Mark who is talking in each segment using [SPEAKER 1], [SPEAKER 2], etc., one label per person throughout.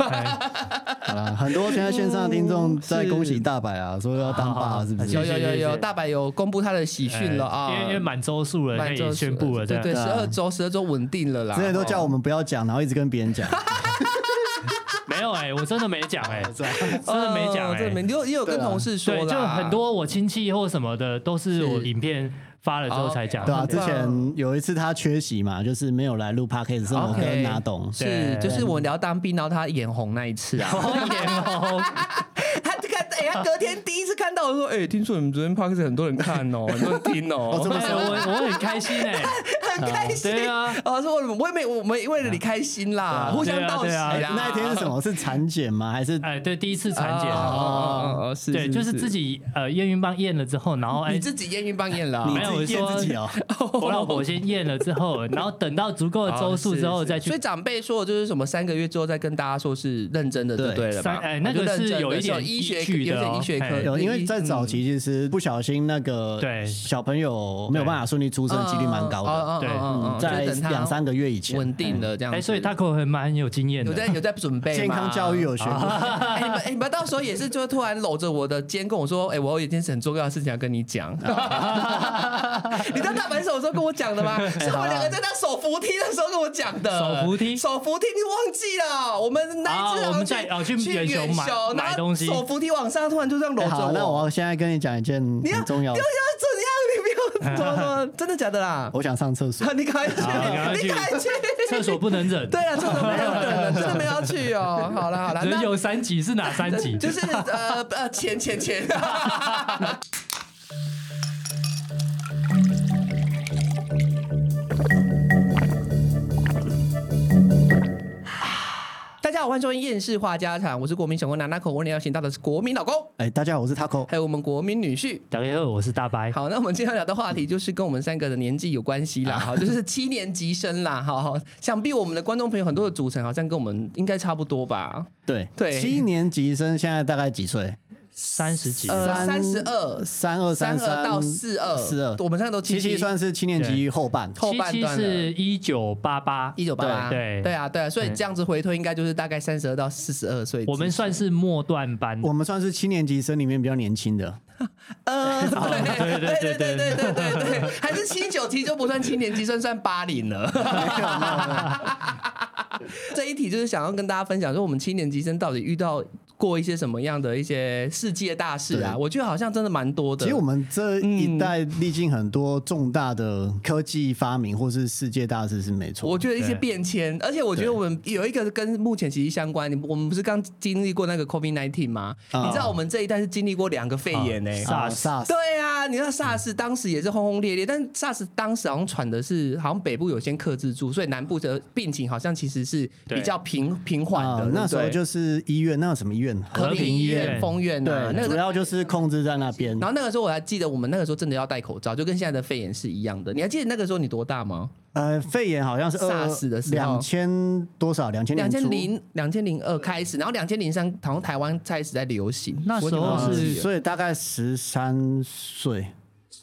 [SPEAKER 1] 好啦，啊很多现在线上的听众在恭喜大白啊，说要当爸是不
[SPEAKER 2] 有
[SPEAKER 1] 是？
[SPEAKER 2] 有有
[SPEAKER 3] 谢
[SPEAKER 2] 有，
[SPEAKER 3] 谢
[SPEAKER 2] 大白有公布他的喜讯了啊，
[SPEAKER 3] 哎因为因为满周数了，那
[SPEAKER 2] 满
[SPEAKER 3] 也
[SPEAKER 2] 周
[SPEAKER 3] 宣布了，
[SPEAKER 2] 对对，
[SPEAKER 3] 这样
[SPEAKER 2] 十
[SPEAKER 1] 啊
[SPEAKER 2] 二周十二周稳定了啦。
[SPEAKER 1] 之前都叫我
[SPEAKER 2] 哦
[SPEAKER 1] 们不要讲，然后一直跟别人讲，
[SPEAKER 3] 没有哎，我真的没讲哎，真的没讲
[SPEAKER 2] 哦真的没，
[SPEAKER 3] 哎，
[SPEAKER 2] 你有也有跟
[SPEAKER 1] 对啊
[SPEAKER 2] 同事说
[SPEAKER 3] 对，
[SPEAKER 2] 啦，
[SPEAKER 3] 就很多我亲戚或什么的，都是
[SPEAKER 2] 是哦
[SPEAKER 3] 我影片发了之后才讲，
[SPEAKER 1] 对啊，之
[SPEAKER 2] 对
[SPEAKER 1] 前有一次他缺席嘛，就是没有来录 podcast，是我
[SPEAKER 2] OK
[SPEAKER 1] 跟拿董，
[SPEAKER 2] 是，
[SPEAKER 3] 对
[SPEAKER 2] 就是我聊当兵，然后他眼红那一次 啊，
[SPEAKER 3] 好眼红，
[SPEAKER 2] 他就看，哎、他隔天第一次看到我说，哎、听说你们昨天 p o d c a s 很多人看哦，很多人 听哦，
[SPEAKER 3] 对我我很开心哎，
[SPEAKER 2] 很开心。
[SPEAKER 3] 对啊，
[SPEAKER 2] 哦，说我们我也没我们为了你开心啦，
[SPEAKER 3] 对啊
[SPEAKER 2] 互相道喜
[SPEAKER 3] 对啊
[SPEAKER 2] 啦。
[SPEAKER 3] 对啊
[SPEAKER 1] 哎那一天是什么？是啊产检吗？还是
[SPEAKER 3] 哎，对，第一次产检，
[SPEAKER 2] 哦哦哦，是，
[SPEAKER 3] 对，就是自，己呃验孕棒验了之后，然后哎
[SPEAKER 2] 你，自己验孕棒验了啊、
[SPEAKER 1] 你
[SPEAKER 3] 没有
[SPEAKER 1] 自己验
[SPEAKER 3] 我说
[SPEAKER 1] 自己哦？
[SPEAKER 3] 我老婆先验了之后，然后等到足够的周数之后
[SPEAKER 2] 哦哦是
[SPEAKER 3] 再
[SPEAKER 2] 是所
[SPEAKER 3] 去
[SPEAKER 2] 以。长辈说的就是什么三个月之后再跟大家说是认真的，就
[SPEAKER 1] 对
[SPEAKER 2] 对了
[SPEAKER 3] 三
[SPEAKER 2] 吧？
[SPEAKER 3] 哎那
[SPEAKER 2] 我就
[SPEAKER 3] 个是
[SPEAKER 2] 认真的
[SPEAKER 3] 有一点
[SPEAKER 2] 有医
[SPEAKER 3] 依
[SPEAKER 2] 学
[SPEAKER 3] 据的
[SPEAKER 2] 有点
[SPEAKER 3] 哦
[SPEAKER 2] 医学科
[SPEAKER 3] 哎，
[SPEAKER 1] 有，因为在早
[SPEAKER 2] 嗯
[SPEAKER 1] 期其实不小心那个
[SPEAKER 3] 对
[SPEAKER 1] 小朋友没有办法顺利出生，几率蛮高
[SPEAKER 2] 哦
[SPEAKER 1] 的，
[SPEAKER 3] 对
[SPEAKER 1] 嗯在两三个月以前。嗯
[SPEAKER 2] 稳定了这样子。
[SPEAKER 3] 哎，所以他可能蛮很有经验
[SPEAKER 2] 有
[SPEAKER 3] 的
[SPEAKER 2] 在。有在准备吗
[SPEAKER 1] 健康教育。有学过，
[SPEAKER 2] 哎，你们哎你们到时候也是，就突然搂着我的肩跟我说：“哎，我有一件事很重要的事情要跟你讲。” 你知道大白什么时候跟我讲的 吗？是我们两个在那手扶梯的时候跟我讲的。
[SPEAKER 3] 哎手扶梯
[SPEAKER 2] 手扶梯，你忘记了？我们那一
[SPEAKER 3] 啊
[SPEAKER 2] 次好像
[SPEAKER 3] 我们在哦去
[SPEAKER 2] 去
[SPEAKER 3] 远雄买
[SPEAKER 2] 远雄
[SPEAKER 3] 买
[SPEAKER 2] 然后
[SPEAKER 3] 东西
[SPEAKER 2] 手扶梯往上突然就这样搂
[SPEAKER 1] 哎
[SPEAKER 2] 着
[SPEAKER 1] 好，那我现在跟你讲一件
[SPEAKER 2] 你要
[SPEAKER 1] 很重要
[SPEAKER 2] 你
[SPEAKER 1] 的
[SPEAKER 2] 要，怎样？你不要怎么怎么？真的假的啦？
[SPEAKER 1] 我想上厕所。
[SPEAKER 2] 你赶快 去，
[SPEAKER 3] 好
[SPEAKER 2] 你
[SPEAKER 3] 你赶
[SPEAKER 2] 赶
[SPEAKER 3] 快
[SPEAKER 2] 快去。
[SPEAKER 3] 厕所不能忍，
[SPEAKER 2] 对啊，这种没有人了，真的没有去哦。好了好 了，
[SPEAKER 3] 人
[SPEAKER 2] 那
[SPEAKER 3] 有三级是哪三级？
[SPEAKER 2] 就是呃呃钱钱钱。大家好，欢迎收听《厌世话家常》，我是国民小公娜娜口，我今天邀请到的是国民老公，
[SPEAKER 1] 哎，大家好，我是 Taco。
[SPEAKER 2] 还有我们国民女婿。
[SPEAKER 3] 大家好，我是大白。
[SPEAKER 2] 好，那我们今天要聊的话题就是跟我们三个的年纪有关系啦，好，就是七年级生啦，好好，想必我们的观众朋友很多的组成好像跟我们应该差不多吧，
[SPEAKER 1] 对
[SPEAKER 2] 对
[SPEAKER 1] 七年级生现在大概几岁？
[SPEAKER 3] 三十级，
[SPEAKER 2] 呃，
[SPEAKER 1] 三
[SPEAKER 2] 三十二、
[SPEAKER 1] 三二
[SPEAKER 2] 三
[SPEAKER 1] 三
[SPEAKER 2] 二到四二，
[SPEAKER 1] 四二
[SPEAKER 2] 我们三个都
[SPEAKER 1] 七
[SPEAKER 2] 七
[SPEAKER 1] 七算是七年级后半。
[SPEAKER 2] 后
[SPEAKER 3] 七
[SPEAKER 2] 半
[SPEAKER 3] 七
[SPEAKER 2] 段
[SPEAKER 3] 是一九八八，
[SPEAKER 2] 一九八八，
[SPEAKER 3] 对
[SPEAKER 2] 对啊对啊，所以这样子回推应该就是大概三十二到四十二岁之间，
[SPEAKER 3] 我们算是末段班。
[SPEAKER 1] 我们算是七年级生里面比较年轻的，
[SPEAKER 2] 呃，
[SPEAKER 3] 对对
[SPEAKER 2] 对对
[SPEAKER 3] 哦对
[SPEAKER 2] 对对对对对，还是七九题就不算七年级，算算八 零了。这一题就是想要跟大家分享，说我们七年级生到底遇到过一些什么样的一些世界大事啊？
[SPEAKER 1] 对
[SPEAKER 2] 我觉得好像真的蛮多的。
[SPEAKER 1] 其实我们这一代
[SPEAKER 2] 嗯
[SPEAKER 1] 历经很多重大的科技发明或是世界大事是没错。
[SPEAKER 2] 我觉得一些变迁，而且我觉得
[SPEAKER 1] 对
[SPEAKER 2] 我们有一个跟目前息息相关。你我们不是刚经历过那个 COVID nineteen 吗？
[SPEAKER 1] 啊
[SPEAKER 2] 你知道我们这一代是经历过两个肺炎呢、
[SPEAKER 3] 啊
[SPEAKER 1] 啊 SARS
[SPEAKER 2] 对啊，你知道 SARS 当时也是轰轰烈烈，但是 SARS 当时好像传的是好像北部有先克制住，所以南部的病情好像其实是比较平平缓的。
[SPEAKER 1] 啊
[SPEAKER 2] 对不对
[SPEAKER 1] 那时候就是医院，那有什么医院？
[SPEAKER 2] 和
[SPEAKER 3] 和
[SPEAKER 2] 平医
[SPEAKER 3] 平医
[SPEAKER 2] 院、
[SPEAKER 3] 院
[SPEAKER 2] 丰院啊，那
[SPEAKER 1] 对，
[SPEAKER 2] 个
[SPEAKER 1] 主
[SPEAKER 2] 时候。
[SPEAKER 1] 要就是控制在那边
[SPEAKER 2] 然。后那个时候我还记得，我们那个时候真的要戴口罩，就跟现在的肺炎是一样的。你还记得那个时候你多大吗？
[SPEAKER 1] 呃，肺炎好像是
[SPEAKER 2] SARS 的时候
[SPEAKER 1] 两千多少？两千
[SPEAKER 2] 两千
[SPEAKER 1] 出
[SPEAKER 2] 零两千零二开始，然后两千零三好像台湾开始在流行，
[SPEAKER 3] 那时候
[SPEAKER 1] 啊
[SPEAKER 2] 我有点忘
[SPEAKER 3] 是
[SPEAKER 2] 记了
[SPEAKER 1] 所以大概十三岁，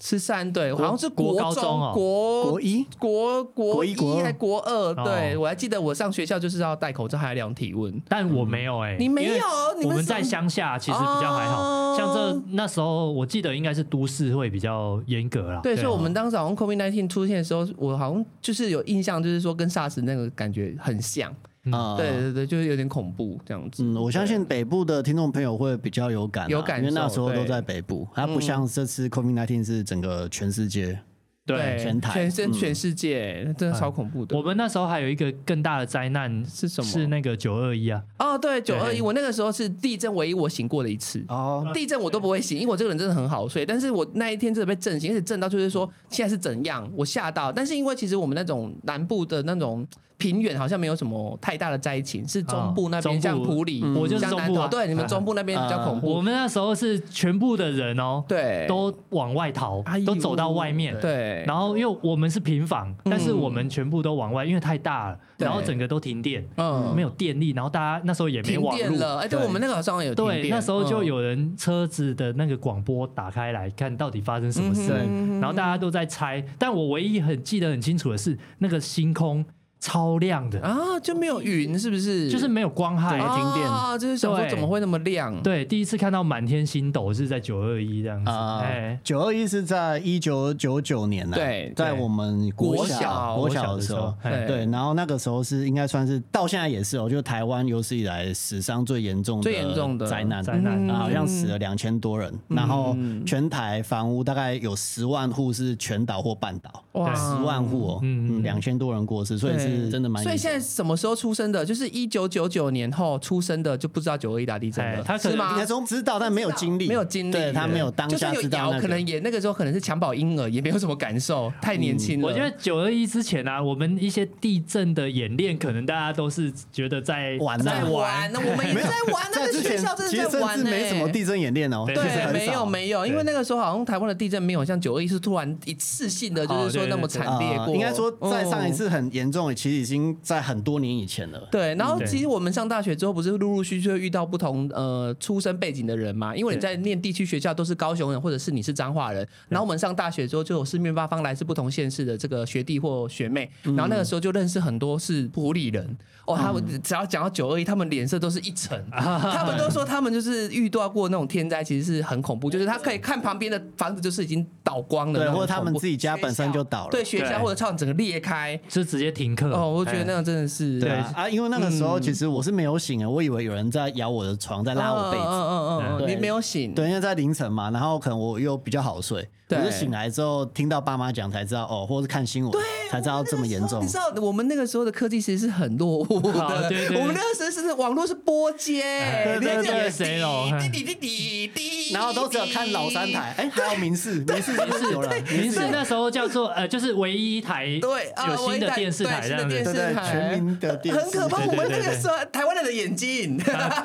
[SPEAKER 2] 十三对，好像是
[SPEAKER 3] 国
[SPEAKER 2] 国
[SPEAKER 3] 高
[SPEAKER 2] 中
[SPEAKER 3] 中哦
[SPEAKER 2] 国
[SPEAKER 1] 国一
[SPEAKER 2] 国国
[SPEAKER 1] 国一国二
[SPEAKER 2] 还国二，
[SPEAKER 3] 哦
[SPEAKER 2] 对我还记得我上学校就是要戴口罩，还要量体温。
[SPEAKER 3] 但我没有哎、
[SPEAKER 2] 你没有
[SPEAKER 3] 因为
[SPEAKER 2] 你们
[SPEAKER 3] 我们在乡下其实比较还好，
[SPEAKER 2] 哦
[SPEAKER 3] 像这那时候我记得应该是都市会比较严格啦。
[SPEAKER 2] 对，所以
[SPEAKER 3] 啊
[SPEAKER 2] 我们当时好像 COVID nineteen 出现的时候，我好像就是有印象，就是说跟 SARS 那个感觉很像。
[SPEAKER 1] 啊，
[SPEAKER 2] 对对对，就是有点恐怖这样子。
[SPEAKER 1] 嗯，我相信北部的听众朋友会比较有感、啊，
[SPEAKER 2] 有感
[SPEAKER 1] 因为那
[SPEAKER 2] 受
[SPEAKER 1] 时候都
[SPEAKER 2] 对
[SPEAKER 1] 在北部，它不像这次 COVID 19是整个全世界。
[SPEAKER 3] 对，
[SPEAKER 1] 全台
[SPEAKER 2] 全全
[SPEAKER 1] 嗯
[SPEAKER 2] 全世界，真的超恐怖的。
[SPEAKER 3] 我们那时候还有一个更大的灾难
[SPEAKER 2] 是什么
[SPEAKER 3] 是那个九二一啊，
[SPEAKER 2] 哦，对，九二一，我那个时候是地震唯一我醒过的一次。
[SPEAKER 1] 哦，
[SPEAKER 2] 地震我都不会醒，因为我这个人真的很好睡。但是我那一天真的被震醒，而且震到就是说现在是怎样，我吓到。但是因为其实我们那种南部的那种平原好像没有什么太大的灾情，是中部那边、
[SPEAKER 3] 哦中部
[SPEAKER 2] 像普里、
[SPEAKER 3] 我就是
[SPEAKER 2] 像
[SPEAKER 3] 中
[SPEAKER 2] 南
[SPEAKER 3] 部
[SPEAKER 2] 岛，
[SPEAKER 3] 啊。
[SPEAKER 2] 对你们中部那边比较恐怖。
[SPEAKER 3] 我们那时候是全部的人哦，
[SPEAKER 2] 对，
[SPEAKER 3] 都往外逃
[SPEAKER 2] 哎呦，
[SPEAKER 3] 都走到外面。
[SPEAKER 2] 对，
[SPEAKER 3] 然后因为我们是平房，但是我们全部都往外，因为太大了，
[SPEAKER 2] 嗯对
[SPEAKER 3] 然后整个都停电，
[SPEAKER 2] 嗯
[SPEAKER 3] 没有电力，然后大家那时候也没
[SPEAKER 2] 停
[SPEAKER 3] 网
[SPEAKER 2] 电
[SPEAKER 3] 络。
[SPEAKER 2] 了，哎，对，
[SPEAKER 1] 对
[SPEAKER 2] 我们那个好像有停
[SPEAKER 3] 对，
[SPEAKER 2] 电
[SPEAKER 3] 那时候就
[SPEAKER 2] 嗯
[SPEAKER 3] 有人车子的那个广播打开来看到底发生什么事，
[SPEAKER 2] 嗯哼
[SPEAKER 3] 然后大家都在猜。但我唯一很记得很清楚的是，那个星空超亮的，
[SPEAKER 2] 啊，就没有云是不是？
[SPEAKER 3] 就是没有光害，
[SPEAKER 2] 停
[SPEAKER 3] 电。
[SPEAKER 2] 啊，就是想说
[SPEAKER 3] 对
[SPEAKER 2] 怎么会那么亮？
[SPEAKER 3] 对，第一次看到满天星斗是在九二一这样子，
[SPEAKER 1] 啊
[SPEAKER 3] 哎、，
[SPEAKER 1] 九二一是在一九九九年呢，啊
[SPEAKER 2] 对
[SPEAKER 1] 在我们国
[SPEAKER 2] 国小
[SPEAKER 1] 小
[SPEAKER 2] 我
[SPEAKER 1] 国小的时候，
[SPEAKER 3] 哎
[SPEAKER 2] 对
[SPEAKER 1] 对，然后那个时候是应该算是到现在也是哦，就台湾有史以来史上最严重的
[SPEAKER 2] 最严重的
[SPEAKER 1] 灾难，
[SPEAKER 3] 灾难
[SPEAKER 1] 啊好像
[SPEAKER 2] 嗯
[SPEAKER 1] 死了两千多人，然后全台房屋大概有十万户是全倒或半倒，
[SPEAKER 2] 哇
[SPEAKER 1] 十万户哦，
[SPEAKER 3] 嗯
[SPEAKER 1] 嗯，两千多人过世，所以
[SPEAKER 2] 对
[SPEAKER 1] 是真的蛮
[SPEAKER 2] 所以
[SPEAKER 1] 严重
[SPEAKER 2] 现在什么时候出生的？就是一九九九年后出生的，就不知道九二一大地震
[SPEAKER 3] 哎
[SPEAKER 2] 了，
[SPEAKER 3] 他可
[SPEAKER 2] 是
[SPEAKER 3] 能
[SPEAKER 2] 吗
[SPEAKER 1] 应该？说知道，但没有经历，
[SPEAKER 2] 没有经历，
[SPEAKER 1] 对他没有当下
[SPEAKER 2] 就是
[SPEAKER 1] 知
[SPEAKER 2] 有
[SPEAKER 1] 道
[SPEAKER 2] 摇，
[SPEAKER 1] 那
[SPEAKER 2] 可能
[SPEAKER 1] 个。嗯
[SPEAKER 2] 也那个时候可能是襁褓婴儿，也没有什么感受，太年轻了。
[SPEAKER 3] 我觉得九二一之前啊，我们一些地震的演练，可能大家都是觉得在
[SPEAKER 1] 玩啊
[SPEAKER 2] 在
[SPEAKER 3] 在
[SPEAKER 2] 玩，
[SPEAKER 3] 玩，
[SPEAKER 2] 哎那我 们也
[SPEAKER 1] 没有
[SPEAKER 2] 在玩，
[SPEAKER 1] 在
[SPEAKER 2] 那个
[SPEAKER 1] 之
[SPEAKER 2] 学
[SPEAKER 1] 前
[SPEAKER 2] 校真
[SPEAKER 1] 其
[SPEAKER 2] 的
[SPEAKER 1] 实
[SPEAKER 2] 在
[SPEAKER 1] 甚
[SPEAKER 2] 玩欸
[SPEAKER 1] 至
[SPEAKER 2] 呢。
[SPEAKER 1] 没什么地震演练哦，
[SPEAKER 3] 对
[SPEAKER 1] 其实
[SPEAKER 2] 对，
[SPEAKER 1] 很
[SPEAKER 2] 没有
[SPEAKER 1] 少
[SPEAKER 2] 没有，因为那个时候好像台湾的地震没有像九二一是突然一次性的，就是说那么惨烈
[SPEAKER 1] 啊
[SPEAKER 2] 过。
[SPEAKER 1] 应该说，在上一
[SPEAKER 2] 嗯。
[SPEAKER 1] 次很严重，其实已经在很多年以前了。
[SPEAKER 2] 对，然后
[SPEAKER 3] 对
[SPEAKER 2] 其实我们上大学之后，不是陆陆续续会遇到不同呃出身背景的人嘛？因为你在念地区学校都是高雄人，或者是你是彰化人，然后我们上大学之后就有四面八方来自不同县市的这个学弟或学妹，
[SPEAKER 1] 嗯
[SPEAKER 2] 然后那个时候就认识很多是普里人哦，他们只要讲到九二一，他们脸色都是一沉，
[SPEAKER 1] 啊
[SPEAKER 2] 他们都说他们就是遇到过那种天灾，其实是很恐怖，就是他可以看旁边的房子就是已经倒光了
[SPEAKER 1] 对，
[SPEAKER 2] 那种恐怖，
[SPEAKER 1] 或者他们自己家本身就倒了。
[SPEAKER 2] 对学校
[SPEAKER 3] 对
[SPEAKER 2] 或者操场整个裂开，
[SPEAKER 3] 就直接停课。
[SPEAKER 2] 哦，我觉得那
[SPEAKER 3] 哎
[SPEAKER 2] 样真的是
[SPEAKER 1] 对啊，啊因为那个时
[SPEAKER 2] 嗯
[SPEAKER 1] 候其实我是没有醒的，我以为有人在咬我的床，在拉我被
[SPEAKER 2] 嗯
[SPEAKER 1] 子。
[SPEAKER 2] 嗯嗯嗯嗯，
[SPEAKER 1] 对
[SPEAKER 2] 你没有醒，
[SPEAKER 1] 对，因为在凌晨嘛，然后可能我又比较好睡，我
[SPEAKER 2] 对
[SPEAKER 1] 是醒来之后听到爸妈讲才知道哦，或是看新闻才知道这么严重
[SPEAKER 2] 你。知道我们那个时候的科技其实是很落伍的，
[SPEAKER 3] 啊对对
[SPEAKER 2] 我们那个时候是网络是波接，
[SPEAKER 1] 对对对
[SPEAKER 3] 谁咯
[SPEAKER 2] 滴滴滴滴滴，
[SPEAKER 1] 然后都只有看老三台，哎，还有民视，民视是不是有了？
[SPEAKER 3] 民视
[SPEAKER 1] 有
[SPEAKER 3] 那时候叫做呃，就是唯一一台
[SPEAKER 2] 对啊
[SPEAKER 3] 有新
[SPEAKER 2] 唯一
[SPEAKER 3] 的
[SPEAKER 2] 台
[SPEAKER 3] 电视
[SPEAKER 2] 对
[SPEAKER 3] 台
[SPEAKER 2] 新
[SPEAKER 3] 这
[SPEAKER 2] 的
[SPEAKER 3] 样
[SPEAKER 2] 电
[SPEAKER 3] 子
[SPEAKER 2] 视
[SPEAKER 1] 对对，
[SPEAKER 2] 台
[SPEAKER 1] 全民的电视
[SPEAKER 2] 很可怕。
[SPEAKER 3] 对
[SPEAKER 2] 我
[SPEAKER 3] 对
[SPEAKER 2] 们
[SPEAKER 3] 对
[SPEAKER 2] 那个
[SPEAKER 3] 对
[SPEAKER 2] 时候台湾人的眼睛，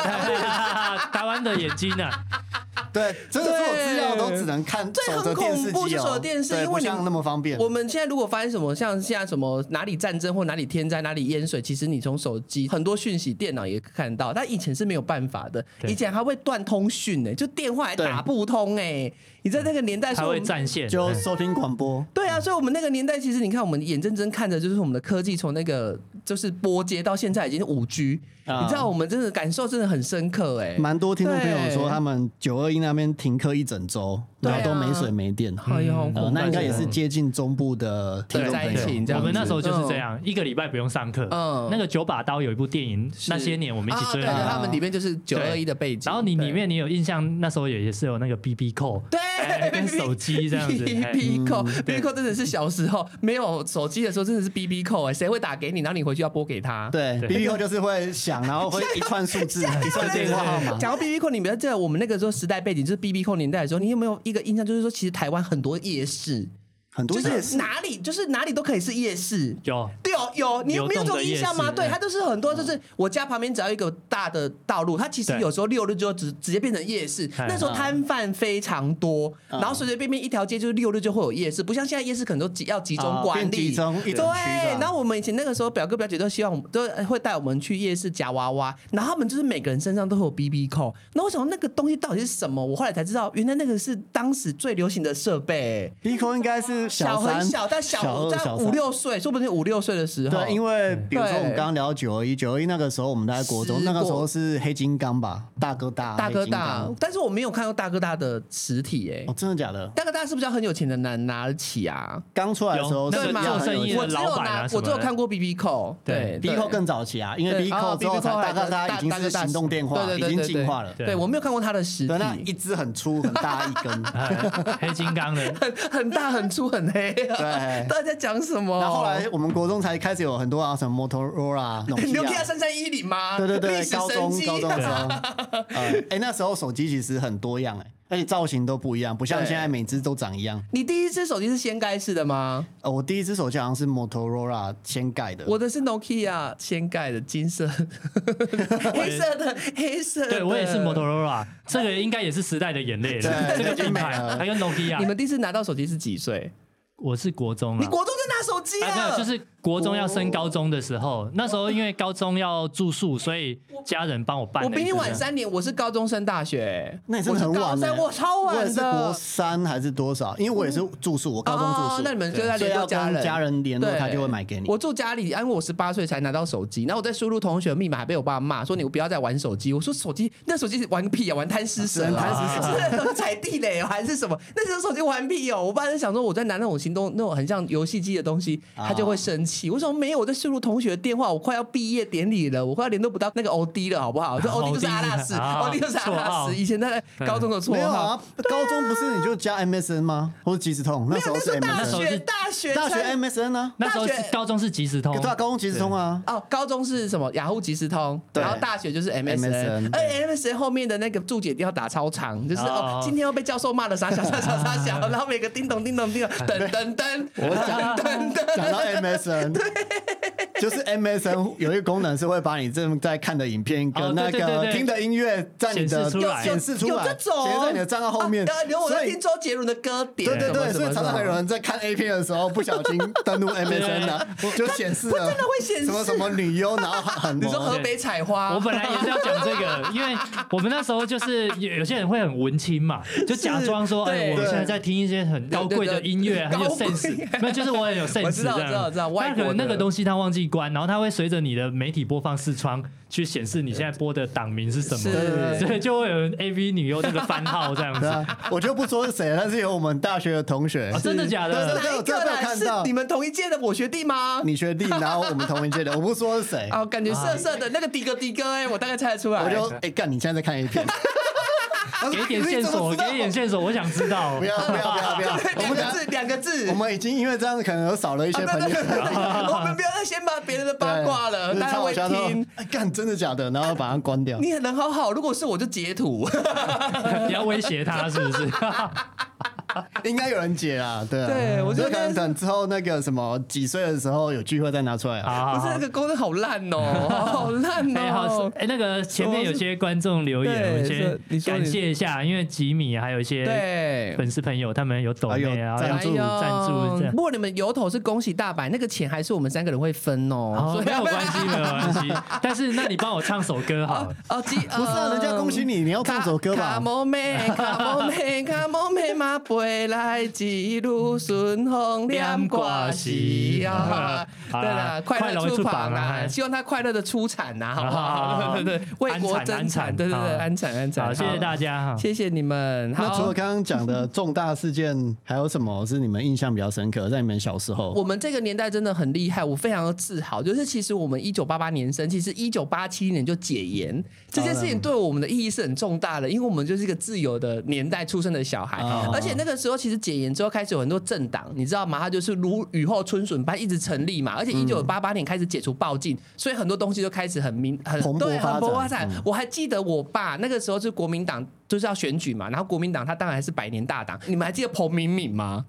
[SPEAKER 3] 台湾的眼睛啊，
[SPEAKER 1] 对，真的所有资料
[SPEAKER 2] 对
[SPEAKER 1] 都只能看
[SPEAKER 2] 对
[SPEAKER 1] 守
[SPEAKER 2] 很
[SPEAKER 1] 着电视
[SPEAKER 2] 恐怖
[SPEAKER 1] 机
[SPEAKER 2] 就守
[SPEAKER 1] 哦，
[SPEAKER 2] 着电视
[SPEAKER 1] 对
[SPEAKER 2] 因为
[SPEAKER 1] 不
[SPEAKER 2] 你
[SPEAKER 1] 像那么方便。
[SPEAKER 2] 我们现在如果发生什么，像现在什么哪里战争或哪里天灾、哪里淹水，其实你从手机很多讯息、电脑也看得到，但以前是没有办法的，
[SPEAKER 3] 对
[SPEAKER 2] 以前还会断通讯呢、欸就电话还
[SPEAKER 1] 对
[SPEAKER 2] 打不通哎、你在那个年代
[SPEAKER 3] 它
[SPEAKER 2] 说我
[SPEAKER 3] 会
[SPEAKER 2] 们。
[SPEAKER 3] 占线，
[SPEAKER 1] 就
[SPEAKER 3] 哎
[SPEAKER 1] 收听广播，
[SPEAKER 2] 对啊，所以我们那个年代，其实你看，我们眼睁睁看着，就是我们的科技从那个就是波接到现在已经五 G，、
[SPEAKER 1] 啊嗯
[SPEAKER 2] 你知道我们真的感受真的很深刻哎、
[SPEAKER 1] 蛮多听众朋友
[SPEAKER 2] 对
[SPEAKER 1] 说他们九二一那边停课一整周，
[SPEAKER 2] 对啊
[SPEAKER 1] 然后都没水没电。
[SPEAKER 2] 哎呦，好恐怖
[SPEAKER 1] 呃，那应该也是接近中部的听众
[SPEAKER 2] 在
[SPEAKER 1] 朋
[SPEAKER 2] 一起
[SPEAKER 1] 友，
[SPEAKER 2] 这
[SPEAKER 3] 对，
[SPEAKER 2] 样
[SPEAKER 3] 我
[SPEAKER 2] 子
[SPEAKER 3] 们那时候就是这样，一个礼拜不用上课。
[SPEAKER 2] 嗯
[SPEAKER 3] 那个九把刀有一部电影，那些年我们一起
[SPEAKER 2] 啊
[SPEAKER 3] 追
[SPEAKER 2] 对
[SPEAKER 3] 的
[SPEAKER 2] 对
[SPEAKER 3] 那
[SPEAKER 1] 啊
[SPEAKER 3] 个。
[SPEAKER 2] 他们里面就是九二一的背景，
[SPEAKER 3] 然后你
[SPEAKER 2] 对
[SPEAKER 3] 里面你有印象，那时候也是有那个 BB 扣，
[SPEAKER 2] 对
[SPEAKER 3] 哎跟手机这样子
[SPEAKER 2] B
[SPEAKER 3] 哎
[SPEAKER 2] B 扣，B
[SPEAKER 3] 对
[SPEAKER 2] 扣真的是小时候没有手机的时候，真的是 B B 扣哎，谁会打给你，然后你回去要拨给他？。
[SPEAKER 1] 对
[SPEAKER 3] 对
[SPEAKER 1] ，B B O 就是会响，然后会一串数 字，一串电话号码。
[SPEAKER 2] 讲到 B B 扣，你们在我们那个时候时代背景，就是 B B 扣年代的时候，你有没有一个印象？就是说，其实台湾很多夜市，
[SPEAKER 1] 很多
[SPEAKER 2] 就
[SPEAKER 1] 夜
[SPEAKER 2] 是
[SPEAKER 1] 市，
[SPEAKER 2] 哪里就是哪里都可以是夜市。
[SPEAKER 3] 有
[SPEAKER 2] 对哦，有你有
[SPEAKER 3] 流
[SPEAKER 2] 没有
[SPEAKER 3] 动
[SPEAKER 2] 这种
[SPEAKER 3] 的
[SPEAKER 2] 印
[SPEAKER 3] 夜
[SPEAKER 2] 象吗？
[SPEAKER 3] 市
[SPEAKER 2] 对，
[SPEAKER 3] 嗯
[SPEAKER 2] 它就是很多，就是我家旁边只要一个大的道路，它其实
[SPEAKER 3] 对
[SPEAKER 2] 有时候六日就直直接变成夜市。
[SPEAKER 3] 哎
[SPEAKER 2] 那时候摊贩非常多，
[SPEAKER 1] 嗯
[SPEAKER 2] 然后随随便便一条街就是六日就会有夜市，不像现在夜市可能都集要集中
[SPEAKER 1] 啊
[SPEAKER 2] 管
[SPEAKER 1] 变
[SPEAKER 2] 理，
[SPEAKER 1] 集中一整区
[SPEAKER 2] 对
[SPEAKER 1] 这样，
[SPEAKER 2] 然后我们以前那个时候，表哥表姐都希望我们都会带我们去夜市夹娃娃，然后他们就是每个人身上都会有 BB 扣。那我想说那个东西到底是什么？我后来才知道，原来那个是当时最流行的设备。
[SPEAKER 1] B O 应该是
[SPEAKER 2] 小
[SPEAKER 1] 三、
[SPEAKER 2] 很小，但小
[SPEAKER 1] 二、
[SPEAKER 2] 在
[SPEAKER 1] 小
[SPEAKER 2] 五
[SPEAKER 1] 三。
[SPEAKER 2] 六岁，说不定五六岁的时候。
[SPEAKER 1] 对，因为比如说
[SPEAKER 2] 对
[SPEAKER 1] 我们刚刚聊九二一，九二一那个时候我们在国中，
[SPEAKER 2] 十
[SPEAKER 1] 那个时
[SPEAKER 2] 过
[SPEAKER 1] 候是黑金刚吧，大哥大，
[SPEAKER 2] 大哥大
[SPEAKER 1] 黑金，
[SPEAKER 2] 但是我没有看过大哥大的实体哎、
[SPEAKER 1] 刚，哦，真的假的？
[SPEAKER 2] 大哥大是不是要很有钱的男拿得起啊？
[SPEAKER 1] 刚出来的时候
[SPEAKER 3] 有那
[SPEAKER 1] 是
[SPEAKER 2] 对
[SPEAKER 3] 个
[SPEAKER 2] 吗？
[SPEAKER 1] 要
[SPEAKER 3] 做
[SPEAKER 1] 很有
[SPEAKER 3] 生意
[SPEAKER 1] 钱
[SPEAKER 3] 的
[SPEAKER 2] 我只
[SPEAKER 3] 老
[SPEAKER 2] 有
[SPEAKER 3] 板啊
[SPEAKER 2] 拿，
[SPEAKER 3] 什
[SPEAKER 2] 我
[SPEAKER 3] 么
[SPEAKER 2] 只有
[SPEAKER 3] 的
[SPEAKER 2] 看过 B B 扣，对
[SPEAKER 3] 对
[SPEAKER 1] B 扣更早期啊，因为
[SPEAKER 2] 对
[SPEAKER 1] B
[SPEAKER 2] 哦
[SPEAKER 1] 扣之后
[SPEAKER 2] BB
[SPEAKER 1] 才
[SPEAKER 2] 扣还
[SPEAKER 1] 大哥
[SPEAKER 2] 大
[SPEAKER 1] 大已经
[SPEAKER 2] 大
[SPEAKER 1] 是
[SPEAKER 2] 哥大
[SPEAKER 1] 行动电话，
[SPEAKER 2] 对
[SPEAKER 1] 已
[SPEAKER 2] 对对
[SPEAKER 1] 经
[SPEAKER 2] 对
[SPEAKER 1] 进化了。
[SPEAKER 2] 对我没有看过他的实
[SPEAKER 1] 对，那
[SPEAKER 2] 体
[SPEAKER 1] 一，只很粗很大一根，
[SPEAKER 3] 哎 黑金刚的，
[SPEAKER 2] 很 很大很粗很 黑。
[SPEAKER 1] 对。
[SPEAKER 2] 到底在讲什么？
[SPEAKER 1] 然后后来我们国中才开始有很多啊，什么 Motorola、
[SPEAKER 2] 牛 K
[SPEAKER 1] 啊
[SPEAKER 2] 三三一零吗？
[SPEAKER 1] 对对
[SPEAKER 2] 历
[SPEAKER 1] 对，
[SPEAKER 2] 史
[SPEAKER 1] 高
[SPEAKER 2] 神啊
[SPEAKER 1] 中
[SPEAKER 2] 机
[SPEAKER 1] 高中的时候，呃，哎，那时候手机其实很多样哎，而且造型都不一样，不像
[SPEAKER 2] 对
[SPEAKER 1] 现在每只都长一样。
[SPEAKER 2] 你第一只手机是掀盖式的吗？
[SPEAKER 1] 呃，我第一只手机好像是 Motorola 先盖的，
[SPEAKER 2] 我的是 Nokia 掀盖的，金色、 黑色的、黑色的。 哎
[SPEAKER 3] 对我也是 Motorola，这个应该也是时代的眼泪了，
[SPEAKER 1] 对
[SPEAKER 3] 这个品牌
[SPEAKER 1] 已经没了
[SPEAKER 3] 还有
[SPEAKER 2] 你
[SPEAKER 3] Nokia，
[SPEAKER 2] 们第一次拿到手机是几岁？
[SPEAKER 3] 我是国中
[SPEAKER 2] 你
[SPEAKER 3] 啊，
[SPEAKER 2] 国中就拿手机
[SPEAKER 3] 啊没有
[SPEAKER 2] 了？
[SPEAKER 3] 就是国中要升高中的时候，那时候因为高中要住宿，所以家人帮我办了
[SPEAKER 2] 我
[SPEAKER 3] 一个。
[SPEAKER 2] 比你晚三年，我是高中升大学，
[SPEAKER 1] 那你真的很晚
[SPEAKER 2] 我是高
[SPEAKER 1] 呢、
[SPEAKER 2] 三我超晚
[SPEAKER 1] 我
[SPEAKER 2] 的，
[SPEAKER 1] 也是国三还是多少？因为我也是住宿，我高中住
[SPEAKER 2] 哦
[SPEAKER 1] 宿，
[SPEAKER 2] 那你们就在
[SPEAKER 1] 所以
[SPEAKER 2] 联
[SPEAKER 1] 要
[SPEAKER 2] 络家
[SPEAKER 1] 跟
[SPEAKER 2] 人，
[SPEAKER 1] 家人联络，
[SPEAKER 2] 对
[SPEAKER 1] 他就会买给你。
[SPEAKER 2] 我住家里，因为我十八岁才拿到手机，然后我在输入同学的密码，还被我爸骂说你不要再玩手机。我说手机那手机是玩屁啊，玩贪吃蛇、啊，
[SPEAKER 1] 玩贪吃
[SPEAKER 2] 蛇， 是那种踩地雷、哦、还是什么？那时候手机玩屁哦。我爸在想说我在拿那种行动那种很像游戏机的东西，
[SPEAKER 1] 啊
[SPEAKER 2] 他就会生气。我说没有，我在输入同学的电话，我快要毕业典礼了，我快要联络不到那个 OD 了，好不好？这 OD 就是阿拉斯
[SPEAKER 3] OD 啊
[SPEAKER 2] ，OD 就是阿
[SPEAKER 3] 绰
[SPEAKER 2] 拉
[SPEAKER 3] 号
[SPEAKER 2] 斯，以前他在高中的绰
[SPEAKER 1] 没有
[SPEAKER 2] 号
[SPEAKER 1] 啊。，高中不是你就加 MSN 吗？或者即时通？那
[SPEAKER 2] 啊没
[SPEAKER 1] 时
[SPEAKER 2] 有，
[SPEAKER 1] 候
[SPEAKER 2] 那时
[SPEAKER 1] 是 MSN，
[SPEAKER 2] 候大学，大学
[SPEAKER 1] 大学
[SPEAKER 2] 才
[SPEAKER 1] MSN 啊，
[SPEAKER 3] 那时候是高中是即时通
[SPEAKER 1] 对，啊，高中即时通啊，
[SPEAKER 2] 哦，高中是什么？雅虎即时通，
[SPEAKER 1] 对
[SPEAKER 2] 然后大学就是
[SPEAKER 1] MSN
[SPEAKER 2] MSN，而 MSN 后面的那个注解一定要打超长，就是
[SPEAKER 3] 哦
[SPEAKER 2] 哦，今天要被教授骂的傻小傻小傻 小，然后每个叮咚叮咚叮咚，噔噔噔，噔噔噔。
[SPEAKER 1] 讲到 MSN，就是 MSN 有一个功能是会把你正在看的影片
[SPEAKER 3] 哦
[SPEAKER 1] 跟那
[SPEAKER 3] 对对对
[SPEAKER 1] 个
[SPEAKER 3] 对
[SPEAKER 1] 听的音乐在你的
[SPEAKER 3] 显示出来
[SPEAKER 1] 显示出
[SPEAKER 2] 有
[SPEAKER 1] 来，
[SPEAKER 2] 这种
[SPEAKER 1] 显示在你的账号后面
[SPEAKER 2] 啊，然后我
[SPEAKER 1] 所
[SPEAKER 2] 在
[SPEAKER 1] 以
[SPEAKER 2] 听。周杰伦的歌典，
[SPEAKER 1] 对对
[SPEAKER 2] 什么
[SPEAKER 1] 对，
[SPEAKER 2] 什
[SPEAKER 1] 所
[SPEAKER 2] 么
[SPEAKER 1] 以常常
[SPEAKER 2] 什么
[SPEAKER 1] 有人在看 A 片的时候不小心登录 MSN 啊，就显示了
[SPEAKER 2] 真的会显示
[SPEAKER 1] 什么什么女优，然后很
[SPEAKER 2] 你说河北采花，
[SPEAKER 3] 我本来也是要讲这 个，因为我们那时候就是有有些人会很文青嘛，就假装说，
[SPEAKER 2] 对
[SPEAKER 3] 哎，我们现在在听一些很高贵的音乐，
[SPEAKER 2] 对
[SPEAKER 3] 很
[SPEAKER 2] 对对
[SPEAKER 3] 有
[SPEAKER 2] 高贵
[SPEAKER 3] sense，没有，就是我很有 sense
[SPEAKER 2] 我知道
[SPEAKER 3] 这样
[SPEAKER 2] 知道知道外
[SPEAKER 3] 但
[SPEAKER 2] 国
[SPEAKER 3] 可
[SPEAKER 2] 的
[SPEAKER 3] 能那个东西他忘记关，然后他会随着你的媒体播放视窗去显示你现在播的档名是什
[SPEAKER 2] 是
[SPEAKER 3] 么，所以就会有人 AV 女优那个番号这样
[SPEAKER 1] 对
[SPEAKER 3] 子。
[SPEAKER 1] 啊，我就不说是谁了，但是有我们大学的同学
[SPEAKER 2] 哦
[SPEAKER 3] 啊，，真的假
[SPEAKER 1] 对
[SPEAKER 3] 的
[SPEAKER 1] 对？
[SPEAKER 2] 哪一
[SPEAKER 1] 这
[SPEAKER 2] 个
[SPEAKER 1] 个我
[SPEAKER 2] 啦？
[SPEAKER 1] 看
[SPEAKER 2] 是
[SPEAKER 1] 到
[SPEAKER 2] 你们同一届的我学弟吗？
[SPEAKER 1] 你学弟，然后我们同一届的，我不说是谁，
[SPEAKER 2] 啊，感觉涩涩的那个的哥的哥，哎，我大概猜得出来。
[SPEAKER 1] 我就哎干，你现在在看 A 片，
[SPEAKER 3] 给点线索，给点线索，我想知 道。
[SPEAKER 1] 不要不要不要不要，我
[SPEAKER 2] 两
[SPEAKER 1] 们
[SPEAKER 2] 个
[SPEAKER 1] 等下
[SPEAKER 2] 字，两个字，
[SPEAKER 1] 我们已经因为这样可能有少了一些
[SPEAKER 2] 啊
[SPEAKER 1] 朋
[SPEAKER 2] 对
[SPEAKER 1] 友
[SPEAKER 2] 对。对对我们不要再先把别人的八卦了，
[SPEAKER 1] 对
[SPEAKER 2] 大家会。
[SPEAKER 1] 就是超好笑说
[SPEAKER 2] 听。
[SPEAKER 1] 哎干，真的假的？然后把它关掉。
[SPEAKER 2] 你人好好，如果是我就截图，
[SPEAKER 3] 你要威胁他是 不是？
[SPEAKER 1] 应该有人解啦，对啊。
[SPEAKER 2] 对我觉
[SPEAKER 1] 就
[SPEAKER 2] 得
[SPEAKER 1] 可能等之后那个什么几岁的时候有聚会再拿出来啊。
[SPEAKER 3] 好
[SPEAKER 2] 不
[SPEAKER 3] 好好
[SPEAKER 2] 是 那个工作好烂哦，好 烂
[SPEAKER 3] 哎、好
[SPEAKER 2] 哦，
[SPEAKER 3] 哎、那个前面有些观众留言，
[SPEAKER 2] 对
[SPEAKER 3] 我们
[SPEAKER 2] 这你
[SPEAKER 3] 先
[SPEAKER 2] 说
[SPEAKER 3] 感
[SPEAKER 2] 你
[SPEAKER 3] 谢一下，因为吉米还有一些
[SPEAKER 2] 对。
[SPEAKER 3] 粉丝朋友，他们有抖
[SPEAKER 1] 哎呦
[SPEAKER 3] 内啊，
[SPEAKER 1] 赞
[SPEAKER 3] 赞
[SPEAKER 1] 助
[SPEAKER 3] 助赞助这样
[SPEAKER 2] 不。过你们油头是恭喜大白，那个钱还是我们三个人会分哦，
[SPEAKER 3] 哦，
[SPEAKER 2] 所以
[SPEAKER 3] 没有关系，没有关系。但是，那你帮我唱首歌好了。
[SPEAKER 2] 哦，吉
[SPEAKER 1] 不是啊，人家恭喜你，你要唱首歌
[SPEAKER 2] 卡
[SPEAKER 1] 吧？
[SPEAKER 2] 莫妹，卡莫妹，卡莫妹嘛，飞来一路顺风念歌时啊！对啦，快乐出榜啦，希望他快乐的出产呐，好不好？对对对，为国争产，对对对，安产安产。
[SPEAKER 3] 好，谢谢大家哈。
[SPEAKER 2] 谢谢你们。
[SPEAKER 1] 那除了
[SPEAKER 2] 好，
[SPEAKER 1] 刚刚讲的重大事件，还有什么是你们印象比较深刻，在你们小时候？
[SPEAKER 2] 我们这个年代真的很厉害，我非常的自豪。就是其实我们一九八八年生，其实一九八七年就解严，这件事情对我们的意义是很重大的，因为我们就是一个自由的年代出生的小孩，
[SPEAKER 1] 哦
[SPEAKER 2] 而且那个时候其实解严之后开始有很多政党，你知道吗？它就是如雨后春笋般一直成立嘛，而且
[SPEAKER 1] 嗯
[SPEAKER 2] 一九八八年开始解除暴禁，所以很多东西都开始很明很
[SPEAKER 1] 蓬勃
[SPEAKER 2] 对
[SPEAKER 1] 发展
[SPEAKER 2] 很勃发展
[SPEAKER 1] 嗯。
[SPEAKER 2] 我还记得我爸那个时候是国民党。就是要选举嘛，然后国民党他当然还是百年大党。你们还记得彭明敏吗？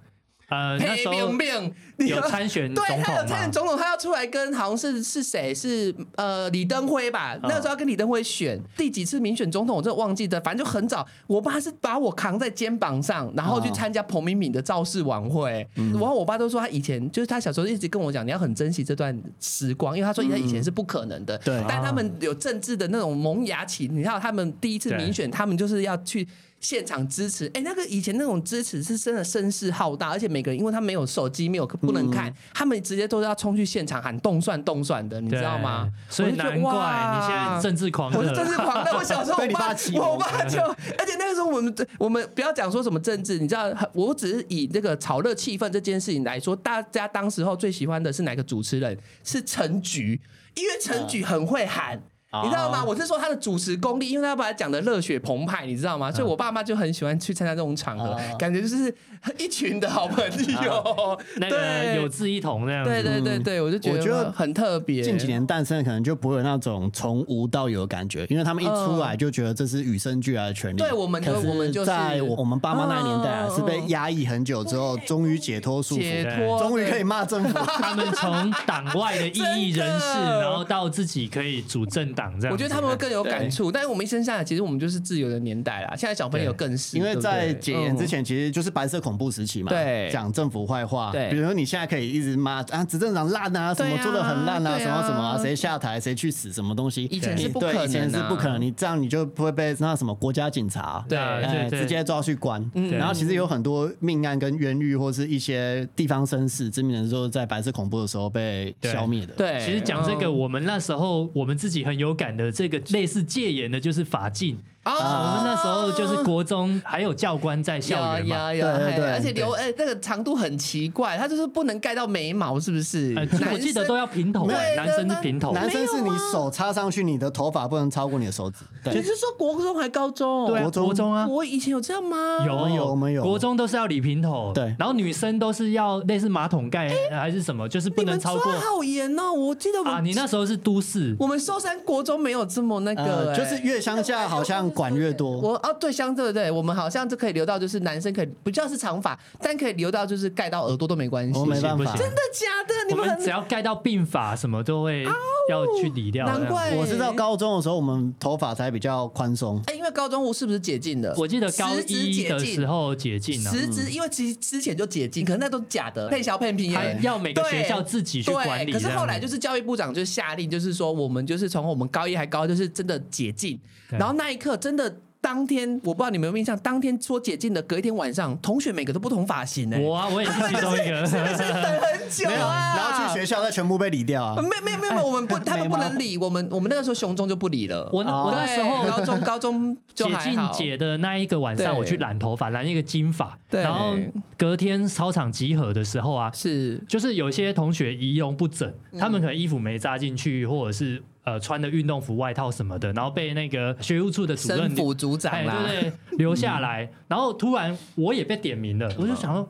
[SPEAKER 3] 呃，那时候
[SPEAKER 2] 彭明敏，你
[SPEAKER 3] 有参选总
[SPEAKER 2] 对他有
[SPEAKER 3] 统
[SPEAKER 2] 参选
[SPEAKER 3] 嘛？
[SPEAKER 2] 总统，他要出来跟好像是是谁是呃李登辉
[SPEAKER 3] 嗯
[SPEAKER 2] 吧？那个时候要跟李登辉选第几次民选总统，我真的忘记的，反正就很早。我爸是把我扛在肩膀上，然后去
[SPEAKER 3] 嗯
[SPEAKER 2] 参加彭明敏的造势晚会。然后我爸都说他以前就是他小时候一直跟我讲，你要很珍惜这段时光，因为他说他以前是不可能
[SPEAKER 3] 嗯
[SPEAKER 2] 的。
[SPEAKER 1] 对
[SPEAKER 2] 但他
[SPEAKER 3] 哦
[SPEAKER 2] 们有政治的那种萌芽期，你知道他们第一次民选，他们就是要去。现场支持，哎、那个以前那种支持是真的声势浩大，而且每个人因为他没有手机，没有不能
[SPEAKER 3] 嗯
[SPEAKER 2] 看，他们直接都要冲去现场喊动算动算的，你知道吗？
[SPEAKER 3] 对所以
[SPEAKER 2] 我就觉得
[SPEAKER 3] 难怪你现在
[SPEAKER 2] 哇
[SPEAKER 3] 政治狂
[SPEAKER 2] 我是
[SPEAKER 3] 热
[SPEAKER 2] 政。治狂热，我小时候
[SPEAKER 1] 被
[SPEAKER 2] 我
[SPEAKER 1] 你爸
[SPEAKER 2] 爸
[SPEAKER 1] 启蒙
[SPEAKER 2] 我爸就，而且那个时候我们我们不要讲说什么政治，你知道，我只是以这个炒热气氛这件事情来说，大家当时候最喜欢的是哪个主持人？是陈菊，因为陈菊很会喊。
[SPEAKER 1] 嗯
[SPEAKER 2] 你知道
[SPEAKER 1] 哦
[SPEAKER 2] 吗？我是说他的主持功力，因为他把他讲的热血澎湃，你知道吗？所以我爸妈就很喜欢去参加这种场合
[SPEAKER 1] 嗯哦，啊
[SPEAKER 2] 感觉就是一群的好朋友。
[SPEAKER 3] 那个
[SPEAKER 2] 对
[SPEAKER 3] 有志一同那样
[SPEAKER 2] 对
[SPEAKER 3] 子。
[SPEAKER 2] 对对对，我就
[SPEAKER 1] 嗯
[SPEAKER 2] 觉
[SPEAKER 1] 我觉得
[SPEAKER 2] 得很特别。
[SPEAKER 1] 近几年诞生的可能就不会有那种从无到有的感觉，因为他们一出来就觉得这是与生俱来的权利。
[SPEAKER 2] 对我们就
[SPEAKER 1] 可
[SPEAKER 2] 我们就是
[SPEAKER 1] 在我我们爸妈那个年代啊，
[SPEAKER 2] 嗯
[SPEAKER 1] 是被压抑很久之后，终于解脱束
[SPEAKER 2] 解
[SPEAKER 1] 缚，
[SPEAKER 2] 脱，
[SPEAKER 1] 终于
[SPEAKER 2] 对
[SPEAKER 1] 可以骂政府。
[SPEAKER 3] 他们从党外的异议人士，
[SPEAKER 2] 真的
[SPEAKER 3] 然后到自己可以主政档这样子。
[SPEAKER 2] 我觉得他们会更有感触，但是我们一生下来，其实我们就是自由的年代啦。现在小朋友
[SPEAKER 3] 对
[SPEAKER 2] 更是，
[SPEAKER 1] 因为
[SPEAKER 2] 对不
[SPEAKER 1] 在
[SPEAKER 2] 对
[SPEAKER 1] 解严之，前，其实就是白色恐怖时期嘛，
[SPEAKER 2] 对
[SPEAKER 1] 讲政府坏话，
[SPEAKER 2] 对
[SPEAKER 1] 比如说你现在可以一直骂啊，执政长烂啊，什么
[SPEAKER 2] 对啊
[SPEAKER 1] 做的很烂啊，
[SPEAKER 2] 对
[SPEAKER 1] 什
[SPEAKER 2] 啊
[SPEAKER 1] 么什么啊，谁下台谁去死，什么东西，
[SPEAKER 2] 以前
[SPEAKER 1] 你
[SPEAKER 2] 是不
[SPEAKER 1] 对
[SPEAKER 2] 可能
[SPEAKER 1] 以前是
[SPEAKER 2] 啊
[SPEAKER 1] 不可能，你这样你就不会被那什么国家警察
[SPEAKER 2] 对嗯
[SPEAKER 3] 啊
[SPEAKER 1] 哎
[SPEAKER 3] 对对
[SPEAKER 1] 直接抓去关。
[SPEAKER 3] 对
[SPEAKER 1] 然后其实有很多命案跟冤狱，或是一些地方绅士、知名人士，都是在白色恐怖的时候被
[SPEAKER 3] 对
[SPEAKER 1] 消灭的。
[SPEAKER 2] 对，
[SPEAKER 3] 其实讲这个，
[SPEAKER 2] 嗯
[SPEAKER 3] 我们那时候我们自己很有感的，这个类似戒严的，就是法禁。我
[SPEAKER 2] 啊
[SPEAKER 3] 们那时候就是国中还有教官在校园嘛。
[SPEAKER 2] 呀呀呀
[SPEAKER 1] 对对对
[SPEAKER 2] 而且留哎，那个长度很奇怪，它就是不能盖到眉毛，是不是？
[SPEAKER 3] 呃，我记得都
[SPEAKER 2] 要
[SPEAKER 3] 要平头，哎
[SPEAKER 2] 对
[SPEAKER 3] 男生是平头，
[SPEAKER 1] 男生是你手插上去，你的头发不能超过你的手指。
[SPEAKER 2] 你
[SPEAKER 1] 对，
[SPEAKER 2] 啊是说国中还高中？
[SPEAKER 3] 对啊，
[SPEAKER 1] 国中
[SPEAKER 3] 国中啊，
[SPEAKER 2] 我以前有这样吗？
[SPEAKER 3] 有
[SPEAKER 1] 们有我们有
[SPEAKER 3] 国中都是要理平头，
[SPEAKER 1] 对
[SPEAKER 3] 然后女生都是要类似马桶盖还是什么，就是不
[SPEAKER 2] 哎你
[SPEAKER 3] 能
[SPEAKER 2] 们
[SPEAKER 3] 超
[SPEAKER 2] 抓
[SPEAKER 3] 过
[SPEAKER 2] 好严哦！我记得我
[SPEAKER 3] 啊。你那时候是都市，
[SPEAKER 2] 我们寿山国中没有这么那个，
[SPEAKER 1] 呃，
[SPEAKER 2] 哎
[SPEAKER 1] 就是越乡下好像管越多。
[SPEAKER 2] 我哦，对，相对对，我们好像就可以留到，就是男生可以不叫是长发，但可以留到就是盖到耳朵都没关系。
[SPEAKER 1] 哦我没办
[SPEAKER 3] 不
[SPEAKER 1] 法
[SPEAKER 3] 行，
[SPEAKER 2] 真的假的？你
[SPEAKER 3] 我
[SPEAKER 2] 们
[SPEAKER 3] 们
[SPEAKER 2] 很
[SPEAKER 3] 只要盖到鬓发什么都会要去理掉。
[SPEAKER 2] 哦难怪
[SPEAKER 1] 我是到高中的时候，我们头发才比较宽松。
[SPEAKER 2] 哎，因为高中是不是解禁的？
[SPEAKER 3] 我记得高
[SPEAKER 2] 实质
[SPEAKER 3] 一
[SPEAKER 2] 解
[SPEAKER 3] 的时
[SPEAKER 2] 禁，
[SPEAKER 3] 候解禁了、啊，
[SPEAKER 2] 实质因为其实之前就解禁，可能那都是假的，骗小骗皮
[SPEAKER 3] 还
[SPEAKER 2] 哎。
[SPEAKER 3] 要每个学校自己去管理
[SPEAKER 2] 对，
[SPEAKER 3] 这样子。
[SPEAKER 2] 可是后来就是教育部长就下令，就是说我们就是从我们高一还高，就是真的解禁。
[SPEAKER 3] 对
[SPEAKER 2] 然后那一刻真的，当天我不知道你们有没有印象，当天说解禁的，隔一天晚上，同学每个都不同发型哎、
[SPEAKER 3] 我啊，我也是其中一个。
[SPEAKER 2] 真的 是等很久
[SPEAKER 1] 没有，
[SPEAKER 2] 啊。
[SPEAKER 1] 然后去学校再全部被理掉啊。
[SPEAKER 2] 没没有没
[SPEAKER 3] 哎
[SPEAKER 2] 有没有，我们不，他们不
[SPEAKER 1] 没吗
[SPEAKER 2] 能理我们，我们那个时候雄中就不理了。
[SPEAKER 3] 我那我那时
[SPEAKER 2] 对
[SPEAKER 3] 候
[SPEAKER 2] 高 中高中就
[SPEAKER 3] 解
[SPEAKER 2] 还
[SPEAKER 3] 禁
[SPEAKER 2] 好，
[SPEAKER 3] 解的那一个晚上，
[SPEAKER 2] 对
[SPEAKER 3] 我去染头发，染一个金发，
[SPEAKER 2] 对
[SPEAKER 3] 然后隔天操场集合的时候啊，
[SPEAKER 2] 是
[SPEAKER 3] 就是有些同学仪容不整，
[SPEAKER 2] 嗯
[SPEAKER 3] 他们可能衣服没扎进去，或者是呃穿的运动服、外套什么的，然后被那个学务处的主
[SPEAKER 2] 生
[SPEAKER 3] 任
[SPEAKER 2] 辅组长
[SPEAKER 3] 哎，
[SPEAKER 2] 啦，嗯
[SPEAKER 3] 对对，留下来，然后突然我也被点名了，我就想说。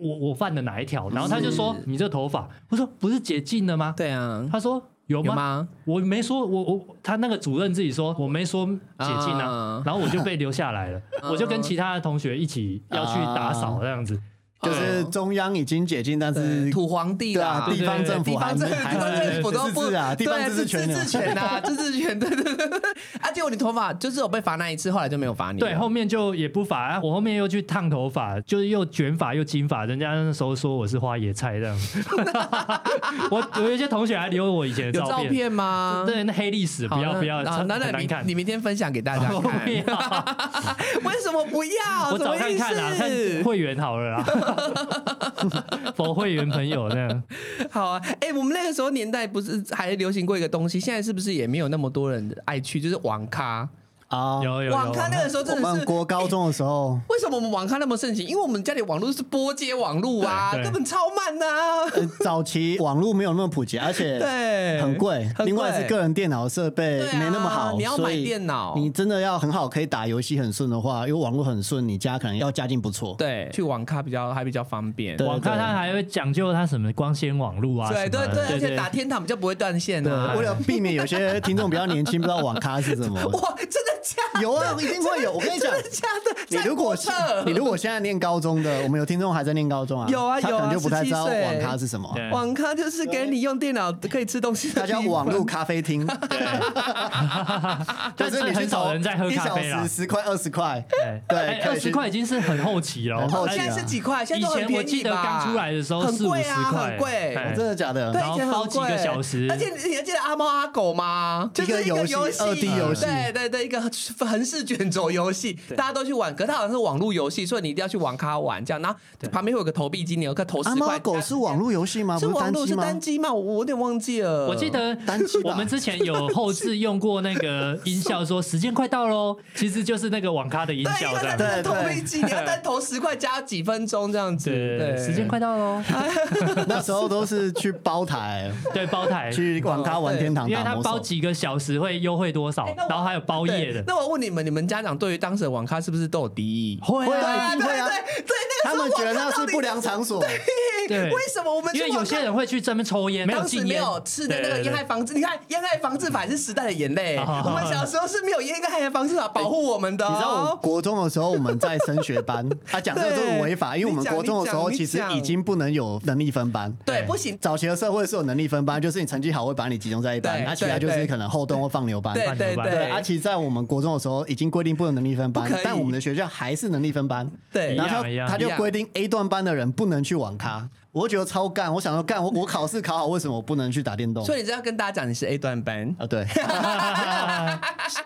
[SPEAKER 3] 我我犯了哪一条？然后他就说
[SPEAKER 2] 是
[SPEAKER 3] 你这头发，我说不是解禁了吗？
[SPEAKER 2] 对啊，
[SPEAKER 3] 他说有
[SPEAKER 2] 有
[SPEAKER 3] 吗？
[SPEAKER 2] 吗？
[SPEAKER 3] 我没说，我我他那个主任自己说我没说解禁啊
[SPEAKER 2] 啊，
[SPEAKER 3] 然后我就被留下 来了，我就跟其他的同学一起要去打扫这样子，
[SPEAKER 2] 嗯
[SPEAKER 1] 就是中央已经解禁，但
[SPEAKER 2] 对
[SPEAKER 1] 是
[SPEAKER 2] 土皇帝
[SPEAKER 1] 对
[SPEAKER 2] 啦
[SPEAKER 1] 啊，，地方政府
[SPEAKER 2] 地
[SPEAKER 1] 还
[SPEAKER 2] 方政
[SPEAKER 1] 没
[SPEAKER 2] 地
[SPEAKER 1] 还
[SPEAKER 2] 方政府都不
[SPEAKER 1] 自治啊，地方
[SPEAKER 2] 对
[SPEAKER 1] 自治权
[SPEAKER 2] 自治
[SPEAKER 1] 啊。
[SPEAKER 2] 权 啊，自治权，对对对对。啊，结果你头发就是有被罚那一次，后来就没有罚你了。
[SPEAKER 3] 对，后面就也不罚，啊我后面又去烫头发，就是又卷发又金发，人家那时候说我是花野菜这样， 我有一些同学还留我以前的
[SPEAKER 2] 有
[SPEAKER 3] 照
[SPEAKER 2] 照
[SPEAKER 3] 片，
[SPEAKER 2] 片吗？
[SPEAKER 3] 对，那黑历史不
[SPEAKER 2] 好，
[SPEAKER 3] 要
[SPEAKER 2] 那
[SPEAKER 3] 不要，
[SPEAKER 2] 啊
[SPEAKER 3] 很
[SPEAKER 2] 那那
[SPEAKER 3] 难
[SPEAKER 2] 你
[SPEAKER 3] 看
[SPEAKER 2] 你。明天分享 给大家
[SPEAKER 3] 我
[SPEAKER 2] 看
[SPEAKER 3] 不，要，
[SPEAKER 2] 为什么不 要？
[SPEAKER 3] 我
[SPEAKER 2] 什
[SPEAKER 3] 找
[SPEAKER 2] 么
[SPEAKER 3] 看
[SPEAKER 2] 意
[SPEAKER 3] 看啦，
[SPEAKER 2] 思
[SPEAKER 3] 看会员好了啦， 否会员朋友这样。
[SPEAKER 2] 好啊，哎、我们那个时候年代不是还流行过一个东西，现在是不是也没有那么多人爱去？就是网咖，
[SPEAKER 1] 啊，
[SPEAKER 3] 有有有，
[SPEAKER 2] 网哦咖那个时候
[SPEAKER 1] 我
[SPEAKER 2] 真的
[SPEAKER 1] 们
[SPEAKER 2] 是。
[SPEAKER 1] 国高中的时 候，
[SPEAKER 2] 为什么我们网咖那么盛行？因为我们家里网络是波接网络啊，
[SPEAKER 3] 对对
[SPEAKER 2] 根本超慢啊呐、
[SPEAKER 1] 呃早期网络没有那么普及，而且
[SPEAKER 2] 对，
[SPEAKER 1] 很贵
[SPEAKER 2] 很，贵
[SPEAKER 1] 另外是个人电脑设备
[SPEAKER 2] 对啊
[SPEAKER 1] 没那么好，
[SPEAKER 2] 你要
[SPEAKER 1] 所
[SPEAKER 2] 买
[SPEAKER 1] 以
[SPEAKER 2] 电脑，
[SPEAKER 1] 你真的要很好可以打游戏很顺的话，因为网络很顺，你家可能要家境不错。
[SPEAKER 2] 对 去网咖比较还比较方便。
[SPEAKER 1] 对
[SPEAKER 3] 网咖它还会讲究它什么光纤网路啊，
[SPEAKER 2] 对对
[SPEAKER 3] 什么
[SPEAKER 2] 对，
[SPEAKER 3] 的
[SPEAKER 2] 而且打天堂比较不会断线
[SPEAKER 1] 对
[SPEAKER 2] 啊。，
[SPEAKER 1] 为了避免有些听众比较年轻不知道网咖是什么，
[SPEAKER 2] 哇，真的假 的？
[SPEAKER 1] 有啊，一定会有。我跟你讲
[SPEAKER 2] 真，的假的？
[SPEAKER 1] 你如果
[SPEAKER 2] 在国策
[SPEAKER 1] 你如果现在念高中的，我们有听众还在念高中啊，
[SPEAKER 2] 有啊
[SPEAKER 1] 他可
[SPEAKER 2] 有
[SPEAKER 1] 能
[SPEAKER 2] 啊
[SPEAKER 1] 就不太知道
[SPEAKER 2] 17岁
[SPEAKER 1] 网咖是什么啊，
[SPEAKER 3] 对
[SPEAKER 2] 网咖就是给你用电脑可以吃东西的
[SPEAKER 1] 它
[SPEAKER 2] 地
[SPEAKER 1] 叫
[SPEAKER 2] 方，
[SPEAKER 1] 网络咖啡厅， 就
[SPEAKER 3] 但
[SPEAKER 1] 是
[SPEAKER 3] 是
[SPEAKER 1] 你去
[SPEAKER 3] 很少
[SPEAKER 1] 找
[SPEAKER 3] 人在喝
[SPEAKER 1] 一
[SPEAKER 3] 咖
[SPEAKER 1] 小
[SPEAKER 3] 啡啦
[SPEAKER 1] 时。十块二十块，对
[SPEAKER 3] 哎
[SPEAKER 1] 可
[SPEAKER 3] 二
[SPEAKER 1] 以去
[SPEAKER 3] 十块已经是很后期了。哎
[SPEAKER 1] 很后期
[SPEAKER 2] 现
[SPEAKER 1] 啊
[SPEAKER 2] 在是几块？现在都很
[SPEAKER 3] 以前
[SPEAKER 2] 便宜
[SPEAKER 3] 我记得
[SPEAKER 2] 吧
[SPEAKER 3] 刚出来的时候
[SPEAKER 2] 很贵
[SPEAKER 3] 40
[SPEAKER 2] 啊，
[SPEAKER 3] 块
[SPEAKER 2] 很贵。
[SPEAKER 3] 哎
[SPEAKER 1] 哦真的假的？
[SPEAKER 2] 对，
[SPEAKER 3] 然后
[SPEAKER 2] 以前很
[SPEAKER 3] 包几个
[SPEAKER 2] 贵
[SPEAKER 3] 小时
[SPEAKER 2] 而且你还记得阿猫阿狗吗？就是
[SPEAKER 1] 一个游戏
[SPEAKER 2] 游戏，
[SPEAKER 1] 2D 游戏
[SPEAKER 2] 对对对，一个横式卷轴游戏，大家都去玩。可是它好像是网络游戏，所以你一定要去网咖玩这样。然后旁边会有个投币机，你有个投十
[SPEAKER 1] 阿猫
[SPEAKER 2] 块。
[SPEAKER 1] 阿狗是网络游戏吗？
[SPEAKER 2] 是
[SPEAKER 1] 不
[SPEAKER 2] 网
[SPEAKER 1] 单
[SPEAKER 2] 络
[SPEAKER 1] 机
[SPEAKER 2] 是
[SPEAKER 1] 吗
[SPEAKER 2] 单？机吗？我我有点忘记了。
[SPEAKER 3] 我记得
[SPEAKER 1] 单机吧
[SPEAKER 3] 我们之前有后置用过那个音效，说时间快到喽，其实就是那个网咖的音
[SPEAKER 2] 对，因
[SPEAKER 3] 效
[SPEAKER 2] 为
[SPEAKER 3] 这
[SPEAKER 2] 它
[SPEAKER 3] 样
[SPEAKER 2] 真
[SPEAKER 3] 子。
[SPEAKER 2] 的投币机，你要再投十块加几分钟这样子。
[SPEAKER 3] 对对，
[SPEAKER 2] 对，
[SPEAKER 3] 时间快到喽，
[SPEAKER 1] 那时候都是去包台，
[SPEAKER 3] 对包台，
[SPEAKER 1] 去网咖玩天堂
[SPEAKER 3] 因为
[SPEAKER 1] 打
[SPEAKER 3] 它
[SPEAKER 1] 魔
[SPEAKER 3] 包
[SPEAKER 1] 兽。
[SPEAKER 3] 几个小时会优惠多少
[SPEAKER 2] 哎那，我
[SPEAKER 3] 然后还有包夜
[SPEAKER 2] 对
[SPEAKER 3] 的。
[SPEAKER 2] 那我问你们，你们家长对于当时的网咖是不是都有敌意？
[SPEAKER 3] 会
[SPEAKER 1] 会
[SPEAKER 2] 对
[SPEAKER 1] 啊，一定会啊！
[SPEAKER 2] 对对对，
[SPEAKER 1] 他
[SPEAKER 2] 那个时候
[SPEAKER 1] 们觉得
[SPEAKER 2] 网咖
[SPEAKER 1] 那
[SPEAKER 2] 到
[SPEAKER 1] 是
[SPEAKER 2] 底
[SPEAKER 1] 不良场所，
[SPEAKER 3] 对
[SPEAKER 2] 为什么我们
[SPEAKER 3] 因为有些人会去这边抽烟，没有
[SPEAKER 2] 当时
[SPEAKER 3] 禁
[SPEAKER 2] 没
[SPEAKER 3] 烟，
[SPEAKER 2] 有吃的那个
[SPEAKER 3] 对对对
[SPEAKER 2] 烟害防治，你看烟害防治法是时代的眼泪。
[SPEAKER 3] 好好好
[SPEAKER 2] 我们小时候是没有烟害防治法保护我们的、哦。
[SPEAKER 1] 啊你知道，我国中的时候我们在升学 班，他讲这个
[SPEAKER 2] 对
[SPEAKER 1] 是违法，因为我们
[SPEAKER 2] 你讲
[SPEAKER 1] 国中的时候
[SPEAKER 2] 你讲
[SPEAKER 1] 其实
[SPEAKER 2] 你讲
[SPEAKER 1] 已经不能有能力分班。
[SPEAKER 2] 对，
[SPEAKER 3] 对
[SPEAKER 2] 不行，
[SPEAKER 1] 早期的社会是有能力分班，就是你成绩好会把你集中在一班，
[SPEAKER 2] 对
[SPEAKER 1] 那其他就
[SPEAKER 2] 对
[SPEAKER 1] 是
[SPEAKER 2] 对
[SPEAKER 1] 可能后段或放牛班。
[SPEAKER 2] 对
[SPEAKER 3] 办
[SPEAKER 2] 对
[SPEAKER 3] 怎么办
[SPEAKER 1] 对，
[SPEAKER 2] 对，
[SPEAKER 1] 而且在我们国中的时候已经规定不能能力分
[SPEAKER 2] 不
[SPEAKER 1] 班
[SPEAKER 2] 可以，
[SPEAKER 1] 但我们的学校还是能力分班。
[SPEAKER 2] 对
[SPEAKER 1] 然后
[SPEAKER 3] 一
[SPEAKER 1] 他
[SPEAKER 3] 样
[SPEAKER 1] 他就
[SPEAKER 2] 一样
[SPEAKER 1] 规定 A 段班的人不能去网咖，我觉得超干，我想说干，我我考试考好，为什么我不能去打电动？
[SPEAKER 2] 所以你知道跟大家讲，你是 A 段班，
[SPEAKER 1] 啊， 对，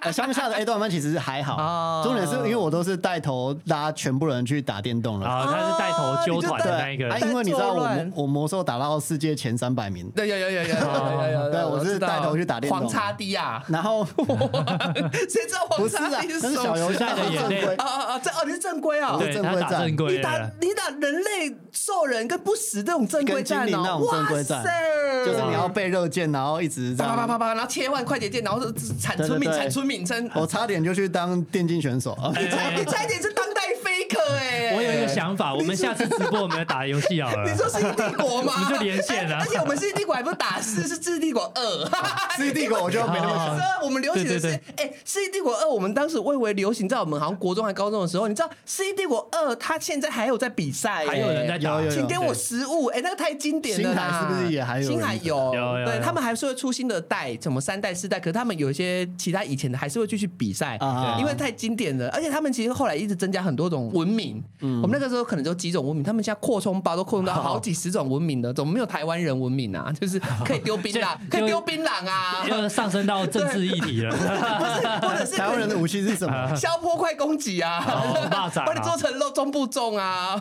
[SPEAKER 1] 呃乡下的 A 段班其实还
[SPEAKER 2] 哦
[SPEAKER 1] 好，重点是因为我都是带头拉全部人去打电动了。
[SPEAKER 3] 啊，他是带头纠团的那一
[SPEAKER 1] 对，
[SPEAKER 3] 个
[SPEAKER 1] 啊，
[SPEAKER 2] 你就带
[SPEAKER 1] 因为你知道我
[SPEAKER 2] 带作
[SPEAKER 1] 魔
[SPEAKER 2] 乱
[SPEAKER 1] 我魔兽打到世界前三百名，
[SPEAKER 2] 对，有有有有有有有有，
[SPEAKER 1] 对我是
[SPEAKER 2] 知道
[SPEAKER 1] 带头去打电动
[SPEAKER 2] 黄叉 D 啊，
[SPEAKER 1] 然后
[SPEAKER 2] 谁知道
[SPEAKER 1] 不
[SPEAKER 2] 黄
[SPEAKER 1] 是啊
[SPEAKER 2] 叉 D
[SPEAKER 1] 那
[SPEAKER 2] 什
[SPEAKER 1] 是
[SPEAKER 2] 么
[SPEAKER 1] 小游戏
[SPEAKER 3] 下的 眼泪
[SPEAKER 2] 啊啊啊！这哦，你是正规啊、
[SPEAKER 1] 我
[SPEAKER 3] 对
[SPEAKER 1] 是正
[SPEAKER 3] 他
[SPEAKER 1] 规
[SPEAKER 3] 打
[SPEAKER 1] 战
[SPEAKER 3] 正规
[SPEAKER 2] 你打
[SPEAKER 3] 的，
[SPEAKER 2] 你打人类兽人跟不死这种正规战
[SPEAKER 1] 跟精灵那
[SPEAKER 2] 哦，
[SPEAKER 1] 种
[SPEAKER 2] 哇
[SPEAKER 1] 正规
[SPEAKER 2] 塞，
[SPEAKER 1] 战就是你要被热箭，然后一直这
[SPEAKER 2] 啪啪
[SPEAKER 1] 样。
[SPEAKER 2] 啪啪啪，然后切换快捷键，然后是产
[SPEAKER 1] 对对
[SPEAKER 2] 出名
[SPEAKER 1] 对
[SPEAKER 2] 产出名称，
[SPEAKER 1] 我差点就去当电竞选手，
[SPEAKER 2] 你差你差一点是当代 faker 哎、
[SPEAKER 3] 我有一个想法，我们下次直播我们来打游戏好了
[SPEAKER 2] 你。说是帝 国吗？哎
[SPEAKER 3] 我们就连线啊
[SPEAKER 2] 而且我们是帝国还不是打四，是治帝国二。
[SPEAKER 1] 世纪帝国我就没那么
[SPEAKER 3] 好
[SPEAKER 1] 想。
[SPEAKER 2] 我们流行的是
[SPEAKER 3] 对对，
[SPEAKER 2] 哎，《世纪帝国二》，我们当时蔚为流行，在我们好像国中还高中的时候，你知道《世纪帝国二》它现在还有在比赛，欸
[SPEAKER 3] 还有人在打
[SPEAKER 1] 有有有
[SPEAKER 2] 请给我食物，哎，那个太经典了啦。
[SPEAKER 1] 星海是不是也还有人
[SPEAKER 2] 星海有，
[SPEAKER 3] 有有
[SPEAKER 2] 对
[SPEAKER 3] 有
[SPEAKER 2] 他们还是会出新的代，什么三代、四代，可是他们有一些其他以前的还是会继续比赛
[SPEAKER 1] 啊，
[SPEAKER 2] 因为太经典了。而且他们其实后来一直增加很多种文明，
[SPEAKER 1] 嗯
[SPEAKER 2] 我们那个时候可能就几种文明，他们现在扩充包都扩充到好几十种文明了，怎么没有台湾人文明啊？ 就是可以丢槟榔，可
[SPEAKER 3] 就
[SPEAKER 2] 以丢槟 榔啊，
[SPEAKER 3] 又上升到政治议题了，
[SPEAKER 2] 不是，或者 是啊
[SPEAKER 1] 台湾人的武器是什么？
[SPEAKER 2] 消坡快攻击啊，
[SPEAKER 3] 哦蚂蚱啊
[SPEAKER 2] 把你做成肉中部重啊，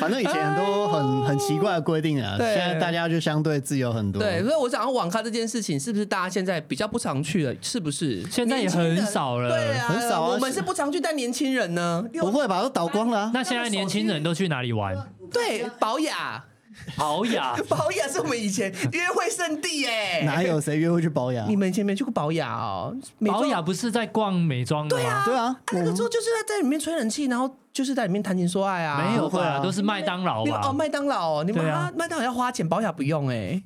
[SPEAKER 1] 反正以前很多很很奇怪的规定啊，
[SPEAKER 2] 哎对
[SPEAKER 1] 现在大家就相对自由很多。
[SPEAKER 2] 对，所以我想要网咖这件事情，是不是大家现在比较不常去了？是不是？
[SPEAKER 3] 现在也很少了
[SPEAKER 2] 对啊，
[SPEAKER 1] 很少啊
[SPEAKER 2] 我们是不常去，但年轻人呢？
[SPEAKER 1] 不会吧？都倒光了啊、
[SPEAKER 3] 那现在年轻人都去哪里玩？
[SPEAKER 2] 对，保雅，
[SPEAKER 3] 好雅，
[SPEAKER 2] 保雅是我们以前约会圣地哎、
[SPEAKER 1] 哪有谁约会去保养啊
[SPEAKER 2] 你？们以前没去过保雅哦？美妆
[SPEAKER 3] 保雅不是在逛美妆的吗？
[SPEAKER 1] 对啊，
[SPEAKER 2] 啊，那个时候就是在里面吹冷气，然后就是在里面谈情说爱啊。
[SPEAKER 3] 没有
[SPEAKER 1] 不会
[SPEAKER 3] 吧？
[SPEAKER 1] 啊
[SPEAKER 3] 都是麦当劳
[SPEAKER 2] 你们
[SPEAKER 3] 吧
[SPEAKER 2] 哦，？麦当劳哦，你们
[SPEAKER 3] 对
[SPEAKER 2] 啊
[SPEAKER 3] 啊，
[SPEAKER 2] 麦当劳要花钱，保养不用哎、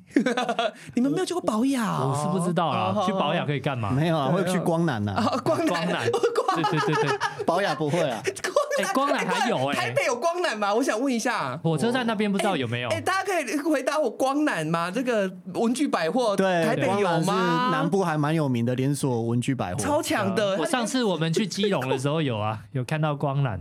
[SPEAKER 2] 你们没有去过保哦养、
[SPEAKER 3] 我是不知道啦，去保养可
[SPEAKER 2] 以。
[SPEAKER 3] 以干嘛？
[SPEAKER 1] 没有啊，会去光南呐、啊，
[SPEAKER 2] 啊，光
[SPEAKER 3] 光南
[SPEAKER 2] 光
[SPEAKER 3] 对对对对，
[SPEAKER 1] 保养不会啊。
[SPEAKER 2] 光
[SPEAKER 3] 哎光南还有哎
[SPEAKER 2] 台北有光南吗？我想问一下，
[SPEAKER 3] 火车站那边不知道有没有
[SPEAKER 2] 哎、？大家可以回答我光南吗？
[SPEAKER 3] 嗯
[SPEAKER 2] 这个文具百货，
[SPEAKER 1] 对，
[SPEAKER 2] 台北
[SPEAKER 1] 光
[SPEAKER 2] 有
[SPEAKER 1] 南是
[SPEAKER 2] 吗？
[SPEAKER 1] 南部还蛮有名的连锁文具百货。
[SPEAKER 2] 超强的，
[SPEAKER 3] 我上次我们去基隆的时候有啊，有看到 光缆，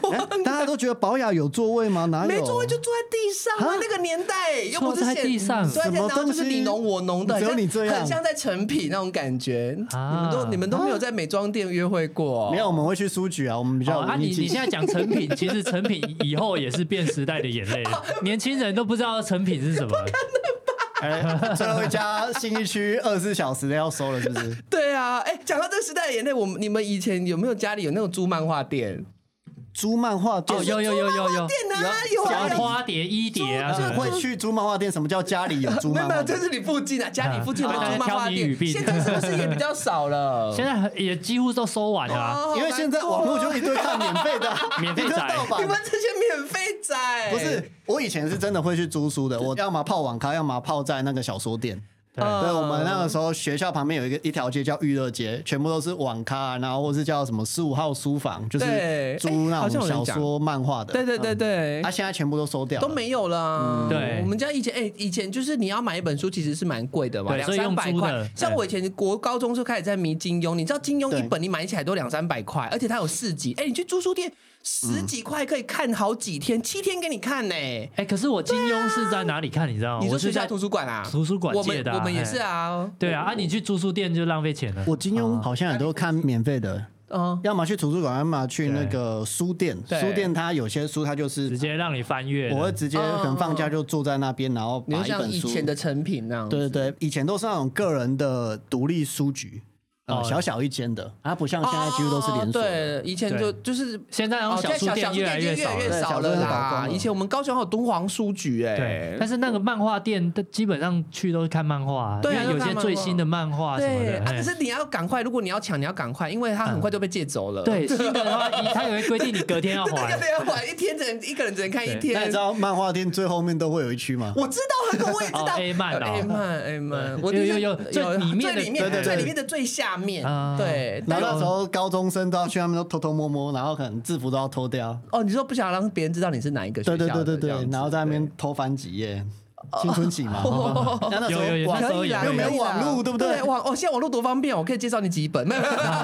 [SPEAKER 2] 光
[SPEAKER 1] 哎大家都觉得保养有啊座位吗？哪有？
[SPEAKER 2] 没座位就坐在地上啊
[SPEAKER 1] 啊，
[SPEAKER 2] 那个年代又不是
[SPEAKER 3] 坐在地上
[SPEAKER 2] 坐在地
[SPEAKER 1] 什
[SPEAKER 2] 上
[SPEAKER 1] 么
[SPEAKER 2] 然后就是
[SPEAKER 1] 东西
[SPEAKER 2] 你侬我侬
[SPEAKER 1] 只
[SPEAKER 2] 的，
[SPEAKER 1] 有
[SPEAKER 2] 很像
[SPEAKER 1] 你这样
[SPEAKER 2] 很像在成品那种感觉。
[SPEAKER 3] 啊
[SPEAKER 2] 你们都你们都没有在美妆店约会过，哦
[SPEAKER 1] 没有，我们会去书局啊，我们比较
[SPEAKER 3] 哦，
[SPEAKER 1] 有
[SPEAKER 3] 啊
[SPEAKER 1] 文
[SPEAKER 3] 你
[SPEAKER 1] 艺
[SPEAKER 3] 你
[SPEAKER 1] 气
[SPEAKER 3] 现
[SPEAKER 1] 息。
[SPEAKER 3] 在讲成品，其实成品以后也是变时代的眼 泪了，年轻人都不知道成品是什么。
[SPEAKER 1] 哎， 最后一家新一区二十四小时的要收了，是不 是？
[SPEAKER 2] 对啊，哎、讲到这个时代的眼泪，我们你们以前有没有家里有那种租漫画店？
[SPEAKER 1] 租漫画店
[SPEAKER 3] 哦，有有有有有，
[SPEAKER 2] 店啊，有
[SPEAKER 1] 有
[SPEAKER 2] 啊，
[SPEAKER 3] 讲
[SPEAKER 2] 有啊
[SPEAKER 3] 花蝶一蝶啊
[SPEAKER 2] 猪
[SPEAKER 1] 就
[SPEAKER 3] 什
[SPEAKER 1] 是
[SPEAKER 3] 么
[SPEAKER 1] 会
[SPEAKER 3] 的，
[SPEAKER 1] 去租漫画店？什么叫家里有租
[SPEAKER 2] 没
[SPEAKER 1] 漫画
[SPEAKER 2] 有没有，
[SPEAKER 1] 店
[SPEAKER 2] 就？是你附近啊，家里附近有
[SPEAKER 3] 啊
[SPEAKER 2] 租漫画
[SPEAKER 3] 挑你语
[SPEAKER 2] 店，
[SPEAKER 3] 病
[SPEAKER 2] 现在是不是也比较少 了？
[SPEAKER 3] 现在也几乎都收完了啊。
[SPEAKER 2] 哦
[SPEAKER 1] 因为现在网络就一堆看免费的啊
[SPEAKER 3] 免费
[SPEAKER 1] 一堆
[SPEAKER 3] 仔
[SPEAKER 1] 盗 版
[SPEAKER 2] 你们这些免费仔，
[SPEAKER 1] 不是，我以前是真的会去租书的，我要么泡网咖，要么泡在那个小说店。
[SPEAKER 3] 对
[SPEAKER 2] 呃
[SPEAKER 1] 对，我们那个时候学校旁边有一个一条街叫娱乐街，全部都是网咖，啊然后或是叫什么十五号书房，就
[SPEAKER 2] 对
[SPEAKER 1] 是租
[SPEAKER 2] 哎
[SPEAKER 1] 那
[SPEAKER 2] 好像
[SPEAKER 1] 种
[SPEAKER 2] 有人
[SPEAKER 1] 小
[SPEAKER 2] 讲
[SPEAKER 1] 说、漫画的。嗯啊
[SPEAKER 2] 对对对对，
[SPEAKER 1] 他现在全部都收掉了，
[SPEAKER 2] 都没有啦、啊
[SPEAKER 3] 嗯对
[SPEAKER 2] 我们家以前哎、以前就是你要买一本书，其实是蛮贵的嘛，
[SPEAKER 3] 对
[SPEAKER 2] 两
[SPEAKER 3] 所以
[SPEAKER 2] 三
[SPEAKER 3] 用
[SPEAKER 2] 百
[SPEAKER 3] 租的
[SPEAKER 2] 块
[SPEAKER 3] 对。
[SPEAKER 2] 像我以前国高中就开始在迷金庸，你知道金庸
[SPEAKER 1] 对
[SPEAKER 2] 一本你买起来都两三百块，而且它有四集。哎、你去租书店
[SPEAKER 3] 嗯
[SPEAKER 2] 十几块可以看好几天，七天给你看呢、
[SPEAKER 3] 哎，可是我金庸是在哪里看？你知道吗？
[SPEAKER 2] 啊你
[SPEAKER 3] 哦我
[SPEAKER 2] 说
[SPEAKER 3] 是
[SPEAKER 2] 学校
[SPEAKER 3] 在
[SPEAKER 2] 图书馆啊？
[SPEAKER 3] 图书馆
[SPEAKER 2] 我
[SPEAKER 3] 借
[SPEAKER 2] 们
[SPEAKER 3] 的啊
[SPEAKER 2] 我们也是啊。
[SPEAKER 3] 对啊，啊，你去租书店就浪费钱了。
[SPEAKER 1] 我金庸好像也都看免费的，
[SPEAKER 2] 嗯，
[SPEAKER 1] 要么去图书馆，要么去那个书店。
[SPEAKER 2] 对
[SPEAKER 1] 书店它有些书，它就是
[SPEAKER 3] 直接让你翻阅的。
[SPEAKER 1] 我会直接
[SPEAKER 2] 嗯
[SPEAKER 1] 很放假就坐在那边，然后
[SPEAKER 2] 你就
[SPEAKER 1] 把一
[SPEAKER 2] 像
[SPEAKER 1] 本
[SPEAKER 2] 以
[SPEAKER 1] 书。
[SPEAKER 2] 前的成品那样。
[SPEAKER 1] 对对对，以前都是那种个人的独立书局，呃，小小一间的，它不像现在几乎都是连锁的。
[SPEAKER 2] 哦对，以前就就是
[SPEAKER 3] 现在那种
[SPEAKER 2] 哦，
[SPEAKER 3] 小
[SPEAKER 2] 在
[SPEAKER 3] 书
[SPEAKER 2] 小
[SPEAKER 3] 店越
[SPEAKER 2] 越
[SPEAKER 3] 来
[SPEAKER 2] 越
[SPEAKER 3] 少
[SPEAKER 2] 越
[SPEAKER 3] 了。
[SPEAKER 1] 对
[SPEAKER 2] 少
[SPEAKER 1] 小书店倒光
[SPEAKER 2] 啦。
[SPEAKER 1] 了
[SPEAKER 2] 以前我们高雄还有敦煌书局，哎
[SPEAKER 3] 对，，但是那个漫画店，但基本上去都是看漫画、
[SPEAKER 2] 对啊
[SPEAKER 3] 因为有
[SPEAKER 2] 都看
[SPEAKER 3] 些
[SPEAKER 2] 漫
[SPEAKER 3] 最
[SPEAKER 2] 画
[SPEAKER 3] 新的漫画什么
[SPEAKER 2] 对
[SPEAKER 3] 的。
[SPEAKER 2] 啊，
[SPEAKER 3] 嘿嗯
[SPEAKER 2] 可是你要赶快，如果你要抢，你要赶快，因为它很快就被借走了。
[SPEAKER 3] 对新的的话，一它有一个规定，你隔天要
[SPEAKER 2] 对，
[SPEAKER 3] 还
[SPEAKER 2] 对。要还一天只能一个人只能看一
[SPEAKER 3] 对
[SPEAKER 1] 那你
[SPEAKER 2] 天
[SPEAKER 1] 知。道漫画店最后面都会有一区吗？
[SPEAKER 2] 我知道很多，我也知道
[SPEAKER 3] 哦。，A 漫哦
[SPEAKER 2] A 漫 A 漫，我
[SPEAKER 3] 有
[SPEAKER 2] 就是
[SPEAKER 3] 有有最里面的
[SPEAKER 2] 最里面
[SPEAKER 1] 对对对
[SPEAKER 2] 最里面的最下面
[SPEAKER 3] 啊，
[SPEAKER 2] 对。
[SPEAKER 1] 然
[SPEAKER 2] 但
[SPEAKER 1] 后那时候高中生都要去他们都偷偷摸摸，然后可能制服都要偷掉。
[SPEAKER 2] 哦，你说不想让别人知道你是哪一个学
[SPEAKER 1] 对
[SPEAKER 2] 校的
[SPEAKER 1] 对对对
[SPEAKER 2] 这样
[SPEAKER 1] 对
[SPEAKER 2] 子，哦
[SPEAKER 1] 然后在那边偷翻几页青春期嘛。那那时
[SPEAKER 3] 有有有
[SPEAKER 1] 候
[SPEAKER 3] 那时
[SPEAKER 1] 网
[SPEAKER 3] 候
[SPEAKER 2] 可以啦，
[SPEAKER 3] 有
[SPEAKER 1] 没有
[SPEAKER 2] 可以啦
[SPEAKER 1] 网络对不对
[SPEAKER 2] 对，网哦，现在网络多方便，我可以介绍你几本。
[SPEAKER 3] 啊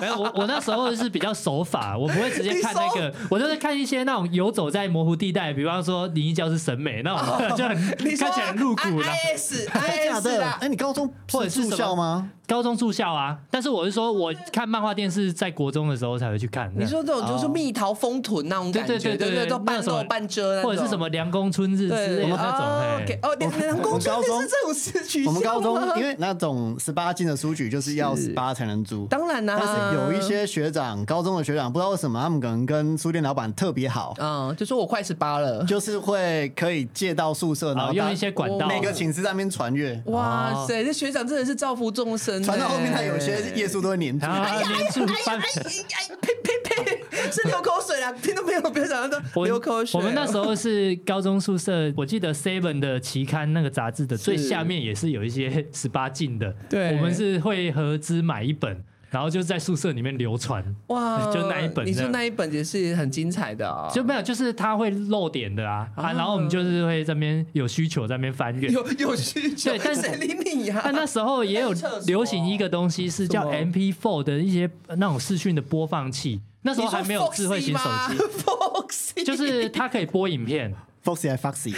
[SPEAKER 3] 没有，我我那时候是比较守法，我不会直接看那个，我就是看一些那种游走在模糊地带，比方说林一娇是审美那种，就很
[SPEAKER 2] 哦你说哎
[SPEAKER 3] 看起来很露骨啦。
[SPEAKER 2] I S
[SPEAKER 1] 真
[SPEAKER 2] I
[SPEAKER 1] 的假
[SPEAKER 2] S
[SPEAKER 1] 的？
[SPEAKER 2] 啦
[SPEAKER 1] 哎，，你高中
[SPEAKER 3] 或者是
[SPEAKER 1] 住
[SPEAKER 3] 什
[SPEAKER 1] 校
[SPEAKER 3] 么
[SPEAKER 1] 吗？
[SPEAKER 3] 高中住校啊，但是我是说，我看漫画店是在国中的时候才会去看。
[SPEAKER 2] 你说这种就是蜜桃风土那种感觉，
[SPEAKER 3] 哦对对对
[SPEAKER 2] 对
[SPEAKER 3] 对对
[SPEAKER 2] 都半
[SPEAKER 3] 那种
[SPEAKER 2] 露半遮那种，
[SPEAKER 3] 或者是什么凉宫春日之
[SPEAKER 2] 对
[SPEAKER 3] 类的
[SPEAKER 2] 哦
[SPEAKER 3] 那种，
[SPEAKER 2] ，OK，
[SPEAKER 3] 嘿，
[SPEAKER 2] 哦，你你们
[SPEAKER 1] 我
[SPEAKER 2] 高
[SPEAKER 1] 们高
[SPEAKER 2] 中
[SPEAKER 1] 中
[SPEAKER 2] 是这种事取
[SPEAKER 1] 我们高中
[SPEAKER 2] 向吗
[SPEAKER 1] 因为那种十八禁的书局就是要十八才能租，
[SPEAKER 2] 当然啦，
[SPEAKER 1] 但是有一些学长，高中的学长不知道为什么他们可能跟书店老板特别好，
[SPEAKER 2] 嗯，就说我快十八了，
[SPEAKER 1] 就是会可以借到宿舍，然
[SPEAKER 3] 好
[SPEAKER 1] 后
[SPEAKER 3] 哦用
[SPEAKER 1] 大
[SPEAKER 3] 一些管
[SPEAKER 2] 哦
[SPEAKER 3] 道，
[SPEAKER 1] 每个寝室在那边传阅，
[SPEAKER 2] 哇塞，这学长真的是造福众生欸，
[SPEAKER 1] 哦传到后面，他有些页数都会黏住。
[SPEAKER 3] 啊，年初
[SPEAKER 2] 哎
[SPEAKER 3] 翻
[SPEAKER 2] 呀。哎呀，呸呸呸，是流口水啦！ 听到没有？不要讲那
[SPEAKER 3] 我
[SPEAKER 2] 个流口水。
[SPEAKER 3] 我
[SPEAKER 2] 啊哦
[SPEAKER 3] 们那时候是高中宿舍，我记得 Seven 的期刊那个杂志的最下面也是有一些 十八禁的。
[SPEAKER 2] 对
[SPEAKER 3] 我们是会合资买一本，然后就在宿舍里面流传。
[SPEAKER 2] 哇，
[SPEAKER 3] 就那一本
[SPEAKER 2] 你
[SPEAKER 3] 这
[SPEAKER 2] 说
[SPEAKER 3] 样
[SPEAKER 2] 那一本也是很精彩的啊，
[SPEAKER 3] 就没有，就是它会漏点的啊啊，然后我们就是会这边有需求在那边翻阅。
[SPEAKER 2] 有有需求
[SPEAKER 3] 对，但是
[SPEAKER 2] 谁理你啊呀？
[SPEAKER 3] 但那时候也有
[SPEAKER 2] 在厕所啊
[SPEAKER 3] 流行一个东西是叫
[SPEAKER 2] 什么
[SPEAKER 3] MP4 的一些呃那种视讯的播放器，那时候还没有智慧型手机，
[SPEAKER 2] 机
[SPEAKER 3] 就是它可以播影 片。
[SPEAKER 1] Foxy 还 Foxy，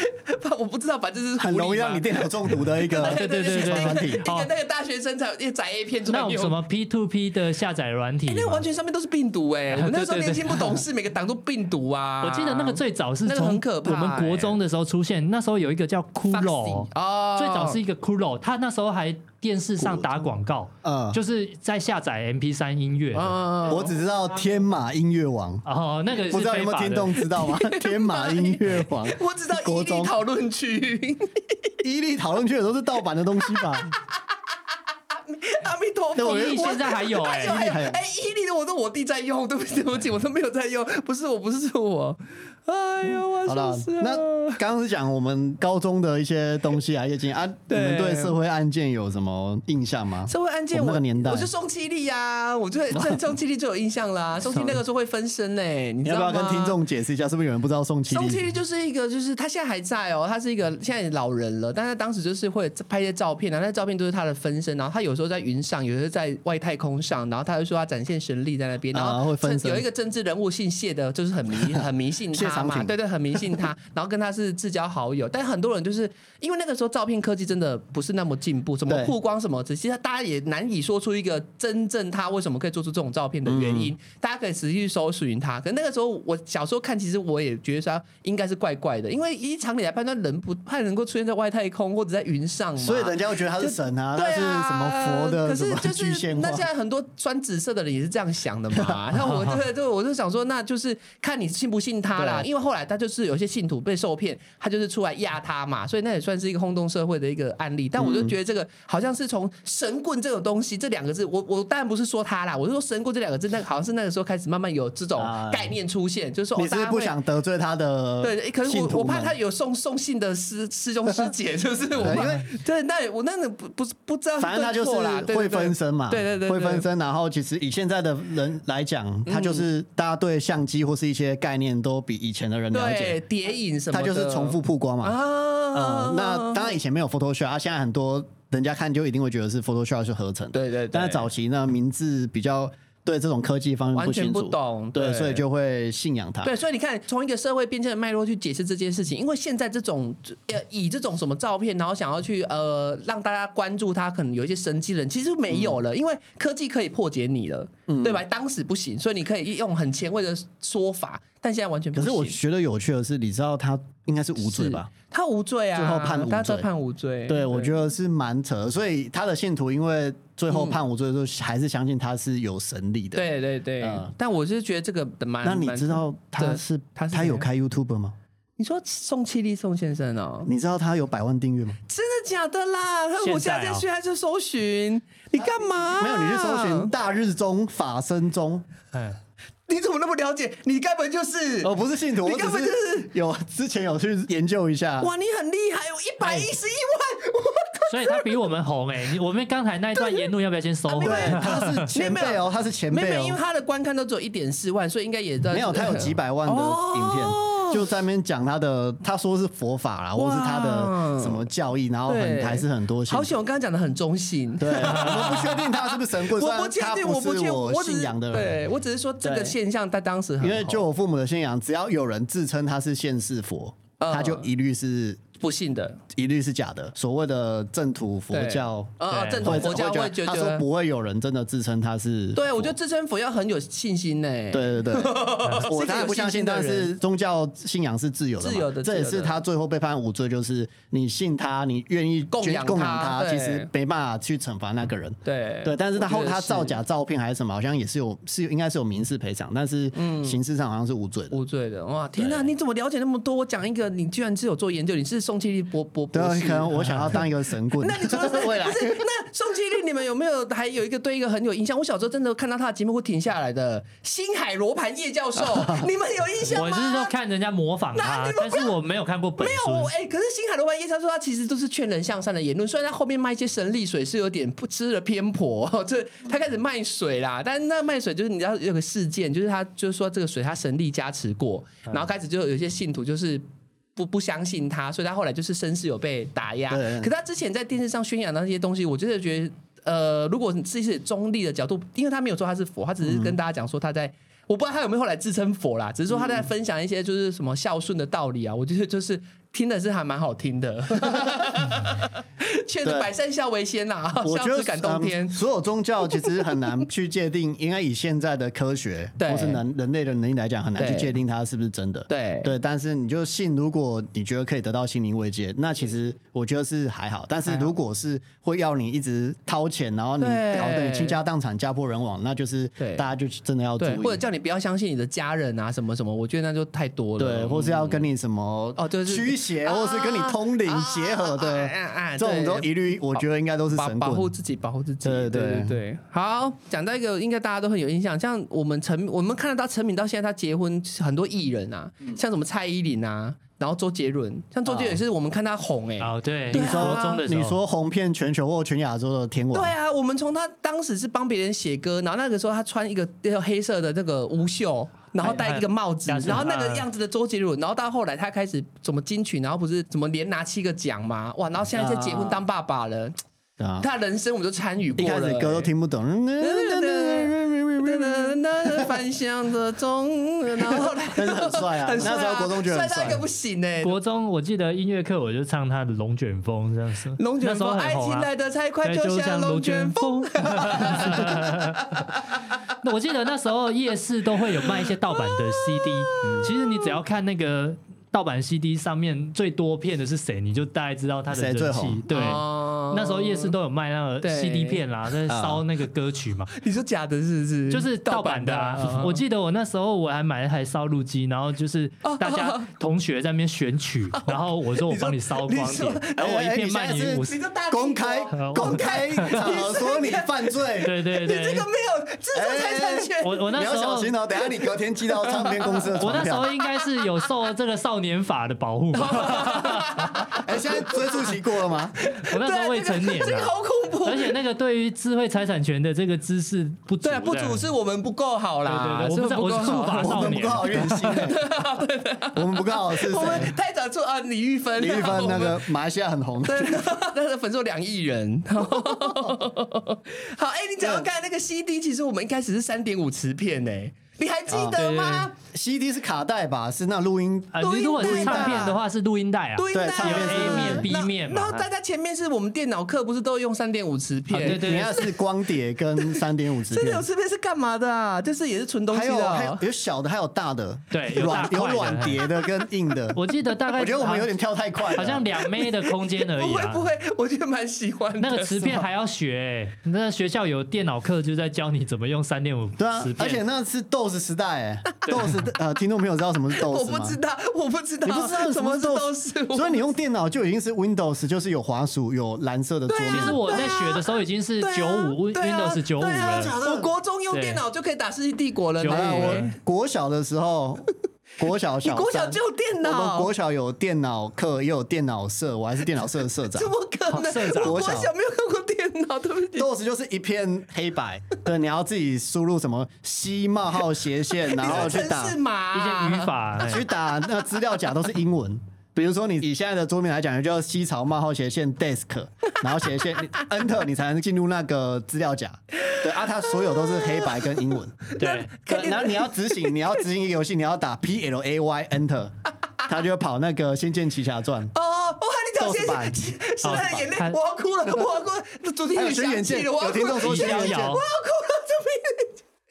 [SPEAKER 2] 我不知道，反正就是狐狸
[SPEAKER 1] 很容易让你
[SPEAKER 2] 嘛
[SPEAKER 1] 电脑中毒的一 个
[SPEAKER 3] 对对对对
[SPEAKER 1] 宣传
[SPEAKER 2] 那
[SPEAKER 1] 团
[SPEAKER 2] 个
[SPEAKER 1] 体。
[SPEAKER 2] 那个那个大学生才一载 A 片出来
[SPEAKER 3] 那种
[SPEAKER 2] 用
[SPEAKER 3] 什么 P to P 的下载软体
[SPEAKER 2] 哎
[SPEAKER 3] 嘛，
[SPEAKER 2] 那个完全上面都是病毒 哎、我们那时
[SPEAKER 3] 对
[SPEAKER 2] 候
[SPEAKER 3] 对对
[SPEAKER 2] 年轻不懂事，每个党都病毒啊。
[SPEAKER 3] 我记得那个最早是
[SPEAKER 2] 那个
[SPEAKER 3] 从
[SPEAKER 2] 很可怕
[SPEAKER 3] 我们国中的时候出现，那时候有一个叫骷
[SPEAKER 2] Foxy，
[SPEAKER 3] 髅，
[SPEAKER 2] 哦，
[SPEAKER 3] 最早是一个骷髅，他那时候还电视上打广告，
[SPEAKER 1] 嗯，
[SPEAKER 3] 就是在下载 MP 三音乐的。
[SPEAKER 2] 嗯，
[SPEAKER 1] 我只知道天马音乐网，
[SPEAKER 3] 哦，那个是
[SPEAKER 1] 不知道有
[SPEAKER 3] 非
[SPEAKER 1] 没有
[SPEAKER 3] 法
[SPEAKER 1] 听
[SPEAKER 3] 的
[SPEAKER 1] 众。知道吗？ 天马音乐网，
[SPEAKER 2] 我只知道
[SPEAKER 1] 国
[SPEAKER 2] 伊利
[SPEAKER 1] 中
[SPEAKER 2] 讨论区，
[SPEAKER 1] 伊利讨论区也都是盗版的东西 吧？
[SPEAKER 2] 阿弥陀
[SPEAKER 1] 对
[SPEAKER 2] 佛，
[SPEAKER 1] 我
[SPEAKER 3] 伊利现在还有哎
[SPEAKER 2] 还有
[SPEAKER 1] 伊利还
[SPEAKER 2] 还有
[SPEAKER 1] 有
[SPEAKER 2] 哎，伊利的我都我弟在用，对不起对不起，我都没有在用，不是我不是我，哎呀，我
[SPEAKER 1] 好了
[SPEAKER 2] 是，
[SPEAKER 1] 那刚刚是讲我们高中的一些东西啊，叶经啊，你
[SPEAKER 2] 对
[SPEAKER 1] 们对社会案件有什么印象吗？
[SPEAKER 2] 社会案件
[SPEAKER 1] 我
[SPEAKER 2] 我，
[SPEAKER 1] 们那个年代
[SPEAKER 2] 我是宋七力 呀、我对对宋七力最有印象啦。宋七力那个时候会分身呢、你
[SPEAKER 1] 你
[SPEAKER 2] 知
[SPEAKER 1] 要
[SPEAKER 2] 道
[SPEAKER 1] 不要
[SPEAKER 2] 吗？
[SPEAKER 1] 跟听众解释一下，是不是有人不知道宋七
[SPEAKER 2] 宋七
[SPEAKER 1] 力？
[SPEAKER 2] 力就是一个，就是他现在还在哦，他是一个现在老人了，但他当时就是会拍一些照片，然后那照片都是他的分身，然后他有时候在云上，有时候在外太空上，然后他就说他展现神力在那边，然
[SPEAKER 1] 啊
[SPEAKER 2] 后
[SPEAKER 1] 会分身
[SPEAKER 2] 有一个政治人物姓谢的，就是很 迷很迷信
[SPEAKER 1] 谢
[SPEAKER 2] 他
[SPEAKER 1] 长
[SPEAKER 2] 嘛，
[SPEAKER 1] 廷
[SPEAKER 2] 对对，很迷信 他，然后跟他是至交好友，但很多人就是因为那个时候照片科技真的不是那么进步，什么
[SPEAKER 1] 对
[SPEAKER 2] 曝光什么，只是大家也难以说出一个真正他为什么可以做出这种照片的原因。大家可以仔细去搜寻他。可那个时候我小时候看，其实我也觉得他应该是怪怪的，因为依常理来判断，人不太能够出现在外太空或者在云上嘛。
[SPEAKER 1] 所以人家会觉得他是神啊，
[SPEAKER 2] 对
[SPEAKER 1] 他
[SPEAKER 2] 啊，
[SPEAKER 1] 是什么佛的
[SPEAKER 2] 可
[SPEAKER 1] 什
[SPEAKER 2] 是
[SPEAKER 1] 么
[SPEAKER 2] 就
[SPEAKER 1] 具
[SPEAKER 2] 是
[SPEAKER 1] 现化
[SPEAKER 2] 那现？在很多穿紫色的人也是这样想 的嘛。那我这个就我就想说，那就是看你信不信他啦。
[SPEAKER 1] 对啊
[SPEAKER 2] 因为后来他就是有些信徒被受骗，他就是出来压他嘛，所以那也算是一个轰动社会的一个案例。
[SPEAKER 1] 嗯
[SPEAKER 2] 但我就觉得这个好像是从神棍这种东西这两个字，我我当然不是说他啦，我是说神棍这两个字，那个好像是那个时候开始慢慢有这种
[SPEAKER 1] 啊
[SPEAKER 2] 概念出现，就是说
[SPEAKER 1] 你
[SPEAKER 2] 哦大
[SPEAKER 1] 是
[SPEAKER 2] 家
[SPEAKER 1] 不
[SPEAKER 2] 会
[SPEAKER 1] 想得罪他的
[SPEAKER 2] 对，可是
[SPEAKER 1] 信
[SPEAKER 2] 我
[SPEAKER 1] 徒
[SPEAKER 2] 我怕
[SPEAKER 1] 们
[SPEAKER 2] 他有送送信的师师兄师姐，就是我
[SPEAKER 1] 对
[SPEAKER 2] 怕
[SPEAKER 1] 因为
[SPEAKER 2] 对，那我那个不不是不知道对错啦，
[SPEAKER 1] 反正他就是
[SPEAKER 2] 对
[SPEAKER 1] 会分身嘛，
[SPEAKER 2] 对对对，对
[SPEAKER 1] 会分。身。然后其实以现在的人来讲，他就是
[SPEAKER 2] 嗯
[SPEAKER 1] 大家对相机或是一些概念都比以前的人了
[SPEAKER 2] 对，
[SPEAKER 1] 解，
[SPEAKER 2] 谍影什么
[SPEAKER 1] 他
[SPEAKER 2] 的，
[SPEAKER 1] 就是重复曝光嘛。
[SPEAKER 2] 啊
[SPEAKER 1] 呃，。那当然以前没有 Photoshop，啊，现在很多人家看就一定会觉得是 Photoshop 是合成的。
[SPEAKER 2] 对对对
[SPEAKER 1] 但是早期呢，名字比较对这种科技方面
[SPEAKER 2] 完全
[SPEAKER 1] 清楚，
[SPEAKER 2] 不懂
[SPEAKER 1] 对，
[SPEAKER 2] 对
[SPEAKER 1] 所以就会信仰它。
[SPEAKER 2] 对，所以你看，从一个社会变迁的脉络去解释这件事情，因为现在这种呃，以这种什么照片，然后想要去呃让大家关注他，可能有一些神机人，其实没有
[SPEAKER 1] 嗯
[SPEAKER 2] 了，因为科技可以破解你了，对吧？当时不行，所以你可以用很前卫的说法，但现在完全不
[SPEAKER 1] 可
[SPEAKER 2] 行。
[SPEAKER 1] 是我觉得有趣的是，你知道他应该是无罪吧？
[SPEAKER 2] 是？他无罪啊，
[SPEAKER 1] 最后判无罪
[SPEAKER 2] 大家都判无罪。
[SPEAKER 1] 对，我觉得是蛮扯的。所以他的信徒因为最后判无罪的时候，还是相信他是有神力的。，
[SPEAKER 2] 嗯对对对
[SPEAKER 1] 嗯，
[SPEAKER 2] 但我是觉得这个蛮……
[SPEAKER 1] 那你
[SPEAKER 2] 蛮
[SPEAKER 1] 知？道他
[SPEAKER 2] 对
[SPEAKER 1] 是
[SPEAKER 2] 他是
[SPEAKER 1] 他
[SPEAKER 2] 谁
[SPEAKER 1] 有
[SPEAKER 2] 啊
[SPEAKER 1] 开 YouTube 吗？
[SPEAKER 2] 你说宋气力宋先生哦，
[SPEAKER 1] 你知道他有百万订阅吗？
[SPEAKER 2] 真的假的啦？
[SPEAKER 3] 在
[SPEAKER 1] 啊
[SPEAKER 3] 哦
[SPEAKER 2] 我现在在去他就搜寻，你干嘛？
[SPEAKER 1] 没有，你去搜
[SPEAKER 2] 啊
[SPEAKER 1] 寻“大日中法身中
[SPEAKER 3] 嗯，
[SPEAKER 2] 你怎么那么了解？你根本就是”，
[SPEAKER 1] 哦，不是信徒，
[SPEAKER 2] 你
[SPEAKER 1] 我只
[SPEAKER 2] 根本就是
[SPEAKER 1] 是有之前有去研究一下。
[SPEAKER 2] 哇，你很厉害，
[SPEAKER 1] 哎
[SPEAKER 2] 有一百一十一万，
[SPEAKER 3] 所以他比我们红哎、你我们刚才那一段言论要不要先
[SPEAKER 2] 啊
[SPEAKER 3] 收回？
[SPEAKER 1] 对，他是前辈哦，他是前
[SPEAKER 2] 没有，没
[SPEAKER 1] 辈
[SPEAKER 2] 有因为
[SPEAKER 1] 哦，
[SPEAKER 2] 他的观看都只有一点四万，所以应该也在
[SPEAKER 1] 没有，他有几百万的影片
[SPEAKER 2] 哦，
[SPEAKER 1] 就在那边讲他的，他说是佛法啦，或
[SPEAKER 2] 哇
[SPEAKER 1] 是他的什么教义，然后很
[SPEAKER 2] 对
[SPEAKER 1] 还是很多信徒。
[SPEAKER 2] 好险，我刚刚讲的很中性。
[SPEAKER 1] 对， 啊我不确定他是不是神棍，虽
[SPEAKER 2] 我
[SPEAKER 1] 然
[SPEAKER 2] 不确
[SPEAKER 1] 他
[SPEAKER 2] 定，
[SPEAKER 1] 不
[SPEAKER 2] 我
[SPEAKER 1] 是
[SPEAKER 2] 确定，
[SPEAKER 1] 我
[SPEAKER 2] 我只
[SPEAKER 1] 信仰的人。
[SPEAKER 2] 对我只是说这个
[SPEAKER 1] 对
[SPEAKER 2] 现象在当时很
[SPEAKER 1] 因为
[SPEAKER 2] 红
[SPEAKER 1] 就我父母的信仰，只要有人自称他是现世佛，
[SPEAKER 2] 嗯
[SPEAKER 1] 他就一律是
[SPEAKER 2] 不信的，
[SPEAKER 1] 一律是假的。所谓的正统佛
[SPEAKER 2] 对
[SPEAKER 1] 教，
[SPEAKER 2] 呃，
[SPEAKER 3] 对
[SPEAKER 2] 正
[SPEAKER 1] 会
[SPEAKER 2] 统佛教
[SPEAKER 1] 会觉
[SPEAKER 2] 会觉
[SPEAKER 1] 得他说
[SPEAKER 2] 得，
[SPEAKER 1] 不会有人真的自称他是佛。
[SPEAKER 2] 对我觉得自称佛要很有信心呢。
[SPEAKER 1] 对对对， 我当
[SPEAKER 2] 是个
[SPEAKER 1] 然
[SPEAKER 2] 有
[SPEAKER 1] 不相信，
[SPEAKER 2] 信心的
[SPEAKER 1] 但
[SPEAKER 2] 人
[SPEAKER 1] 是宗教信仰是自由的嘛，
[SPEAKER 2] 自由的
[SPEAKER 1] 这也
[SPEAKER 2] 自由
[SPEAKER 1] 是
[SPEAKER 2] 的
[SPEAKER 1] 他最后被判无罪，就是你信他，你愿意
[SPEAKER 2] 供
[SPEAKER 1] 捐
[SPEAKER 2] 养
[SPEAKER 1] 供养
[SPEAKER 2] 他
[SPEAKER 1] 他，其实
[SPEAKER 2] 对
[SPEAKER 1] 没办法去惩罚那个人。
[SPEAKER 2] 对
[SPEAKER 1] 对，但是他
[SPEAKER 2] 我觉
[SPEAKER 1] 后
[SPEAKER 2] 得
[SPEAKER 1] 他
[SPEAKER 2] 是
[SPEAKER 1] 造假照片还是什么，好像也是有是应该是有民事赔偿，但是
[SPEAKER 2] 嗯
[SPEAKER 1] 刑事上好像是无罪的。
[SPEAKER 2] 无罪的哇！天哪，你怎么了解那么多？我讲一个，你居然是有做研究，你是宋气力博博
[SPEAKER 1] 对啊
[SPEAKER 2] 博，士
[SPEAKER 1] 可。 能我想要当一个神棍。
[SPEAKER 2] 那你除了是
[SPEAKER 1] 未来
[SPEAKER 2] 不是？那宋气力，你们有没有还有一个对一个很有印象？我小时候真的看到他的节目会停下来的。星海罗盘叶教授， 你们有印象吗？
[SPEAKER 3] 我是说看人家模仿他，但是我没有看过本
[SPEAKER 2] 没有我
[SPEAKER 3] 书。
[SPEAKER 2] 哎、可是星海罗盘叶教授他其实都是劝人向善的言论，虽然他后面卖一些神力水是有点不知了偏颇， 这他开始卖水啦，但是那卖水就是你知道有个事件，就是他就是说这个水他神力加持过，
[SPEAKER 1] 嗯
[SPEAKER 2] 然后开始就有一些信徒就是。不不相信他，所以他后来就是身世有被打压。
[SPEAKER 1] 对
[SPEAKER 2] 可是他之前在电视上宣扬的那些东西，我真的觉得，呃，如果你自己是中立的角度，因为他没有说他是佛，他只
[SPEAKER 1] 嗯
[SPEAKER 2] 是跟大家讲说他在，我不知道他有没有后来自称佛啦，只是说他在
[SPEAKER 1] 嗯
[SPEAKER 2] 分享一些就是什么孝顺的道理啊，我觉得就是听的是还蛮好 听的，劝
[SPEAKER 1] 对
[SPEAKER 2] 百善孝为先啦，
[SPEAKER 1] 我
[SPEAKER 2] 孝
[SPEAKER 1] 觉得
[SPEAKER 2] 子感动天
[SPEAKER 1] 嗯。所有宗教其实很难去界定，应该以现在的科学
[SPEAKER 2] 对
[SPEAKER 1] 或是人人类的能力来讲，很难去
[SPEAKER 2] 对
[SPEAKER 1] 界定它是不是真的。
[SPEAKER 2] 对
[SPEAKER 1] 对，但是你就信，如果你觉得可以得到心灵慰藉，那其实我觉得是还好。但是如果是会要你一直掏钱，然后你
[SPEAKER 2] 对
[SPEAKER 1] 搞得你倾家荡产、家破人亡，那就是
[SPEAKER 2] 对
[SPEAKER 1] 大家就真的要注
[SPEAKER 2] 对，或者
[SPEAKER 1] 意。
[SPEAKER 2] 叫你不要相信你的家人啊，什么什么，我觉得那就太多了。
[SPEAKER 1] 对，或是要跟你什么
[SPEAKER 2] 哦就是
[SPEAKER 1] 驱邪，或是跟你通灵结合的
[SPEAKER 2] 啊啊啊啊啊
[SPEAKER 1] 这种都
[SPEAKER 2] 对
[SPEAKER 1] 一律，我觉得应该都是
[SPEAKER 2] 保
[SPEAKER 1] 神
[SPEAKER 2] 保护
[SPEAKER 1] 棍。
[SPEAKER 2] 自己，保护自己。
[SPEAKER 1] 对对
[SPEAKER 2] 对
[SPEAKER 1] 对
[SPEAKER 2] 对对，好，讲到一个应该大家都很有印象，像我们陈，我们看得到陈敏到现在他结婚，很多艺人啊，
[SPEAKER 3] 嗯
[SPEAKER 2] 像什么蔡依林啊，然后周杰伦，像
[SPEAKER 1] 哦
[SPEAKER 2] 周杰伦也是我们看他红哎、
[SPEAKER 3] 哦，对，
[SPEAKER 2] 对啊
[SPEAKER 3] 你说中的时候
[SPEAKER 1] 你说红遍全球或全亚洲的天王
[SPEAKER 2] 对，啊，我们从他当时是帮别人写歌，然后那个时候他穿一个黑色的那个无袖，然后戴一个帽子
[SPEAKER 3] 哎哎，
[SPEAKER 2] 然后那个样子的周杰伦，然后到后来他开始怎么金曲，然后不是怎么连拿七个奖嘛，哇，然后现在在结婚当爸爸了，
[SPEAKER 1] 对啊，
[SPEAKER 2] 他的人生我们都参与
[SPEAKER 1] 一
[SPEAKER 2] 过
[SPEAKER 1] 开
[SPEAKER 2] 了、
[SPEAKER 1] 始歌都听不懂，
[SPEAKER 2] 翻箱的钟，然后来
[SPEAKER 1] 但是很帅啊
[SPEAKER 2] 很帅
[SPEAKER 1] 那时候国中觉得很
[SPEAKER 2] 帅
[SPEAKER 1] 帅
[SPEAKER 2] 到一个不行哎、欸。
[SPEAKER 3] 国中，我记得音乐课我就唱他的《龙卷风》这样子，
[SPEAKER 2] 龙
[SPEAKER 3] 那
[SPEAKER 2] 卷
[SPEAKER 3] 时候
[SPEAKER 2] 风，
[SPEAKER 3] 很
[SPEAKER 2] 爱
[SPEAKER 3] 红
[SPEAKER 2] 情
[SPEAKER 3] 啊
[SPEAKER 2] 来得太快，
[SPEAKER 3] 对
[SPEAKER 2] 就像龙卷风。
[SPEAKER 3] 风。 那我记得那时候夜市都会有卖一些盗版的 CD，、其实你只要看那个盗版 CD 上面最多片的是谁，你就大概知道他的
[SPEAKER 1] 谁最
[SPEAKER 3] 人
[SPEAKER 1] 红
[SPEAKER 3] 气。对。
[SPEAKER 2] 哦
[SPEAKER 3] 那时候夜市都有卖那个
[SPEAKER 2] 对
[SPEAKER 3] CD 片啦，在
[SPEAKER 1] 啊
[SPEAKER 3] 烧那个歌曲
[SPEAKER 1] 嗯
[SPEAKER 3] 嘛，
[SPEAKER 2] 你说假的是不是？
[SPEAKER 3] 就是盗版的啊。我记得我那时候我还买了台烧录机，然后就是大家同学在那边选曲，然后我说我帮你烧光
[SPEAKER 2] 你说
[SPEAKER 3] 碟，然后我
[SPEAKER 1] 哎哎
[SPEAKER 3] 一片
[SPEAKER 1] 你
[SPEAKER 3] 卖
[SPEAKER 1] 现在
[SPEAKER 3] 你
[SPEAKER 1] 是
[SPEAKER 3] 五
[SPEAKER 2] 你
[SPEAKER 3] 十，
[SPEAKER 2] 这大
[SPEAKER 1] 公开公开场合说你犯罪，
[SPEAKER 3] 对对
[SPEAKER 2] 你
[SPEAKER 3] 对，哎
[SPEAKER 2] 这个没有知识财产权。
[SPEAKER 3] 我我那
[SPEAKER 1] 你
[SPEAKER 3] 时
[SPEAKER 1] 要小
[SPEAKER 3] 候
[SPEAKER 1] 心哦，等下你隔天寄到唱片公司的
[SPEAKER 3] 我
[SPEAKER 1] 传
[SPEAKER 3] 那时候
[SPEAKER 1] 票。
[SPEAKER 3] 应该是有受这个少年法的保护 吧，
[SPEAKER 1] 哎，现在追溯期过了吗？
[SPEAKER 3] 我那时候未成年
[SPEAKER 2] 对这个这个
[SPEAKER 3] 啊，
[SPEAKER 2] 好恐怖。
[SPEAKER 3] 而且那个对于智慧财产权的这个知识不足，
[SPEAKER 2] 对啊，不足是我们不够好啦，
[SPEAKER 3] 对对对我不知道
[SPEAKER 2] 是够
[SPEAKER 3] 我是
[SPEAKER 2] 好
[SPEAKER 3] 触法
[SPEAKER 1] 我们不够好运心，我们不够好是
[SPEAKER 2] 我们
[SPEAKER 1] 谁？
[SPEAKER 2] 太早出啊，李玉芬，
[SPEAKER 1] 李玉芬那
[SPEAKER 2] 我们
[SPEAKER 1] 个马来西亚很红，
[SPEAKER 2] 对， 但是粉丝有两亿 人。好，哎、你讲到刚才那个 CD，其实我们一开始是三点五磁片呢、你还记得
[SPEAKER 3] 哦
[SPEAKER 2] 吗？
[SPEAKER 1] CD 是卡带吧？是那录音
[SPEAKER 3] 啊，
[SPEAKER 2] 录音
[SPEAKER 3] 如果是
[SPEAKER 2] 带吧
[SPEAKER 3] 唱片的话是录音带啊，
[SPEAKER 2] 对
[SPEAKER 1] 对
[SPEAKER 2] 的
[SPEAKER 1] 唱片是
[SPEAKER 3] A 面 B
[SPEAKER 2] 那
[SPEAKER 3] 面嘛
[SPEAKER 2] 然后大家前面是我们电脑课不是都用三点五磁片？
[SPEAKER 3] 啊对对
[SPEAKER 1] 你看是光碟跟三点 五磁
[SPEAKER 2] 三点
[SPEAKER 1] 片
[SPEAKER 2] 五，磁片是干嘛的啊？就是也是存东
[SPEAKER 1] 还
[SPEAKER 2] 西
[SPEAKER 1] 有
[SPEAKER 2] 的
[SPEAKER 1] 还有
[SPEAKER 2] 啊。
[SPEAKER 1] 有小的，还有大的，
[SPEAKER 3] 对有
[SPEAKER 1] 软
[SPEAKER 3] 大块
[SPEAKER 1] 有
[SPEAKER 3] 的
[SPEAKER 1] 软碟的跟硬 的。
[SPEAKER 3] 我记得大概
[SPEAKER 1] 我觉得我们有点
[SPEAKER 3] 点
[SPEAKER 1] 跳太快了，
[SPEAKER 3] 好像两妹的空间而
[SPEAKER 2] 啊不
[SPEAKER 3] 已
[SPEAKER 2] 会
[SPEAKER 3] 啊
[SPEAKER 2] 不。会， 我觉得蛮喜欢的。
[SPEAKER 3] 那个磁片还要学、欸，那学校有电脑课就在教你怎么用三点五
[SPEAKER 1] 对啊
[SPEAKER 3] 磁，片，
[SPEAKER 1] 而且那是 DOS 时代哎 ，DOS 的呃，听众朋友知道什么是
[SPEAKER 2] 我
[SPEAKER 1] DOS
[SPEAKER 2] 不
[SPEAKER 1] 吗？
[SPEAKER 2] 知道， 我不知道，
[SPEAKER 1] 你不知道
[SPEAKER 2] 什
[SPEAKER 1] 什么
[SPEAKER 2] 么
[SPEAKER 1] 是 DOS
[SPEAKER 2] 都是我。
[SPEAKER 1] 所以你用电脑就已经是 Windows，就是有滑鼠、有蓝色的桌
[SPEAKER 2] 对啊
[SPEAKER 3] 其实
[SPEAKER 1] 面。
[SPEAKER 3] 我在学的时候已经是
[SPEAKER 2] 对啊
[SPEAKER 3] 九五 Win
[SPEAKER 2] 对啊
[SPEAKER 3] Windows 九五
[SPEAKER 2] 对啊
[SPEAKER 3] 了，
[SPEAKER 2] 我国中用电脑就可以打《世纪帝国》了呢。
[SPEAKER 3] 95
[SPEAKER 1] 啊
[SPEAKER 3] 我
[SPEAKER 1] 我国小的时 候，国小
[SPEAKER 2] 你
[SPEAKER 1] 小
[SPEAKER 2] 国小
[SPEAKER 1] 三
[SPEAKER 2] 就有电
[SPEAKER 1] 我们
[SPEAKER 2] 脑，
[SPEAKER 1] 国小有电脑课，也有电脑社，我还是电脑社的 社长
[SPEAKER 2] 怎。么可能？
[SPEAKER 3] 社
[SPEAKER 1] 长
[SPEAKER 2] 我国小没有用过电脑，对不起。
[SPEAKER 1] DOS 就是一片黑 白，对，你要自己输入什么西冒号斜 线，然后
[SPEAKER 2] 你
[SPEAKER 1] 去
[SPEAKER 2] 是
[SPEAKER 1] 打
[SPEAKER 2] 城市码，
[SPEAKER 3] 一些语法、
[SPEAKER 2] 啊
[SPEAKER 3] 欸
[SPEAKER 1] 去打那资料夹都是英文。比如说你以现在的桌面来讲，就叫西朝冒号斜线 desk，然后斜线你 enter 你才能进入那个资料夹。对啊，它所有都是黑白跟英 文。
[SPEAKER 3] 对，
[SPEAKER 1] 对然后你要执行，你要执行一个游戏，你要打 P L A Y Enter，它就会跑那个《仙剑奇侠 传》。
[SPEAKER 2] 哦，哇！你讲
[SPEAKER 1] 豆
[SPEAKER 2] 仙
[SPEAKER 1] 子版
[SPEAKER 2] 剑，是
[SPEAKER 3] 哦
[SPEAKER 2] 的眼泪，
[SPEAKER 3] 看
[SPEAKER 2] 我要哭了，我要哭了，主题
[SPEAKER 1] 还有
[SPEAKER 2] 曲
[SPEAKER 1] 轩
[SPEAKER 2] 响
[SPEAKER 1] 辕
[SPEAKER 2] 起
[SPEAKER 1] 剑，
[SPEAKER 2] 了，我要
[SPEAKER 1] 有
[SPEAKER 2] 哭
[SPEAKER 1] 听
[SPEAKER 2] 了，
[SPEAKER 1] 众说
[SPEAKER 3] 一
[SPEAKER 1] 轩
[SPEAKER 3] 定要
[SPEAKER 1] 辕剑
[SPEAKER 3] 摇，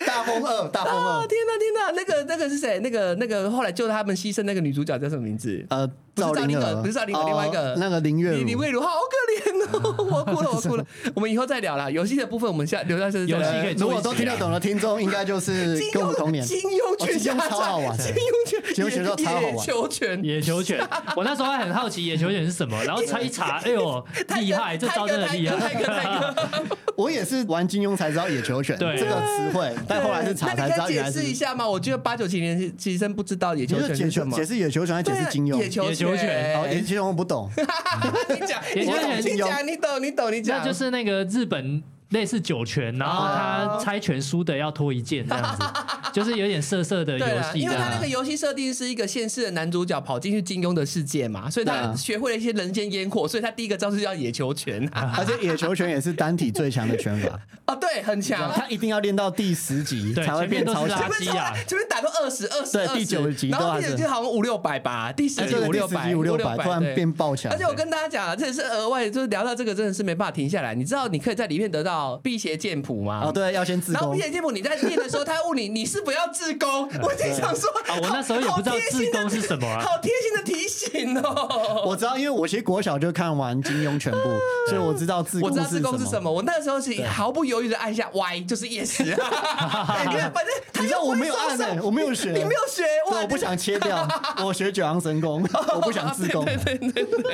[SPEAKER 1] 大风二，大风
[SPEAKER 2] 啊！
[SPEAKER 1] 二，
[SPEAKER 2] 天哪，天哪！那个那个是谁？那个那个后来救他们牺牲那个女主角叫什么名字？
[SPEAKER 1] 呃，
[SPEAKER 2] 不是赵
[SPEAKER 1] 灵
[SPEAKER 2] 灵
[SPEAKER 1] 儿，
[SPEAKER 2] 儿不是赵灵儿
[SPEAKER 1] 哦
[SPEAKER 2] 另外一个
[SPEAKER 1] 那个林月
[SPEAKER 2] 李李
[SPEAKER 1] 如，
[SPEAKER 2] 慧茹，好可怜哦！我哭了，我哭了。我们以后再聊啦，游戏的部分我们下留到下次再
[SPEAKER 3] 游戏
[SPEAKER 2] 聊
[SPEAKER 3] 可以。
[SPEAKER 1] 如果
[SPEAKER 3] 做一集
[SPEAKER 1] 都听得
[SPEAKER 3] 啊
[SPEAKER 1] 懂的听众，应该就是
[SPEAKER 2] 金
[SPEAKER 1] 跟我
[SPEAKER 2] 庸
[SPEAKER 1] 们同年。
[SPEAKER 2] 金庸
[SPEAKER 1] 哦
[SPEAKER 2] 群
[SPEAKER 1] 金
[SPEAKER 2] 侠
[SPEAKER 1] 庸超好玩
[SPEAKER 2] 传金庸群，
[SPEAKER 1] 金庸群侠超好玩
[SPEAKER 2] 野球拳，
[SPEAKER 3] 野球拳，我那时候还很好奇野球拳是什么，然后查一查，哎呦，厉害，这招真的厉
[SPEAKER 2] 泰哥泰
[SPEAKER 3] 害。
[SPEAKER 2] 哥泰哥
[SPEAKER 1] 我也是玩金庸才知道野球拳
[SPEAKER 3] 对
[SPEAKER 1] 这个词汇，但后来是查
[SPEAKER 2] 那
[SPEAKER 1] 才
[SPEAKER 2] 你
[SPEAKER 1] 知
[SPEAKER 2] 可
[SPEAKER 1] 道
[SPEAKER 2] 以
[SPEAKER 1] 原
[SPEAKER 2] 解
[SPEAKER 1] 来是
[SPEAKER 2] 释一。下吗？我觉得八九七年级生不知道野
[SPEAKER 1] 你
[SPEAKER 2] 球
[SPEAKER 1] 就
[SPEAKER 2] 拳
[SPEAKER 1] 解
[SPEAKER 2] 是
[SPEAKER 1] 释
[SPEAKER 2] 什么，
[SPEAKER 1] 解释野球拳，还解释金庸？
[SPEAKER 2] 对野球
[SPEAKER 3] 野球拳
[SPEAKER 1] 哦，野球拳我不 懂。
[SPEAKER 2] 你讲，
[SPEAKER 3] 野
[SPEAKER 2] 你
[SPEAKER 3] 球拳
[SPEAKER 2] 讲，你讲，你懂，你懂，你
[SPEAKER 3] 那
[SPEAKER 2] 讲，
[SPEAKER 3] 就是那个日本类似九拳，然后
[SPEAKER 2] 哦
[SPEAKER 3] 他猜拳输的要脱一件这样子，就是有点色色的
[SPEAKER 2] 对
[SPEAKER 3] 游
[SPEAKER 2] 啦，
[SPEAKER 3] 戏
[SPEAKER 2] 因
[SPEAKER 3] 这
[SPEAKER 2] 为他那
[SPEAKER 3] 样
[SPEAKER 2] 个。游戏设定是一个现世的男主角跑进去金庸的世界嘛，所以
[SPEAKER 1] 对
[SPEAKER 2] 他
[SPEAKER 1] 啊
[SPEAKER 2] 学会了一些人间烟火，所以他第一个招式叫野球拳啊，
[SPEAKER 1] 而且野球拳也是单体最强的拳 法，
[SPEAKER 2] 哦，对，很强。
[SPEAKER 1] 他一定要练到第十级
[SPEAKER 3] 啊对
[SPEAKER 1] 才会变超
[SPEAKER 3] 前面都是
[SPEAKER 1] 强
[SPEAKER 3] 垃。圾
[SPEAKER 2] 前面
[SPEAKER 3] 啊
[SPEAKER 2] 前面打到二十二十，
[SPEAKER 1] 对
[SPEAKER 2] 20
[SPEAKER 1] 第九集
[SPEAKER 2] 然
[SPEAKER 1] 都
[SPEAKER 2] 后
[SPEAKER 1] 还
[SPEAKER 2] 第
[SPEAKER 1] 是
[SPEAKER 2] 九集好像五六百吧，第十
[SPEAKER 1] 哎
[SPEAKER 2] 集
[SPEAKER 1] 对
[SPEAKER 2] 五
[SPEAKER 1] 第
[SPEAKER 2] 六
[SPEAKER 1] 十
[SPEAKER 2] 百
[SPEAKER 1] 级五六
[SPEAKER 2] 百，
[SPEAKER 1] 百，突然
[SPEAKER 2] 对
[SPEAKER 1] 变爆强
[SPEAKER 2] 而。且我跟大家讲啊，这也是额外，就是聊到这个真的是没办法停下来。你知道你可以在里面得到辟邪剑谱吗？
[SPEAKER 1] 哦，对，要先自
[SPEAKER 2] 然后
[SPEAKER 1] 宫
[SPEAKER 2] 辟。邪剑谱你在练的时候，他问你你是不要自宫，我心想说，
[SPEAKER 3] 啊，我那时候也不知道自宫是什么
[SPEAKER 2] 好
[SPEAKER 3] 啊。
[SPEAKER 2] 好贴心的提醒哦。
[SPEAKER 1] 我知道，因为我其实国小就看完金庸全部，所以 我知道自
[SPEAKER 2] 我
[SPEAKER 1] 宫
[SPEAKER 2] 知道
[SPEAKER 1] 是
[SPEAKER 2] 自宫是什么，我那时候是毫不犹豫的按下 Y，就是夜市。因为反正他
[SPEAKER 1] 你知道我没有按欸
[SPEAKER 2] 呢，
[SPEAKER 1] 呢，我没有学，
[SPEAKER 2] 你没有哦学，哇
[SPEAKER 1] 对，我不想切 掉，我学九阳神功，我不想自宫。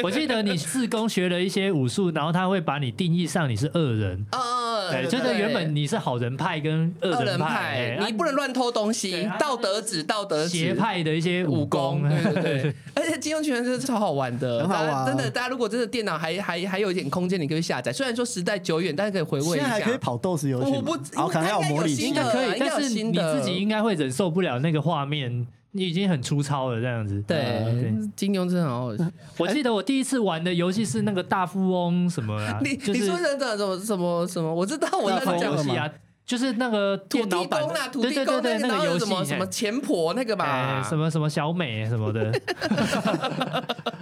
[SPEAKER 3] 我记得你自宫学了一些武术，然后他会把你定义上你是恶人，
[SPEAKER 2] 呃，
[SPEAKER 3] 对，就是原本你是好人派跟恶
[SPEAKER 2] 二
[SPEAKER 3] 人
[SPEAKER 2] 人
[SPEAKER 3] 派
[SPEAKER 2] 派，，
[SPEAKER 3] 哎
[SPEAKER 2] 你不能乱偷东西
[SPEAKER 3] 对啊，
[SPEAKER 2] 道德止，道德止
[SPEAKER 3] 邪派的一些
[SPEAKER 2] 武
[SPEAKER 3] 武
[SPEAKER 2] 功，
[SPEAKER 3] 功，
[SPEAKER 2] 对 对对，而且金庸群人真的超好玩的，
[SPEAKER 1] 很好玩
[SPEAKER 2] 大家真的，大家如果真的电脑还还还有一点空间，你可以下载。虽然说时代久远，但是可以回味一
[SPEAKER 1] 现在还可以
[SPEAKER 2] 下。
[SPEAKER 1] 跑 DOS 游戏吗，
[SPEAKER 2] 我不
[SPEAKER 1] 好，可能要有模拟器
[SPEAKER 2] 应
[SPEAKER 3] 应
[SPEAKER 2] 该
[SPEAKER 3] 该可以，
[SPEAKER 2] 有新的应该呃有
[SPEAKER 3] 但是
[SPEAKER 2] 新
[SPEAKER 3] 你
[SPEAKER 2] 的
[SPEAKER 3] 自己应该会忍受不了那个画面，你已经很粗糙了这样子。啊
[SPEAKER 2] 对，嗯金庸真 的好好笑。
[SPEAKER 3] 我记得我第一次玩的游戏是那个大富翁什么啊，
[SPEAKER 2] 你
[SPEAKER 3] 就
[SPEAKER 2] 你
[SPEAKER 3] 是
[SPEAKER 2] 说的怎么什么什么？我知道，我
[SPEAKER 1] 大
[SPEAKER 2] 那
[SPEAKER 3] 大
[SPEAKER 1] 富翁
[SPEAKER 3] 富
[SPEAKER 2] 个
[SPEAKER 3] 翁
[SPEAKER 2] 讲
[SPEAKER 3] 游戏啊，就是那个
[SPEAKER 2] 土
[SPEAKER 3] 电脑
[SPEAKER 2] 地
[SPEAKER 3] 版
[SPEAKER 2] 公
[SPEAKER 3] 的
[SPEAKER 2] 啦，，土
[SPEAKER 3] 对
[SPEAKER 2] 地
[SPEAKER 3] 对
[SPEAKER 2] 公
[SPEAKER 3] 啊对对，那
[SPEAKER 2] 那然后
[SPEAKER 3] 个
[SPEAKER 2] 有
[SPEAKER 3] 游
[SPEAKER 2] 什
[SPEAKER 3] 戏
[SPEAKER 2] 么什么钱婆那个
[SPEAKER 3] 哎
[SPEAKER 2] 吧，
[SPEAKER 3] 什么什么小美什么的，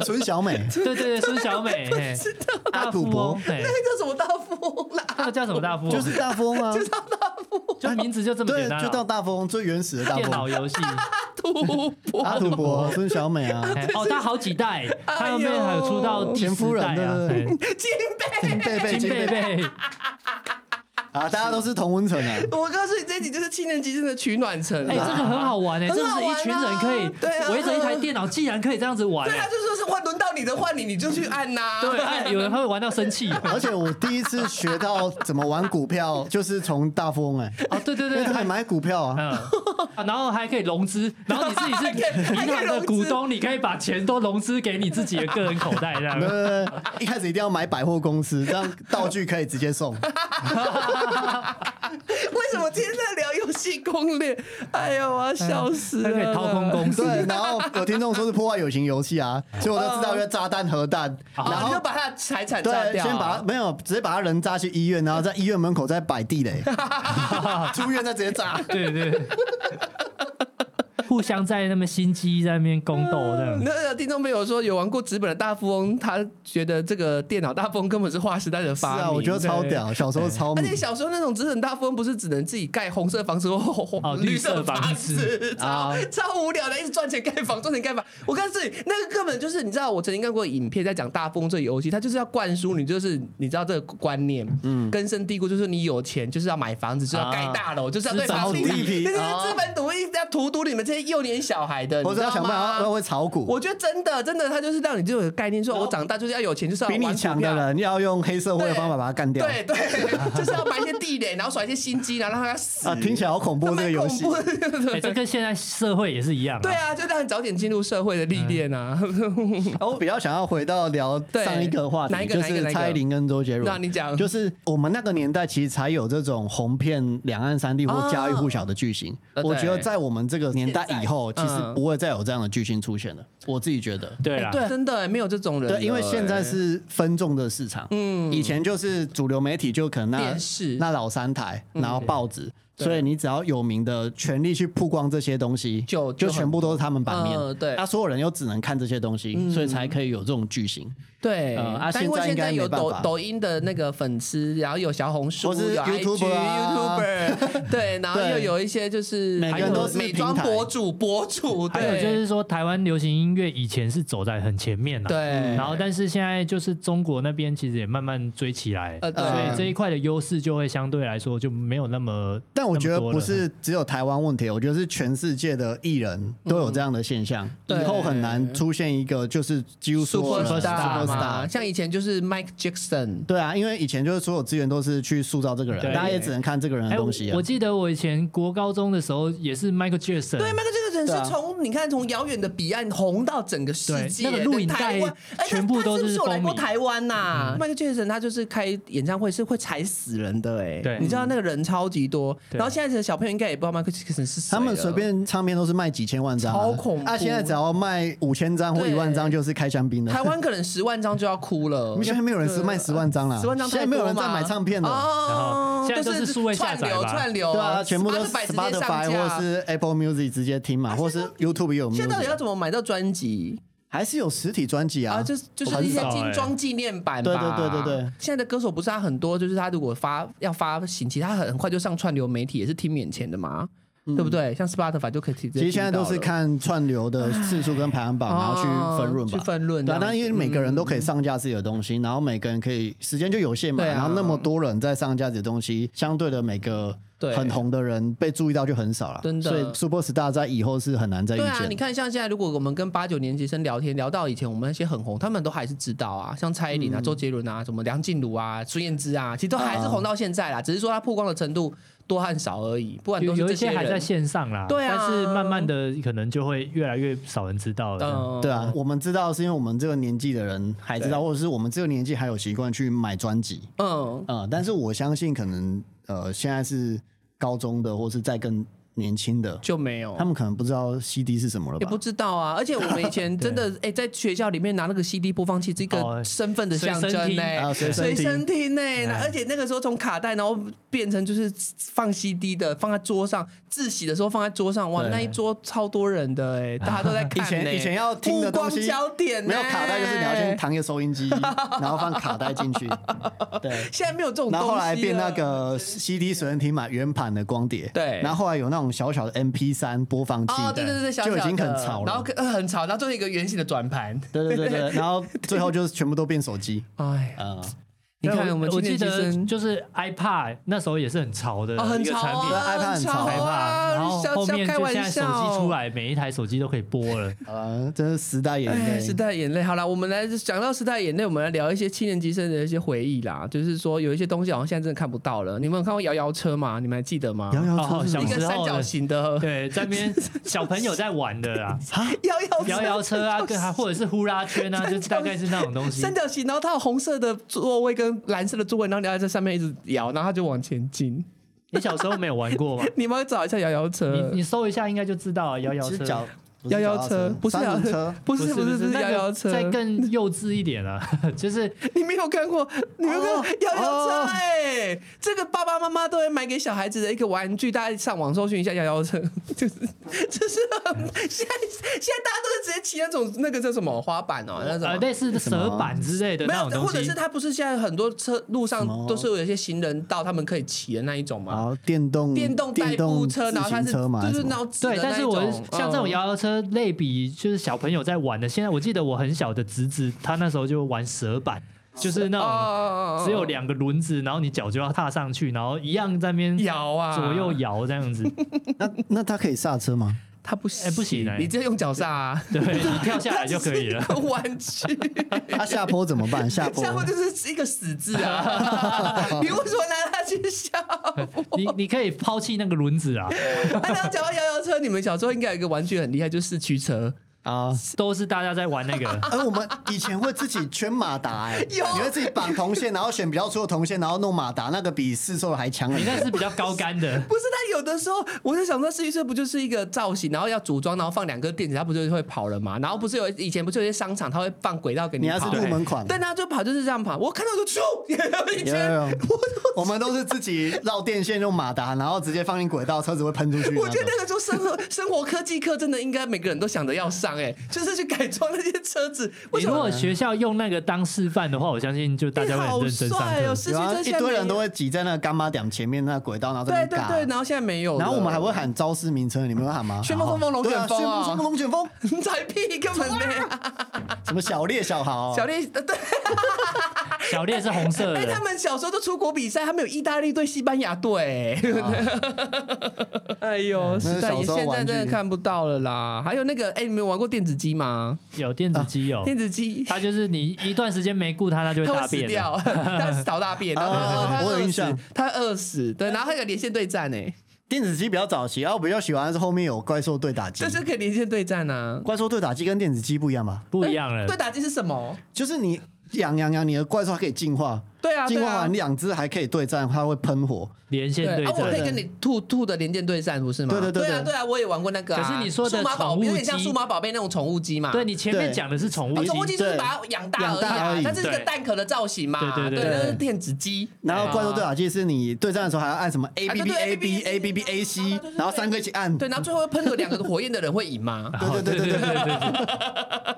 [SPEAKER 1] 孙小 美
[SPEAKER 3] 对对对，孙小美，哎大富
[SPEAKER 1] 赌博
[SPEAKER 3] 翁，哎
[SPEAKER 2] 那个叫什么大富 翁啦？
[SPEAKER 3] 那个叫什么大富翁？
[SPEAKER 1] 就是大富 翁啊，
[SPEAKER 3] 就名字就这么
[SPEAKER 1] 对
[SPEAKER 3] 简，单
[SPEAKER 1] 就到
[SPEAKER 3] 啊，
[SPEAKER 1] 大富翁最原始的大
[SPEAKER 3] 电
[SPEAKER 1] 富
[SPEAKER 3] 脑
[SPEAKER 1] 翁，
[SPEAKER 3] 游戏。
[SPEAKER 2] 土婆
[SPEAKER 1] 阿土 伯、孙小美啊，
[SPEAKER 3] 哎哦，他好几代，他后面还有出到第
[SPEAKER 1] 前夫
[SPEAKER 3] 四
[SPEAKER 1] 人
[SPEAKER 3] 代啊，
[SPEAKER 1] 对
[SPEAKER 3] 哎
[SPEAKER 2] 金贝。
[SPEAKER 1] 贝贝
[SPEAKER 3] 金
[SPEAKER 1] 金
[SPEAKER 3] 贝
[SPEAKER 1] 贝
[SPEAKER 3] 贝。
[SPEAKER 1] 啊，大家都是同温层啊。
[SPEAKER 2] 我告诉你，这一集就是青年级生的取暖城
[SPEAKER 3] 哎、
[SPEAKER 2] 啊。
[SPEAKER 3] 这个很好玩哎、
[SPEAKER 2] 很
[SPEAKER 3] 真
[SPEAKER 2] 好
[SPEAKER 3] 的
[SPEAKER 2] 玩
[SPEAKER 3] 是一群人可
[SPEAKER 2] 啊对啊
[SPEAKER 3] 以围着一台电脑，竟然可以这样子玩、
[SPEAKER 2] 对啊，
[SPEAKER 3] 哎，
[SPEAKER 2] 就说是换轮到你的换你，你就去按呐、
[SPEAKER 3] 对，哎，有人会玩到生气。哦
[SPEAKER 1] 而且我第一次学到怎么玩股票，就是从大富翁哎、
[SPEAKER 3] 哦，对对
[SPEAKER 1] 因
[SPEAKER 3] 对，
[SPEAKER 1] 为他
[SPEAKER 3] 还
[SPEAKER 1] 们买股票啊，
[SPEAKER 3] 嗯、啊然后还可以融资，然后你自己
[SPEAKER 2] 还可以
[SPEAKER 3] 是
[SPEAKER 2] 还可以
[SPEAKER 3] 银行
[SPEAKER 2] 融
[SPEAKER 3] 的
[SPEAKER 2] 资
[SPEAKER 3] 股东，你可以把钱都融资给你自己的个人口袋，这 样
[SPEAKER 2] 啊
[SPEAKER 1] 对。对对，一开始一定要买百货公司，这样道具可以直接送。
[SPEAKER 2] 为什么今天在聊游戏攻略？哎呀，我要笑死
[SPEAKER 3] 还
[SPEAKER 2] 了！
[SPEAKER 3] 可以掏空公司，
[SPEAKER 1] 对，然后有听众说是破坏友情游戏啊，所以我就知道要炸弹核弹，
[SPEAKER 2] 然
[SPEAKER 1] 然
[SPEAKER 2] 后就
[SPEAKER 1] 后。
[SPEAKER 2] 把他的财产
[SPEAKER 1] 对
[SPEAKER 2] 哦炸，掉、啊
[SPEAKER 1] 先把他没有，直接把他人炸去 医院，然后在医院门口再摆地雷，出院再直接炸。
[SPEAKER 3] 对对对互相在那边心机在那边宫斗这样。
[SPEAKER 2] 那个听众朋友说，有玩过纸本的大富翁，他觉得这个电脑大富翁根本是划时代
[SPEAKER 1] 是
[SPEAKER 2] 的发明。
[SPEAKER 1] 啊，我觉得超屌，小时候超
[SPEAKER 2] 而
[SPEAKER 1] 迷
[SPEAKER 2] 且小时候那种纸本大富翁不是只能自己盖红色房子或红、
[SPEAKER 3] 哦
[SPEAKER 2] 绿
[SPEAKER 3] 绿色
[SPEAKER 2] 房
[SPEAKER 3] 房子
[SPEAKER 2] 超、
[SPEAKER 1] 啊
[SPEAKER 2] 超无聊的，一直赚钱盖房，赚钱盖房。我告诉你，那个根本就是你知道，我曾经看过影片在讲大富翁这个游戏，它就是要灌输你，就是你知道这个观念，嗯，根深蒂固，就是你有钱就是要买房子，就是要盖大楼， 就是要对
[SPEAKER 1] 资本
[SPEAKER 2] 房地
[SPEAKER 1] 主
[SPEAKER 2] 产，
[SPEAKER 1] 义
[SPEAKER 2] 那
[SPEAKER 1] 啊
[SPEAKER 2] 是资本主义在荼毒你们这些幼年小孩的，
[SPEAKER 1] 或
[SPEAKER 2] 你
[SPEAKER 1] 者
[SPEAKER 2] 知
[SPEAKER 1] 要
[SPEAKER 2] 道
[SPEAKER 1] 想办法要
[SPEAKER 2] 吗？
[SPEAKER 1] 会炒股，
[SPEAKER 2] 我觉得真的真的，他就是让你就有个概念，说我长大就是要有钱，就是要
[SPEAKER 1] 比
[SPEAKER 2] 玩
[SPEAKER 1] 你
[SPEAKER 2] 股
[SPEAKER 1] 强的
[SPEAKER 2] 票
[SPEAKER 1] 人要用黑社会的
[SPEAKER 2] 对
[SPEAKER 1] 方法把他干掉。
[SPEAKER 2] 对 对，就是要埋一些地雷，然后甩一些心机，然后让他死。
[SPEAKER 1] 啊，听起来好恐怖
[SPEAKER 2] 他
[SPEAKER 1] 这
[SPEAKER 2] 蛮
[SPEAKER 1] 个游戏
[SPEAKER 2] 恐。怖的
[SPEAKER 3] 哎，这跟现在社会也是一样。
[SPEAKER 2] 对，啊，就让你早点进入社会的历练啊。
[SPEAKER 1] 啊， 我比较想要回到聊
[SPEAKER 2] 对
[SPEAKER 1] 上一个话
[SPEAKER 2] 哪一
[SPEAKER 1] 题，就
[SPEAKER 2] 个哪一个
[SPEAKER 1] 是
[SPEAKER 2] 哪一个
[SPEAKER 1] 蔡依林跟周杰
[SPEAKER 2] 让
[SPEAKER 1] 伦。
[SPEAKER 2] 你讲，
[SPEAKER 1] 就是我们那个年代，其实才有这种红遍两岸三地或家喻户晓的巨星。
[SPEAKER 2] 哦
[SPEAKER 1] 我
[SPEAKER 2] 啊对
[SPEAKER 1] 觉得在我们这个年代以后，
[SPEAKER 2] 现
[SPEAKER 1] 其
[SPEAKER 2] 在嗯
[SPEAKER 1] 实不会再有这样的巨星出现了。我自己觉得，
[SPEAKER 3] 对啊 啦，
[SPEAKER 2] 真的欸没有这种人了。欸
[SPEAKER 1] 对，因为现在是分众的市场，嗯，以前就是主流媒体就可能那
[SPEAKER 2] 电视嗯
[SPEAKER 1] 那老三台，然后报纸，
[SPEAKER 2] 对
[SPEAKER 1] 所以你只要有名的权利去曝光这些东西，
[SPEAKER 2] 就
[SPEAKER 1] 就
[SPEAKER 2] 就很
[SPEAKER 1] 全部都是他们版面，
[SPEAKER 2] 嗯对嗯
[SPEAKER 1] 那所有人又只能看这些东西，所以才可以有这种巨星，
[SPEAKER 2] 对，
[SPEAKER 1] 呃啊
[SPEAKER 2] 但因为
[SPEAKER 1] 现在应
[SPEAKER 2] 现
[SPEAKER 1] 该
[SPEAKER 2] 在
[SPEAKER 1] 没
[SPEAKER 2] 有
[SPEAKER 1] 办
[SPEAKER 2] 抖
[SPEAKER 1] 法
[SPEAKER 2] 抖音的那个粉丝，然后有小红书，
[SPEAKER 1] 或是
[SPEAKER 2] 有
[SPEAKER 1] YouTuber 啊
[SPEAKER 2] YouTuber，对，然后
[SPEAKER 1] 对
[SPEAKER 2] 又有一些就是
[SPEAKER 1] 每个人
[SPEAKER 2] 还有
[SPEAKER 1] 都是
[SPEAKER 2] 美
[SPEAKER 1] 平
[SPEAKER 2] 妆
[SPEAKER 1] 台
[SPEAKER 2] 博主博主，
[SPEAKER 3] 还有
[SPEAKER 2] 对
[SPEAKER 3] 就是说，台湾流行音乐以前是走在很前面啦。啊
[SPEAKER 2] 对，。
[SPEAKER 1] 哎嗯
[SPEAKER 3] 然后，但是现在就是中国那边其实也慢慢追起来，
[SPEAKER 2] 呃对
[SPEAKER 3] 所以这一块的优势就会相对来说就没有那么。
[SPEAKER 1] 但我觉得
[SPEAKER 3] 那么
[SPEAKER 1] 不
[SPEAKER 3] 多了
[SPEAKER 1] 是只有台湾问题，我觉得是全世界的艺人都有这样的现象，
[SPEAKER 2] 嗯对
[SPEAKER 1] 以后很难出现一个就是几乎所有
[SPEAKER 2] Super
[SPEAKER 1] 人
[SPEAKER 2] Star 嘛，
[SPEAKER 1] Superstar
[SPEAKER 2] 像以前就是 Mike Jackson，
[SPEAKER 1] 对啊，因为以前就是所有资源都是去塑造这个人，
[SPEAKER 3] 对
[SPEAKER 1] 大家也只能看这个人的
[SPEAKER 3] 哎，我
[SPEAKER 1] 东西啊
[SPEAKER 3] 我。记得我以前国高中的时候也是 Michael Jackson，
[SPEAKER 2] 对，麦克这个人
[SPEAKER 1] 对啊
[SPEAKER 2] 是从、你看从遥远的彼岸红到整个世界，
[SPEAKER 3] 对那
[SPEAKER 2] 欸
[SPEAKER 3] 个录影带
[SPEAKER 2] 台湾哎他
[SPEAKER 3] 全部都
[SPEAKER 2] 他是不是
[SPEAKER 3] 是
[SPEAKER 2] 有来过
[SPEAKER 3] 风靡
[SPEAKER 2] 台湾呐、
[SPEAKER 1] 嗯
[SPEAKER 2] 麦克杰克逊他就是开演唱会是会踩死人的哎、
[SPEAKER 3] 对
[SPEAKER 2] 你知道
[SPEAKER 1] 嗯
[SPEAKER 2] 那个人超级多，
[SPEAKER 3] 对
[SPEAKER 2] 然后现在的小朋友应该也不知道麦克杰克逊是谁了，
[SPEAKER 1] 啊他们随便唱片都是卖几千万张啊，
[SPEAKER 2] 超恐怖
[SPEAKER 1] 啊，现在只要卖五千张或
[SPEAKER 2] 对
[SPEAKER 1] 一万张就是开香槟的。
[SPEAKER 2] 台湾可能十万张就要哭了，
[SPEAKER 1] 现在没有人是卖十万张啦，
[SPEAKER 2] 十万张
[SPEAKER 1] 现
[SPEAKER 2] 太
[SPEAKER 1] 在
[SPEAKER 2] 多嘛，
[SPEAKER 1] 没有人在买唱片了。
[SPEAKER 2] 哦，
[SPEAKER 3] 然后现在都
[SPEAKER 2] 是
[SPEAKER 3] 是数位下
[SPEAKER 2] 串
[SPEAKER 3] 载
[SPEAKER 2] 流
[SPEAKER 3] 吧
[SPEAKER 2] 串流，
[SPEAKER 1] 对啊，全部都是
[SPEAKER 2] 百直接上
[SPEAKER 1] Spotify
[SPEAKER 2] 架啊
[SPEAKER 1] 或是 Apple Music 直接听嘛，或是 YouTube 也有
[SPEAKER 2] 现在到底要
[SPEAKER 1] Music，
[SPEAKER 2] 怎么买到专辑？
[SPEAKER 1] 还是有实体专辑
[SPEAKER 2] 啊，
[SPEAKER 1] 啊，
[SPEAKER 2] 就是就
[SPEAKER 1] 我
[SPEAKER 2] 是
[SPEAKER 1] 很
[SPEAKER 2] 一些
[SPEAKER 1] 少
[SPEAKER 3] 欸
[SPEAKER 2] 精装纪念版
[SPEAKER 1] 对
[SPEAKER 2] 吧。
[SPEAKER 1] 对对对对。
[SPEAKER 2] 现在的歌手不是他很多，就是他如果发要发行期，他很快就上串流媒体，也是听免钱的嘛，对不对？像 Spotify 就可以直接听
[SPEAKER 1] 嗯
[SPEAKER 2] 到了。哦
[SPEAKER 1] 其实现在都是看串流的次数跟排行榜，然后去分论吧。
[SPEAKER 2] 去分论这
[SPEAKER 1] 对啊
[SPEAKER 2] 样，子。嗯
[SPEAKER 1] 但因为每个人都可以上架自己的东西，然后每个人可以时间就有限嘛，
[SPEAKER 2] 对啊
[SPEAKER 1] 然后那么多人在上架自己的东西，相对的每个
[SPEAKER 2] 对
[SPEAKER 1] 很红的人被注意到就很少了。
[SPEAKER 2] 真的
[SPEAKER 1] 所以 Super Star 在以后是很难再遇
[SPEAKER 2] 对啊，
[SPEAKER 1] 见
[SPEAKER 2] 你
[SPEAKER 1] 的。
[SPEAKER 2] 看像现在，如果我们跟八九年级生聊天，聊到以前我们那些很红，他们都还是知道啊，像蔡依林
[SPEAKER 1] 嗯
[SPEAKER 2] 啊、周杰伦啊、什么梁静茹啊、孙燕姿啊，其实都还是红到现在啦，只是说它曝光的程度多和少而已。不然都
[SPEAKER 3] 有
[SPEAKER 2] 是
[SPEAKER 3] 有
[SPEAKER 2] 这
[SPEAKER 3] 一些还在
[SPEAKER 2] 人。
[SPEAKER 3] 线上啦，
[SPEAKER 2] 对啊
[SPEAKER 3] 但是慢慢的可能就会越来越少人知道了。
[SPEAKER 2] 嗯，
[SPEAKER 1] 对啊，我们知道是因为我们这个年纪的人还知道，或者是我们这个年纪还有习惯去买专辑。
[SPEAKER 2] 嗯，
[SPEAKER 1] 呃，但是我相信可能呃，现在是高中的，或是再更年轻的，
[SPEAKER 2] 就没有
[SPEAKER 1] 他。们可能不知道 CD 是什么了
[SPEAKER 2] 也
[SPEAKER 1] 吧
[SPEAKER 2] 不？知道啊，而且我们 以前真的哎、诶在学校里面拿那个 CD 播放器是一个
[SPEAKER 3] 哦
[SPEAKER 2] 身份的象征
[SPEAKER 3] 随身听
[SPEAKER 2] 呢、
[SPEAKER 1] 啊随身听
[SPEAKER 2] 听呢、那而且那个时候从卡带，然后变成就是放 CD 的，放在桌上，自习的时候放在桌上，哇，
[SPEAKER 1] 对
[SPEAKER 2] 那一桌超多人的哎、 大家都在看、
[SPEAKER 1] 以
[SPEAKER 2] 呢
[SPEAKER 1] 前以前要听的东西
[SPEAKER 2] 目光焦点、欸呢
[SPEAKER 1] 没有卡带，就是你要先扛一个收音机，然后放卡带进去。对，
[SPEAKER 2] 现在没有这种东
[SPEAKER 1] 然
[SPEAKER 2] 西
[SPEAKER 1] 后后
[SPEAKER 2] 了，
[SPEAKER 1] 来变那个 CD 随身听嘛，原盘的光碟。
[SPEAKER 2] 对
[SPEAKER 1] 然后后来有那种小小的 MP 三播放器，
[SPEAKER 2] 哦，对对对对，小小
[SPEAKER 1] 就已
[SPEAKER 2] 的
[SPEAKER 1] 经很吵
[SPEAKER 2] 然后
[SPEAKER 1] 了。
[SPEAKER 2] 可、呃很吵，然后做一个圆形的转盘，
[SPEAKER 1] 对对对 对，然后最后就是全部都变手机。
[SPEAKER 2] 哎呀，
[SPEAKER 1] 啊，
[SPEAKER 2] 你看
[SPEAKER 3] 对
[SPEAKER 2] 们
[SPEAKER 3] 我
[SPEAKER 2] 今
[SPEAKER 3] 记
[SPEAKER 2] 年级
[SPEAKER 3] 得
[SPEAKER 2] 生
[SPEAKER 3] 就是 iPad 那时候也是很潮的
[SPEAKER 2] 哦，很
[SPEAKER 3] 一个
[SPEAKER 2] 潮
[SPEAKER 3] 产品。
[SPEAKER 2] 啊，
[SPEAKER 1] iPad
[SPEAKER 2] 很
[SPEAKER 1] 很
[SPEAKER 2] 潮
[SPEAKER 1] 潮
[SPEAKER 3] 害怕，然后
[SPEAKER 2] 啊，
[SPEAKER 3] 后面
[SPEAKER 2] 开
[SPEAKER 3] 就
[SPEAKER 2] 玩
[SPEAKER 3] 现在手
[SPEAKER 2] 笑。
[SPEAKER 3] 机出来，每一台手机都可以播了。
[SPEAKER 1] 好了，真是时代眼
[SPEAKER 2] 哎，
[SPEAKER 1] 泪。
[SPEAKER 2] 时代眼泪。好啦，我们来讲到时代眼泪，我们来聊一些七年级生的一些回忆啦。就是说，有一些东西好像现在真的看不到了。你们有看过摇摇车吗？你们还记得吗？
[SPEAKER 1] 摇摇
[SPEAKER 3] 哦
[SPEAKER 1] 车是什
[SPEAKER 3] 小
[SPEAKER 1] 么
[SPEAKER 2] 一个
[SPEAKER 3] 时
[SPEAKER 2] 三
[SPEAKER 3] 候
[SPEAKER 2] 角
[SPEAKER 3] 的
[SPEAKER 2] 形的
[SPEAKER 3] 对，在那边小朋友在玩的啦，
[SPEAKER 2] 摇 摇车
[SPEAKER 3] 摇摇车啊，跟还或者是呼啦圈 啊，就大概是那种东西
[SPEAKER 2] 三。角形，然后它有红色的座位跟蓝色的座位，然后你要在这上面一直摇，然后它就往前进。
[SPEAKER 3] 你小时候没有玩过吗？
[SPEAKER 2] 你们要找一下摇摇
[SPEAKER 3] 你
[SPEAKER 2] 车。
[SPEAKER 3] 你搜一下应该就知道了，摇摇
[SPEAKER 1] 其实
[SPEAKER 3] 车
[SPEAKER 1] 脚。不是
[SPEAKER 2] 摇摇
[SPEAKER 1] 脚踏
[SPEAKER 2] 车不是啊
[SPEAKER 1] 三
[SPEAKER 2] 摇
[SPEAKER 1] 轮
[SPEAKER 2] 车
[SPEAKER 1] 车，
[SPEAKER 2] 不是不是不是
[SPEAKER 3] 那
[SPEAKER 2] 摇
[SPEAKER 3] 个
[SPEAKER 2] 摇车，
[SPEAKER 3] 再更幼稚一点啊， 就是
[SPEAKER 2] 你没有看过，你没有看过
[SPEAKER 1] 哦
[SPEAKER 2] 摇摇车
[SPEAKER 1] 哦
[SPEAKER 2] 哎、这个爸爸妈妈都会买给小孩子的一个玩具，大家上网搜寻一下摇摇车， 就是就是很现在现在大家都是直接骑那种那个叫什么滑板哦，那种、
[SPEAKER 3] 呃类似蛇板之类的
[SPEAKER 2] 没
[SPEAKER 3] 那种
[SPEAKER 2] 有，
[SPEAKER 3] 东
[SPEAKER 2] 或者
[SPEAKER 3] 西
[SPEAKER 2] 是。他不是现在很多车路上
[SPEAKER 1] 什么
[SPEAKER 2] 都是有一些行人道，他们可以骑的那一种
[SPEAKER 1] 然
[SPEAKER 3] 哦
[SPEAKER 2] 嘛，
[SPEAKER 1] 后电
[SPEAKER 3] 嗯
[SPEAKER 1] 动
[SPEAKER 2] 电动代步车，
[SPEAKER 1] 电动
[SPEAKER 2] 然
[SPEAKER 1] 自
[SPEAKER 2] 后它
[SPEAKER 1] 行
[SPEAKER 2] 是
[SPEAKER 1] 车嘛，
[SPEAKER 2] 就
[SPEAKER 1] 还
[SPEAKER 2] 是
[SPEAKER 1] 什么
[SPEAKER 2] 脑子的
[SPEAKER 3] 对，但是我
[SPEAKER 2] 那一
[SPEAKER 3] 是像这种
[SPEAKER 2] 嗯
[SPEAKER 3] 摇摇车类比，就是小朋友在玩的。现在我记得我很小的侄子，他那时候就玩蛇板，就是
[SPEAKER 2] 哦
[SPEAKER 3] 那
[SPEAKER 2] 哦哦哦
[SPEAKER 3] 种只有两个轮子，然后你脚就要踏上去，然后一样在那边
[SPEAKER 2] 摇啊，
[SPEAKER 3] 左右摇这样子。
[SPEAKER 1] 那那它可以刹车 吗？
[SPEAKER 2] 它不行，
[SPEAKER 3] 哎不行哎
[SPEAKER 2] 你直接用脚刹、啊。
[SPEAKER 3] 对，你跳下来就可以了。
[SPEAKER 2] 很玩具，
[SPEAKER 1] 它下坡怎么办？下坡
[SPEAKER 2] 下坡就是一个死字 啊！你为什么拿它去笑？
[SPEAKER 3] 你你可以抛弃那个轮子 啊，
[SPEAKER 2] 哎，然后讲到摇摇车，你们小时候应该有一个玩具很厉害，就是四驱车。
[SPEAKER 1] 啊。
[SPEAKER 3] 都是大家在玩那个。
[SPEAKER 1] 而我们以前会自己圈马达，哎，你
[SPEAKER 2] 有
[SPEAKER 1] 会自己绑铜线，然后选比较粗的铜线，然后弄马达，那个比市售的还强很
[SPEAKER 3] 你
[SPEAKER 1] 多。
[SPEAKER 3] 那是比较高干的，
[SPEAKER 2] 不是，它有的时候我在想说，四驱车不就是一个造型，然后要组装，然后放两个电子，它不就是会跑了嘛？然后不是有以前不是有些商场，它会放轨道给
[SPEAKER 1] 你
[SPEAKER 2] 跑
[SPEAKER 1] 还是
[SPEAKER 2] 吗，
[SPEAKER 1] 入门款，
[SPEAKER 2] 但它就跑就是这样跑。我看到我 就咻，
[SPEAKER 1] 有
[SPEAKER 2] 以
[SPEAKER 1] 有
[SPEAKER 2] 前
[SPEAKER 1] 有，我们都是自己绕电线用马达，然后直接放进轨道，车子会喷出去。
[SPEAKER 2] 我觉得
[SPEAKER 1] 那种
[SPEAKER 2] 那个时候生活生活科技课真的应该每个人都想着要上、哎，就是去改装那些车子。 为
[SPEAKER 3] 你
[SPEAKER 2] 什
[SPEAKER 3] 如
[SPEAKER 2] 么
[SPEAKER 3] 果学校用那个当示范的话，我相信就大家会很认真上
[SPEAKER 2] 好帅哦
[SPEAKER 3] 课。
[SPEAKER 2] 四驱
[SPEAKER 1] 有啊
[SPEAKER 2] 车
[SPEAKER 1] 一
[SPEAKER 2] 现在
[SPEAKER 1] 堆人
[SPEAKER 2] 没有
[SPEAKER 1] 都会挤在那个干妈点前面那个轨道，然后在
[SPEAKER 2] 对
[SPEAKER 1] 那边
[SPEAKER 2] 对
[SPEAKER 1] 尬
[SPEAKER 2] 对，然后现在没有了。
[SPEAKER 1] 然后我们还会喊招式名称，你们会喊吗？
[SPEAKER 2] 旋风风风龙
[SPEAKER 1] 对啊
[SPEAKER 2] 卷风啊
[SPEAKER 1] 旋风龙卷 风，
[SPEAKER 2] 你才屁，根本 没有。
[SPEAKER 1] 什么小烈小豪，啊
[SPEAKER 2] 小丽，呃对，
[SPEAKER 3] 小烈是红色
[SPEAKER 2] 哎，他
[SPEAKER 3] 的，
[SPEAKER 2] 们小时候都出国比赛，他们有意大利对西班牙队。啊 哎呦，
[SPEAKER 1] 嗯那
[SPEAKER 2] 时
[SPEAKER 1] 是
[SPEAKER 2] 代
[SPEAKER 1] 小
[SPEAKER 2] 也
[SPEAKER 1] 时候
[SPEAKER 2] 现在
[SPEAKER 1] 玩具
[SPEAKER 2] 真的看不到了啦。还有那个，哎，你们有玩过电子鸡吗？
[SPEAKER 3] 有电子机
[SPEAKER 1] 哦
[SPEAKER 3] 有，
[SPEAKER 2] 电子鸡。
[SPEAKER 3] 它就是你一段时间没顾它，它就会
[SPEAKER 2] 它
[SPEAKER 3] 大
[SPEAKER 2] 会死
[SPEAKER 3] 便哦
[SPEAKER 2] 掉，
[SPEAKER 3] 了。
[SPEAKER 2] 它是倒 大便，然后
[SPEAKER 1] 啊
[SPEAKER 2] 它
[SPEAKER 1] 我有
[SPEAKER 2] 饿
[SPEAKER 1] 印
[SPEAKER 2] 死
[SPEAKER 1] 象，
[SPEAKER 2] 它饿死，对，然后还有连线对战欸呢，
[SPEAKER 1] 电子鸡比较早期，然后我比较喜欢的是后面有怪兽对打机
[SPEAKER 2] 这。是可以连线对战啊。
[SPEAKER 1] 怪兽对打机跟电子鸡不一样吧？
[SPEAKER 3] 不一样了
[SPEAKER 2] 对，打机是什么？
[SPEAKER 1] 就是你养养养你的怪兽还可以进化，
[SPEAKER 2] 对啊，
[SPEAKER 1] 进
[SPEAKER 2] 对
[SPEAKER 1] 化
[SPEAKER 2] 啊
[SPEAKER 1] 完，两只还可以对战，它会喷火。
[SPEAKER 3] 连线对
[SPEAKER 2] 啊，我可以
[SPEAKER 3] 战。
[SPEAKER 2] 跟你兔兔的连线对战，不是吗？
[SPEAKER 1] 对对对
[SPEAKER 2] 对
[SPEAKER 1] 对
[SPEAKER 2] 啊，对啊，我也玩过那个啊。
[SPEAKER 3] 可是你说的
[SPEAKER 2] 数码宝
[SPEAKER 3] 宠物
[SPEAKER 2] 贝有点像
[SPEAKER 3] 机
[SPEAKER 2] 数码宝贝那种宠物机嘛？
[SPEAKER 3] 对你前面
[SPEAKER 1] 对
[SPEAKER 3] 讲的是宠
[SPEAKER 2] 啊。
[SPEAKER 3] 物
[SPEAKER 2] 宠物
[SPEAKER 3] 机，
[SPEAKER 2] 机就是
[SPEAKER 1] 对
[SPEAKER 2] 把它养大
[SPEAKER 1] 养大
[SPEAKER 2] 而
[SPEAKER 1] 而
[SPEAKER 2] 已啊，
[SPEAKER 1] 已
[SPEAKER 2] 它是一个
[SPEAKER 3] 对
[SPEAKER 2] 蛋壳的造型嘛，
[SPEAKER 3] 对对对
[SPEAKER 2] 那
[SPEAKER 3] 对
[SPEAKER 2] 是电子鸡。
[SPEAKER 1] 然后怪兽对
[SPEAKER 2] 啊
[SPEAKER 1] 打机是你对战的时候还要按什么 A
[SPEAKER 2] 啊
[SPEAKER 1] B B A
[SPEAKER 2] 对对
[SPEAKER 1] B
[SPEAKER 2] A
[SPEAKER 1] A
[SPEAKER 2] B
[SPEAKER 1] B
[SPEAKER 2] B
[SPEAKER 1] B
[SPEAKER 2] A 啊
[SPEAKER 1] A
[SPEAKER 2] B
[SPEAKER 1] C，
[SPEAKER 2] B
[SPEAKER 1] 然后三个一起按。
[SPEAKER 2] 对，然后最后会喷有两个火焰的人会 赢吗？
[SPEAKER 3] 然后
[SPEAKER 1] 对对对
[SPEAKER 3] 对
[SPEAKER 1] 对
[SPEAKER 3] 对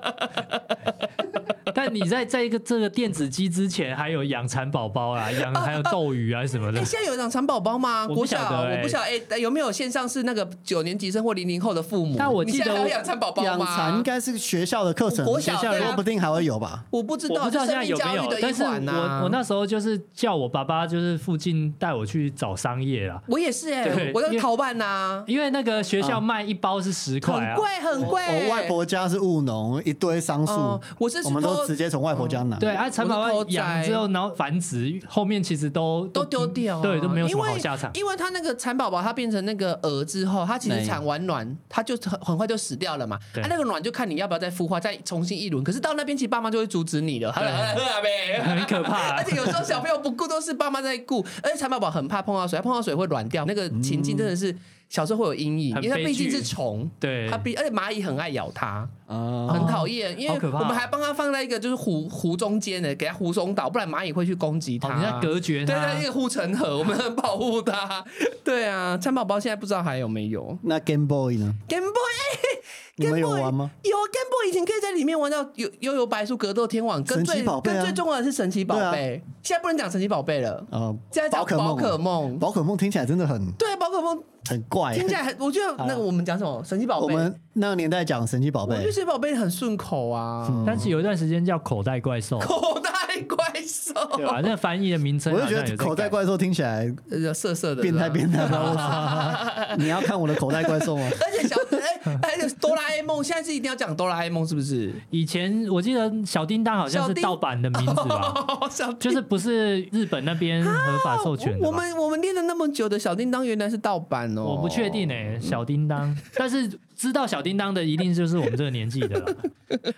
[SPEAKER 3] 对 但你在在一个这个电子鸡之前，还有养蚕宝宝啊，养还有斗鱼啊什么的
[SPEAKER 2] 哎，。现在有养蚕宝宝吗？
[SPEAKER 3] 我
[SPEAKER 2] 国
[SPEAKER 3] 不
[SPEAKER 2] 小
[SPEAKER 3] 晓得
[SPEAKER 2] 我
[SPEAKER 3] 哎
[SPEAKER 2] 不晓得哎，有没有线上是那个九年级生或零零后的父母？
[SPEAKER 3] 但我
[SPEAKER 2] 你
[SPEAKER 3] 记
[SPEAKER 2] 现在
[SPEAKER 3] 得
[SPEAKER 2] 还有
[SPEAKER 3] 我
[SPEAKER 2] 养蚕宝宝
[SPEAKER 1] 养蚕应
[SPEAKER 2] 吗？
[SPEAKER 1] 该是学校的课程，
[SPEAKER 2] 国
[SPEAKER 1] 学
[SPEAKER 2] 小
[SPEAKER 1] 校
[SPEAKER 2] 对啊
[SPEAKER 1] 说不定还会有吧。
[SPEAKER 2] 我不知
[SPEAKER 3] 我
[SPEAKER 2] 道，
[SPEAKER 3] 不知道
[SPEAKER 2] 是
[SPEAKER 3] 现在
[SPEAKER 2] 生命
[SPEAKER 3] 有没
[SPEAKER 2] 教育
[SPEAKER 3] 有，
[SPEAKER 2] 的一
[SPEAKER 3] 但是
[SPEAKER 2] 环啊呐。
[SPEAKER 3] 我我那时候就是叫我爸爸，就是附近带我去找商业啦，
[SPEAKER 2] 我也是哎、
[SPEAKER 3] 对
[SPEAKER 2] 我要
[SPEAKER 3] 因为
[SPEAKER 2] 逃办呐、
[SPEAKER 3] 因为那个学校卖一包是十块
[SPEAKER 2] 啊很
[SPEAKER 3] 啊，
[SPEAKER 2] 贵很贵、
[SPEAKER 1] 我哦外婆家是务农，一堆桑
[SPEAKER 2] 哦
[SPEAKER 1] 树，
[SPEAKER 2] 我是去嗯
[SPEAKER 1] 我们
[SPEAKER 2] 偷
[SPEAKER 1] 都直接从外婆家拿。
[SPEAKER 3] 对，啊，蚕宝
[SPEAKER 2] 我
[SPEAKER 3] 宝
[SPEAKER 2] 是偷摘
[SPEAKER 3] 养之后，然后繁殖，后面其实都
[SPEAKER 2] 都丢掉、啊，
[SPEAKER 3] 对，都没有什
[SPEAKER 2] 因
[SPEAKER 3] 么
[SPEAKER 2] 为
[SPEAKER 3] 好下场。
[SPEAKER 2] 因为它那个蚕宝宝，它变成那个蛾之后，它其实产完卵，它就很很快就死掉了嘛。它、
[SPEAKER 3] 对
[SPEAKER 2] 那个卵就看你要不要再孵化，再重新一轮。可是到那边，其实爸妈就会阻止你 了，好了好了好了呗，
[SPEAKER 3] 很可怕啊
[SPEAKER 2] 而且有时候小朋友不顾，都是爸妈在顾。而且蚕宝宝很怕碰到水，它碰到水会软掉，那个情境真的是小时候会有阴影，
[SPEAKER 3] 嗯很
[SPEAKER 2] 因为它毕竟
[SPEAKER 3] 悲剧
[SPEAKER 2] 是虫，
[SPEAKER 3] 对哦
[SPEAKER 2] 它毕而且蚂蚁很爱咬它。
[SPEAKER 1] 啊，
[SPEAKER 2] 很讨厌，因为
[SPEAKER 3] 好可怕哦
[SPEAKER 2] 我们还帮他放在一个就是湖湖中间的，给他湖中岛，不然蚂蚁会去攻击
[SPEAKER 3] 哦，
[SPEAKER 2] 它。
[SPEAKER 3] 你在隔绝
[SPEAKER 2] 对，
[SPEAKER 3] 它
[SPEAKER 2] 在一，个护城河，我们很保护它。对啊，蚕宝宝现在不知道还有没有
[SPEAKER 1] 那 Game Boy 呢？
[SPEAKER 2] Game Boy？
[SPEAKER 1] 你们
[SPEAKER 2] Game
[SPEAKER 1] 有
[SPEAKER 2] Boy
[SPEAKER 1] 玩吗？
[SPEAKER 2] 有 Game Boy 以前可以在里面玩到悠悠游白书、格斗天网，跟
[SPEAKER 1] 神奇
[SPEAKER 2] 最、
[SPEAKER 1] 宝贝啊啊
[SPEAKER 2] 跟最重要的是神奇宝贝。现在不能讲神奇宝贝了，
[SPEAKER 1] 呃，
[SPEAKER 2] 现在讲
[SPEAKER 1] 宝可
[SPEAKER 2] 宝
[SPEAKER 1] 梦，
[SPEAKER 2] 可梦。
[SPEAKER 1] 宝可梦听起来真的很
[SPEAKER 2] 对，啊宝可梦
[SPEAKER 1] 很怪。
[SPEAKER 2] 听起来很，我觉得那个我们讲什么神奇宝
[SPEAKER 1] 哎我
[SPEAKER 2] 贝，
[SPEAKER 1] 们那个年代讲神奇宝
[SPEAKER 2] 我觉得
[SPEAKER 1] 贝
[SPEAKER 2] 神，奇宝贝很顺口啊，
[SPEAKER 1] 嗯
[SPEAKER 3] 但是有一段时间叫口袋怪兽，
[SPEAKER 2] 口袋怪兽。
[SPEAKER 3] 对吧？那翻译的名称
[SPEAKER 1] 我就
[SPEAKER 3] 好像
[SPEAKER 1] 觉
[SPEAKER 3] 有
[SPEAKER 1] 得
[SPEAKER 3] 在改
[SPEAKER 1] 口袋怪兽听起来
[SPEAKER 2] 呃，色色的
[SPEAKER 1] 变态
[SPEAKER 2] 啦
[SPEAKER 1] 变 态，不知道为什么 你要看我的口袋怪兽吗？
[SPEAKER 2] 而且小 哎，还有哆啦 A 梦，现在是一定要讲哆啦 A 梦是不是？
[SPEAKER 3] 以前我记得小叮当好像
[SPEAKER 2] 小
[SPEAKER 3] 是
[SPEAKER 2] 叮哦
[SPEAKER 3] 盗版的名字吧，
[SPEAKER 1] 啊
[SPEAKER 2] 小叮
[SPEAKER 3] 就是不是日本那边合法授权的吧
[SPEAKER 2] 我们我们练了那么久的小叮当，原来是盗版哦。
[SPEAKER 3] 我不确定哎、小叮当，但是知道小叮当的一定就是我们这个年纪的 了。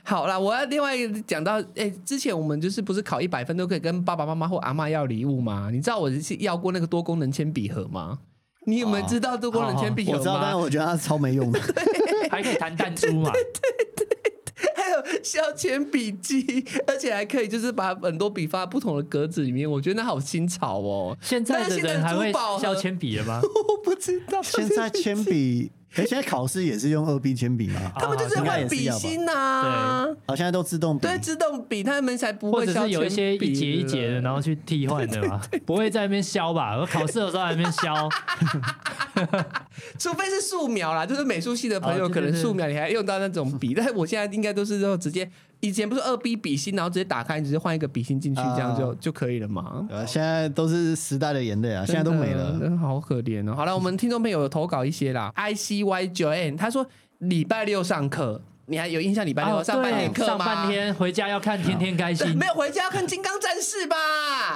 [SPEAKER 2] 好啦，我要另外一个讲到，哎，之前我们就是不是考一百分都可以跟爸爸妈妈或阿嬷要礼物吗？你知道我是要过那个多功能铅笔盒吗？你有没有知道多功能铅笔
[SPEAKER 1] 啊我
[SPEAKER 2] 有
[SPEAKER 1] 知道，但是
[SPEAKER 2] 吗？
[SPEAKER 1] 我觉得它超没 用的。
[SPEAKER 3] 还可以弹弹珠嘛？
[SPEAKER 2] 还 有削铅笔机， 而且还可以就是把很多笔放在不同的格子里面，我觉得那好新潮哦。
[SPEAKER 3] 现在的人还会削铅笔了吗？
[SPEAKER 2] 我不知道，
[SPEAKER 1] 现在铅笔，哎，现在考试也是用二 B 铅笔吗？
[SPEAKER 2] 他们就是
[SPEAKER 1] 应该
[SPEAKER 2] 换
[SPEAKER 1] 也是
[SPEAKER 2] 笔
[SPEAKER 1] 要吧
[SPEAKER 2] 芯呐、啊，
[SPEAKER 1] 好，现在都自动笔。
[SPEAKER 2] 对，自动笔，他们才不
[SPEAKER 3] 或
[SPEAKER 2] 会
[SPEAKER 3] 者
[SPEAKER 2] 削
[SPEAKER 3] 是有一些
[SPEAKER 2] 铅笔
[SPEAKER 3] 一节一节的，
[SPEAKER 2] 了
[SPEAKER 3] 然后去替换的 嘛？不会在那边削吧？我考试的时候还在那边削，
[SPEAKER 2] 除非是素描啦，就是美术系的朋友
[SPEAKER 3] 哦对
[SPEAKER 2] 可能
[SPEAKER 3] 对对
[SPEAKER 2] 素描你还用到那种笔， 但是我现在应该都是要直接，以前不是二 B 笔芯，然后直接打开，你直接换一个笔芯进去，
[SPEAKER 1] 啊
[SPEAKER 2] 这样就、就可以了嘛。
[SPEAKER 1] 呃，现在都是时代的眼泪啊，现在都没
[SPEAKER 2] 真
[SPEAKER 1] 了。
[SPEAKER 2] 的好可怜哦。好了，我们听众朋友有投稿一些啦，I C Y 九 N，他说礼拜六上课，你还有印象礼拜六
[SPEAKER 3] 哦
[SPEAKER 2] 上半天
[SPEAKER 3] 对，
[SPEAKER 2] 课吗？
[SPEAKER 3] 上半天回家要看《天天开心
[SPEAKER 2] 对。》 没，有回家要看《金刚战士》吧？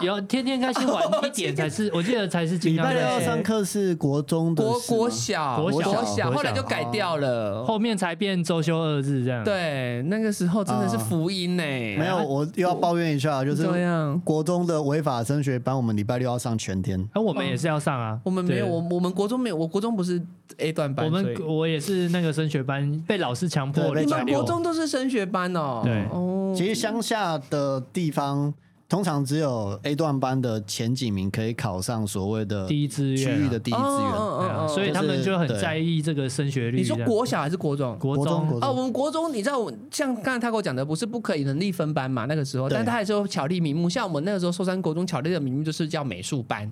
[SPEAKER 3] 有《天天开心》晚一点才 是，我记得才是金
[SPEAKER 1] 礼
[SPEAKER 3] 刚
[SPEAKER 1] 拜
[SPEAKER 3] 战
[SPEAKER 1] 六
[SPEAKER 3] 士
[SPEAKER 1] 上课是国中的
[SPEAKER 2] 国
[SPEAKER 1] 事吗
[SPEAKER 2] 国小
[SPEAKER 3] 国小哦
[SPEAKER 2] 小，
[SPEAKER 3] 国
[SPEAKER 2] 后来就
[SPEAKER 3] 小
[SPEAKER 2] 改掉了。
[SPEAKER 3] 后面才变周休二日这样。，
[SPEAKER 2] 对，那个时候真的是
[SPEAKER 1] 啊
[SPEAKER 2] 福音呢、啊
[SPEAKER 1] 没有，我又要抱怨一下，就
[SPEAKER 2] 怎么
[SPEAKER 1] 是
[SPEAKER 2] 样？
[SPEAKER 1] 国中的违法升学班，我们礼拜六要上全天。
[SPEAKER 3] 那我们也是要上啊。
[SPEAKER 2] 哦我们没有，
[SPEAKER 3] 对
[SPEAKER 2] 我我们国中没有，我国中不是 A 段班，
[SPEAKER 3] 我
[SPEAKER 2] 所以
[SPEAKER 3] 们我也是那个升学班，被老师强迫
[SPEAKER 1] 对被
[SPEAKER 2] 你
[SPEAKER 3] 礼拜
[SPEAKER 1] 强
[SPEAKER 2] 们
[SPEAKER 1] 迫
[SPEAKER 3] 六
[SPEAKER 2] 国。中都是升学班哦。
[SPEAKER 3] 对
[SPEAKER 2] 哦，
[SPEAKER 1] 其实乡下的地方，通常只有 A 段班的前几名可以考上所谓的
[SPEAKER 3] 第一志愿
[SPEAKER 1] 区
[SPEAKER 3] 啊
[SPEAKER 1] 域的第一志愿。
[SPEAKER 2] 哦
[SPEAKER 3] 对啊所以他们就很在意这个升学率
[SPEAKER 2] 你
[SPEAKER 3] 这
[SPEAKER 2] 说
[SPEAKER 3] 样。
[SPEAKER 2] 国小还是国中？
[SPEAKER 3] 国
[SPEAKER 1] 国中
[SPEAKER 3] 中
[SPEAKER 1] 国
[SPEAKER 2] 哦，我
[SPEAKER 1] 中
[SPEAKER 2] 们国中，你知道我像刚才他跟我讲的，不是不可以能力分班嘛？那个时候，
[SPEAKER 1] 对
[SPEAKER 2] 但他还是有巧立名目。像我们那个时候，寿山国中巧立的名目就是叫美术班。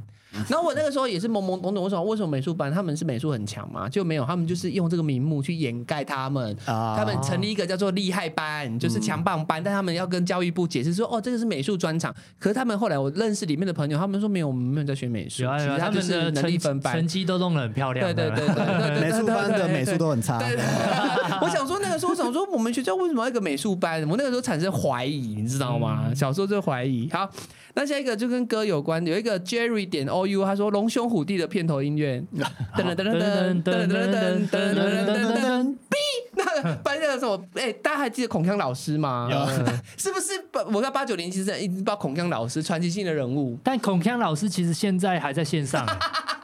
[SPEAKER 2] 然后我那个时候也是懵懵懂懂，我想为什么美术班他们是美术很强嘛？就没有，他们就是用这个名目去掩盖他们。
[SPEAKER 1] 啊，
[SPEAKER 2] 他们成立一个叫做厉害班，就是强棒班，但他们要跟教育部解释说，哦，这个是美术专场。可是他们后来我认识里面的朋友，他们说没有，我们没有在学美术，
[SPEAKER 3] 有啊
[SPEAKER 2] 其
[SPEAKER 3] 有啊，
[SPEAKER 2] 实它
[SPEAKER 3] 他
[SPEAKER 2] 就
[SPEAKER 3] 们
[SPEAKER 2] 是
[SPEAKER 3] 的
[SPEAKER 2] 能力
[SPEAKER 3] 成
[SPEAKER 2] 分班
[SPEAKER 3] 成。绩都弄得很漂亮
[SPEAKER 2] 对
[SPEAKER 3] 的。
[SPEAKER 2] 对对对对
[SPEAKER 3] 呃
[SPEAKER 2] 对，
[SPEAKER 1] 美术班的美术
[SPEAKER 2] 都。
[SPEAKER 1] 都很差。
[SPEAKER 2] 对，我想说那个时候，我想说我们学校为什么要一个美术班？我那个时候产生怀疑，你知道吗？小时候就怀疑。好，那下一个就跟歌有关，有一个 Jerry 点 O U，他说《龙兄虎弟》的片头音乐，噔噔噔噔噔噔噔噔噔噔噔噔。那个班那个什么，哎、大家还记得孔锵老师吗？是不是？我在八九年其实一直把孔锵老师传奇性的人物，
[SPEAKER 3] 但孔锵老师其实现在还在线上欸，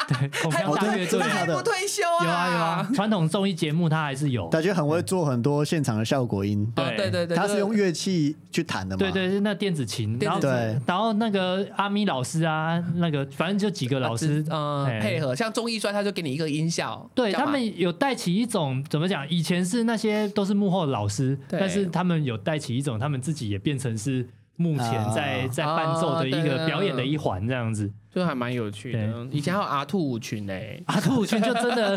[SPEAKER 3] 对，孔
[SPEAKER 2] 还
[SPEAKER 3] 锵
[SPEAKER 2] 不
[SPEAKER 3] 大
[SPEAKER 1] 对
[SPEAKER 3] 乐
[SPEAKER 2] 退，
[SPEAKER 3] 队
[SPEAKER 2] 他
[SPEAKER 1] 对
[SPEAKER 2] 还不退休
[SPEAKER 3] 有啊有啊，传统综艺节目他还是有。
[SPEAKER 1] 他就很会做很多现场的效果音，
[SPEAKER 2] 哦对对对，
[SPEAKER 1] 他
[SPEAKER 2] 就是
[SPEAKER 1] 用乐器去弹的嘛。
[SPEAKER 3] 对对，是那电子琴，
[SPEAKER 2] 电
[SPEAKER 3] 然后
[SPEAKER 2] 子琴
[SPEAKER 1] 对
[SPEAKER 3] 然后那个阿咪老师啊，那个反正就几个老师
[SPEAKER 2] 嗯、
[SPEAKER 3] 哎
[SPEAKER 2] 配合，像中艺专他就给你一个音效，
[SPEAKER 3] 对
[SPEAKER 2] 干嘛
[SPEAKER 3] 他们有带起一种怎么讲？以前是那些都是幕后老师，
[SPEAKER 2] 对
[SPEAKER 3] 但是他们有带起一种，他们自己也变成是目前
[SPEAKER 1] 啊
[SPEAKER 3] 在、在伴奏的一
[SPEAKER 2] 啊对
[SPEAKER 3] 个
[SPEAKER 2] 啊
[SPEAKER 3] 表演的一环这样子。
[SPEAKER 2] 就还蛮有趣的。以前还有 R 兔舞群嘞、
[SPEAKER 3] 啊，兔舞圈就真 的，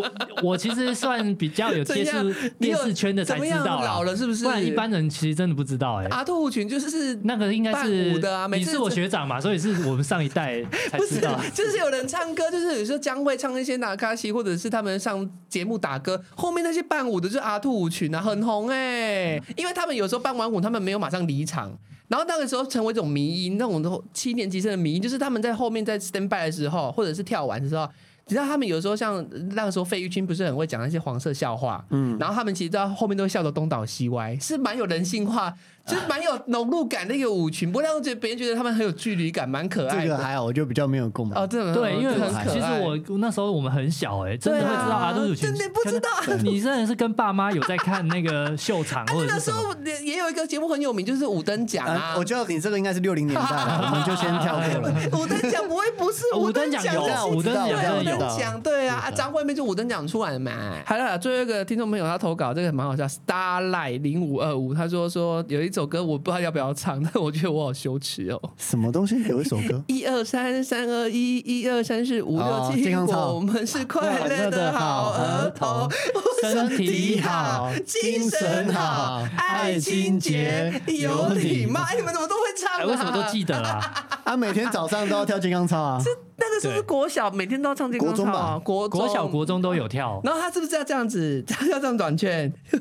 [SPEAKER 3] 我我其实算比较有接触
[SPEAKER 2] 怎样你有
[SPEAKER 3] 电视圈的才知
[SPEAKER 2] 怎么
[SPEAKER 3] 道
[SPEAKER 2] 样老
[SPEAKER 3] 啦，
[SPEAKER 2] 了是不是？
[SPEAKER 3] 不然一般人其实真的不知道哎、
[SPEAKER 2] R 兔舞群就是
[SPEAKER 3] 那个应该
[SPEAKER 2] 伴舞
[SPEAKER 3] 是
[SPEAKER 2] 的啊每
[SPEAKER 3] 你
[SPEAKER 2] 次
[SPEAKER 3] 是我学长嘛，所以是我们上一代才
[SPEAKER 2] 不
[SPEAKER 3] 知
[SPEAKER 2] 是
[SPEAKER 3] 道。，
[SPEAKER 2] 就是有人唱歌，就是有时候将会唱一些纳卡西，或者是他们上节目打歌，后面那些伴舞的就是阿兔舞群啊，很红哎、因为他们有时候伴完舞，他们没有马上离场。然后那个时候成为一种迷音，那种七年级生的迷音，就是他们在后面在 stand by 的时候，或者是跳完的时候，你知道他们有时候像那个时候费玉清不是很会讲那些黄色笑话，嗯，然后他们其实到后面都会笑得东倒西歪，是蛮有人性化，就是蛮有融入感的一个舞群，不会让觉得别人觉得他们很有距离感，蛮可爱
[SPEAKER 1] 这
[SPEAKER 2] 的
[SPEAKER 1] 个。还好，我就比较没有共鸣。
[SPEAKER 2] 哦，这种
[SPEAKER 3] 对，因为
[SPEAKER 2] 这
[SPEAKER 3] 我
[SPEAKER 2] 种很可
[SPEAKER 3] 其实
[SPEAKER 2] 爱
[SPEAKER 3] 我那时候我们很小哎、真的会知
[SPEAKER 2] 对
[SPEAKER 3] 道
[SPEAKER 2] 啊
[SPEAKER 3] 阿杜鲁群，
[SPEAKER 2] 真的不知道哎
[SPEAKER 3] 可能你真的是跟爸妈有在看那个秀 场或者
[SPEAKER 2] 那
[SPEAKER 3] 是
[SPEAKER 2] 时
[SPEAKER 3] 什么
[SPEAKER 2] 候。也也有一个节目很有名，就是五等奖啊
[SPEAKER 1] 啊，。我觉得你这个应该是六零年代 了，我们就先跳过了。
[SPEAKER 2] 五等奖不会不是
[SPEAKER 3] 哦五
[SPEAKER 2] 等
[SPEAKER 3] 等
[SPEAKER 2] 奖
[SPEAKER 3] 奖
[SPEAKER 2] 是，
[SPEAKER 3] 有啊，五
[SPEAKER 1] 五
[SPEAKER 3] 等
[SPEAKER 1] 等奖
[SPEAKER 3] 奖
[SPEAKER 2] 对
[SPEAKER 1] 知道知
[SPEAKER 3] 真的
[SPEAKER 2] 五
[SPEAKER 3] 有
[SPEAKER 1] 道
[SPEAKER 2] 等奖对啊，啊张惠妹就五等奖出来嘛。还有啦最后一个听众朋友他投稿，这个蛮好笑，Starlight 零五二五，他说说有一首歌我不知道要不要唱，但我觉得我好羞耻哦。？
[SPEAKER 1] 什么东西有一首歌
[SPEAKER 2] 一二三三二一，一二三四五六
[SPEAKER 1] 哦
[SPEAKER 2] 七，
[SPEAKER 1] 健康操
[SPEAKER 2] 我们是快乐
[SPEAKER 1] 快乐
[SPEAKER 2] 的
[SPEAKER 1] 的
[SPEAKER 2] 好
[SPEAKER 1] 好
[SPEAKER 2] 儿
[SPEAKER 1] 儿
[SPEAKER 2] 童
[SPEAKER 1] 童，
[SPEAKER 3] 身体
[SPEAKER 1] 好
[SPEAKER 2] 精神好，爱清洁，有礼貌。哎你们怎么都会唱、
[SPEAKER 3] 哎，
[SPEAKER 2] 啊？
[SPEAKER 3] 为什么都记得 啊？
[SPEAKER 1] 啊，每天早上都要跳健康操啊。
[SPEAKER 2] 那 个是不是
[SPEAKER 3] 对
[SPEAKER 2] 国小每天都要唱健康
[SPEAKER 1] 国中
[SPEAKER 2] 操
[SPEAKER 1] 吧
[SPEAKER 2] 啊？国
[SPEAKER 3] 国小、
[SPEAKER 2] 中
[SPEAKER 3] 国中都有跳，
[SPEAKER 2] 然后他是不是要这样子， 他要这样转圈？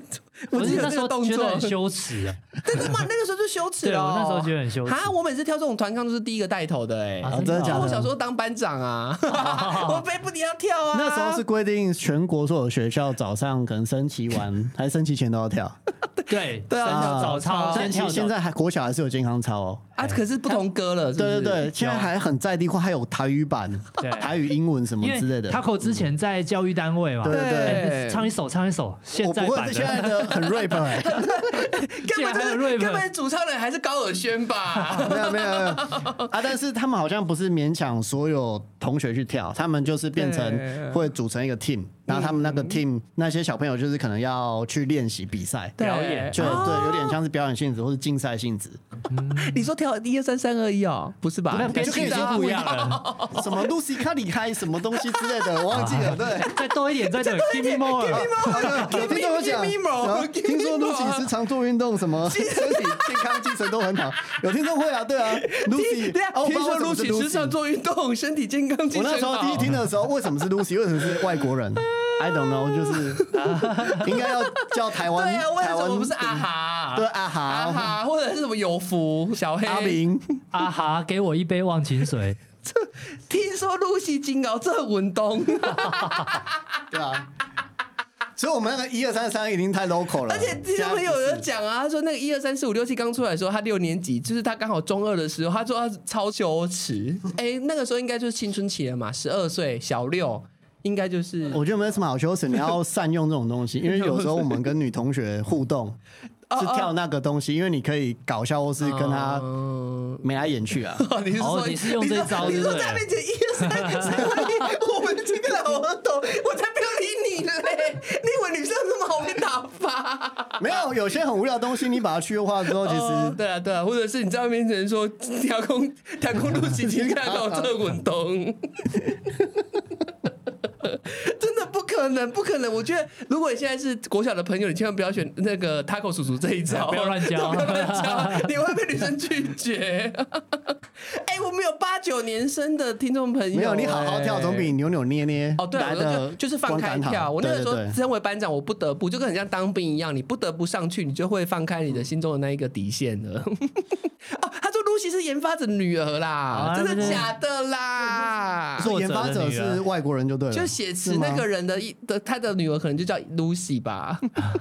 [SPEAKER 2] 我
[SPEAKER 3] 我
[SPEAKER 2] 记
[SPEAKER 3] 是
[SPEAKER 2] 得有
[SPEAKER 3] 那时
[SPEAKER 2] 这个
[SPEAKER 3] 候
[SPEAKER 2] 动
[SPEAKER 3] 觉
[SPEAKER 2] 作
[SPEAKER 3] 得，很羞耻啊。
[SPEAKER 2] 真的 吗？那个时候就羞耻
[SPEAKER 3] 对
[SPEAKER 2] 了
[SPEAKER 3] 我
[SPEAKER 2] 哦。
[SPEAKER 3] 那时候觉得很羞耻
[SPEAKER 2] 啊，我每次跳这种团康都是第一个带头的哎、
[SPEAKER 3] 啊
[SPEAKER 1] 哦真的假
[SPEAKER 2] 我
[SPEAKER 1] 的
[SPEAKER 2] 小时候当班 长啊，我被不你要跳啊。
[SPEAKER 1] 那时候是规定全国所有学校早上可能升旗完还是升旗前都要跳，
[SPEAKER 3] 对
[SPEAKER 2] 对啊
[SPEAKER 3] 先跳早操
[SPEAKER 2] 啊
[SPEAKER 3] 先
[SPEAKER 1] 但其
[SPEAKER 3] 跳
[SPEAKER 1] 实
[SPEAKER 3] 早
[SPEAKER 1] 现在还国小还是有健康操哦。
[SPEAKER 2] 啊，可是不同歌了，是不
[SPEAKER 1] 对
[SPEAKER 2] 是
[SPEAKER 1] 对对，现在还很在地化，还有台语版、
[SPEAKER 3] 对
[SPEAKER 1] 台语、英文什么
[SPEAKER 3] 因为
[SPEAKER 1] 之类的。
[SPEAKER 3] Taco 之前在教育单位嘛，
[SPEAKER 1] 对对
[SPEAKER 3] 哎
[SPEAKER 2] 对，
[SPEAKER 3] 唱一首，唱一首，现
[SPEAKER 1] 我不
[SPEAKER 3] 在版
[SPEAKER 1] 会，现在
[SPEAKER 3] 的。
[SPEAKER 1] 的 很 rap 哎、
[SPEAKER 2] 根本
[SPEAKER 3] 竟然还有
[SPEAKER 2] 就是
[SPEAKER 3] rap
[SPEAKER 2] 根本主唱人还是高尔宣吧？
[SPEAKER 1] 没有没有没有啊！但是他们好像不是勉强所有同学去跳，他们就是变
[SPEAKER 2] 对
[SPEAKER 1] 成会组成一个 team，然后他们那
[SPEAKER 3] 嗯
[SPEAKER 1] 个 team、那些小朋友就是可能要去练习比赛，
[SPEAKER 2] 对
[SPEAKER 3] 表演
[SPEAKER 1] 就
[SPEAKER 2] 哦
[SPEAKER 1] 对，有点像是表演性质或是竞赛性质。
[SPEAKER 2] 你说跳一二三三二一哦，不是吧？
[SPEAKER 3] 那编
[SPEAKER 1] 就可
[SPEAKER 3] 曲
[SPEAKER 1] 以
[SPEAKER 3] 已
[SPEAKER 1] 说
[SPEAKER 3] 经不一样了，
[SPEAKER 1] 什么 Lucy 卡里开什么东西之类的，我忘记了。对，
[SPEAKER 3] 再多一点，再多一点，Give me more。
[SPEAKER 1] 有听众有讲，
[SPEAKER 2] Give me more,
[SPEAKER 1] 然后
[SPEAKER 2] give me
[SPEAKER 1] 听说
[SPEAKER 2] more
[SPEAKER 1] Lucy 是常做运动，什 么身体健康、精神都很好。有听众会啊，对 啊，Lucy，
[SPEAKER 2] 对啊，
[SPEAKER 1] 哦我不知
[SPEAKER 2] 听
[SPEAKER 1] 道
[SPEAKER 2] 说
[SPEAKER 1] 为什
[SPEAKER 2] Lucy
[SPEAKER 1] 么
[SPEAKER 2] 时
[SPEAKER 1] 是
[SPEAKER 2] 常
[SPEAKER 1] Lucy。
[SPEAKER 2] 做运动， 身体健康，
[SPEAKER 1] 我
[SPEAKER 2] 精
[SPEAKER 1] 那
[SPEAKER 2] 神
[SPEAKER 1] 时候
[SPEAKER 2] 好。
[SPEAKER 1] 第一听的时候，为什么是 Lucy？为什么是外国人？I don't know，就是 应该要叫台湾，
[SPEAKER 2] 对啊，为
[SPEAKER 1] 台
[SPEAKER 2] 什
[SPEAKER 1] 湾
[SPEAKER 2] 么不是啊？哈？
[SPEAKER 1] 对啊哈
[SPEAKER 2] 啊哈，或者是什么有福小黑
[SPEAKER 1] 阿。明，
[SPEAKER 3] 啊哈，给我一杯忘情水。
[SPEAKER 2] 听说露西金鳌这文 东，
[SPEAKER 1] 对啊。所以我们那个一二三三已经太 local 了，
[SPEAKER 2] 而且听众朋友有讲啊，他说那个一二三四五六七刚出来的时候，他六年级，就是他刚好中二的时候，他说他超羞 耻。哎、那个时候应该就是青春期了嘛，十二岁小六，应该就 是
[SPEAKER 1] 我觉得没有什么好羞耻，你要善用这种 东西，因为有时候我们跟女同学互动是跳那个东西，因为你可以搞笑或是跟她
[SPEAKER 2] 嗯
[SPEAKER 1] 眉来眼 去啊。
[SPEAKER 2] 哦，你是说、
[SPEAKER 3] 哦你是用这招
[SPEAKER 2] 你
[SPEAKER 3] 对
[SPEAKER 2] 说
[SPEAKER 3] 不对
[SPEAKER 2] 在面前一二三三， 我们这个老儿童，我才不要理你嘞！ 你以为女生有那么好被打发？
[SPEAKER 1] 没有，有些很无聊的东西，你把它去优化之后，其
[SPEAKER 2] 哦
[SPEAKER 1] 实
[SPEAKER 2] 对啊对啊，或者是你在外面只能说 调空调空路几斤看到这滚动。 真的不可能，不可能！我觉得，如果你现在是国小的朋友，你千万不要选那个 Taco 叔叔这一招，
[SPEAKER 3] 哎不要乱教
[SPEAKER 2] 不要乱教，你会被女生拒绝。 哎、我们有八九年生的听众朋友、
[SPEAKER 1] 没有你好好跳，
[SPEAKER 2] 哎
[SPEAKER 1] 总比扭扭捏捏
[SPEAKER 2] 哦，对啊，
[SPEAKER 1] 来
[SPEAKER 2] 我
[SPEAKER 1] 的
[SPEAKER 2] 就就是放开
[SPEAKER 1] 观感
[SPEAKER 2] 跳。
[SPEAKER 1] 好
[SPEAKER 2] 我那个
[SPEAKER 1] 对
[SPEAKER 2] 时
[SPEAKER 1] 对
[SPEAKER 2] 候
[SPEAKER 1] 对
[SPEAKER 2] 身为班长，我不得不就跟很像当兵一样，你不得不上去，你就会放开你的心中的那一个底线了。 哦，他说露西是研发者女儿啦，
[SPEAKER 3] 啊
[SPEAKER 2] 真
[SPEAKER 3] 对
[SPEAKER 2] 的
[SPEAKER 3] 对
[SPEAKER 2] 假的啦？
[SPEAKER 1] 所以啊研发
[SPEAKER 3] 作者的
[SPEAKER 1] 者
[SPEAKER 3] 女儿
[SPEAKER 1] 是外国人就对了，
[SPEAKER 2] 就写
[SPEAKER 1] 是
[SPEAKER 2] 词
[SPEAKER 1] 吗
[SPEAKER 2] 那个人的一的他的女儿可能就叫 Lucy 吧。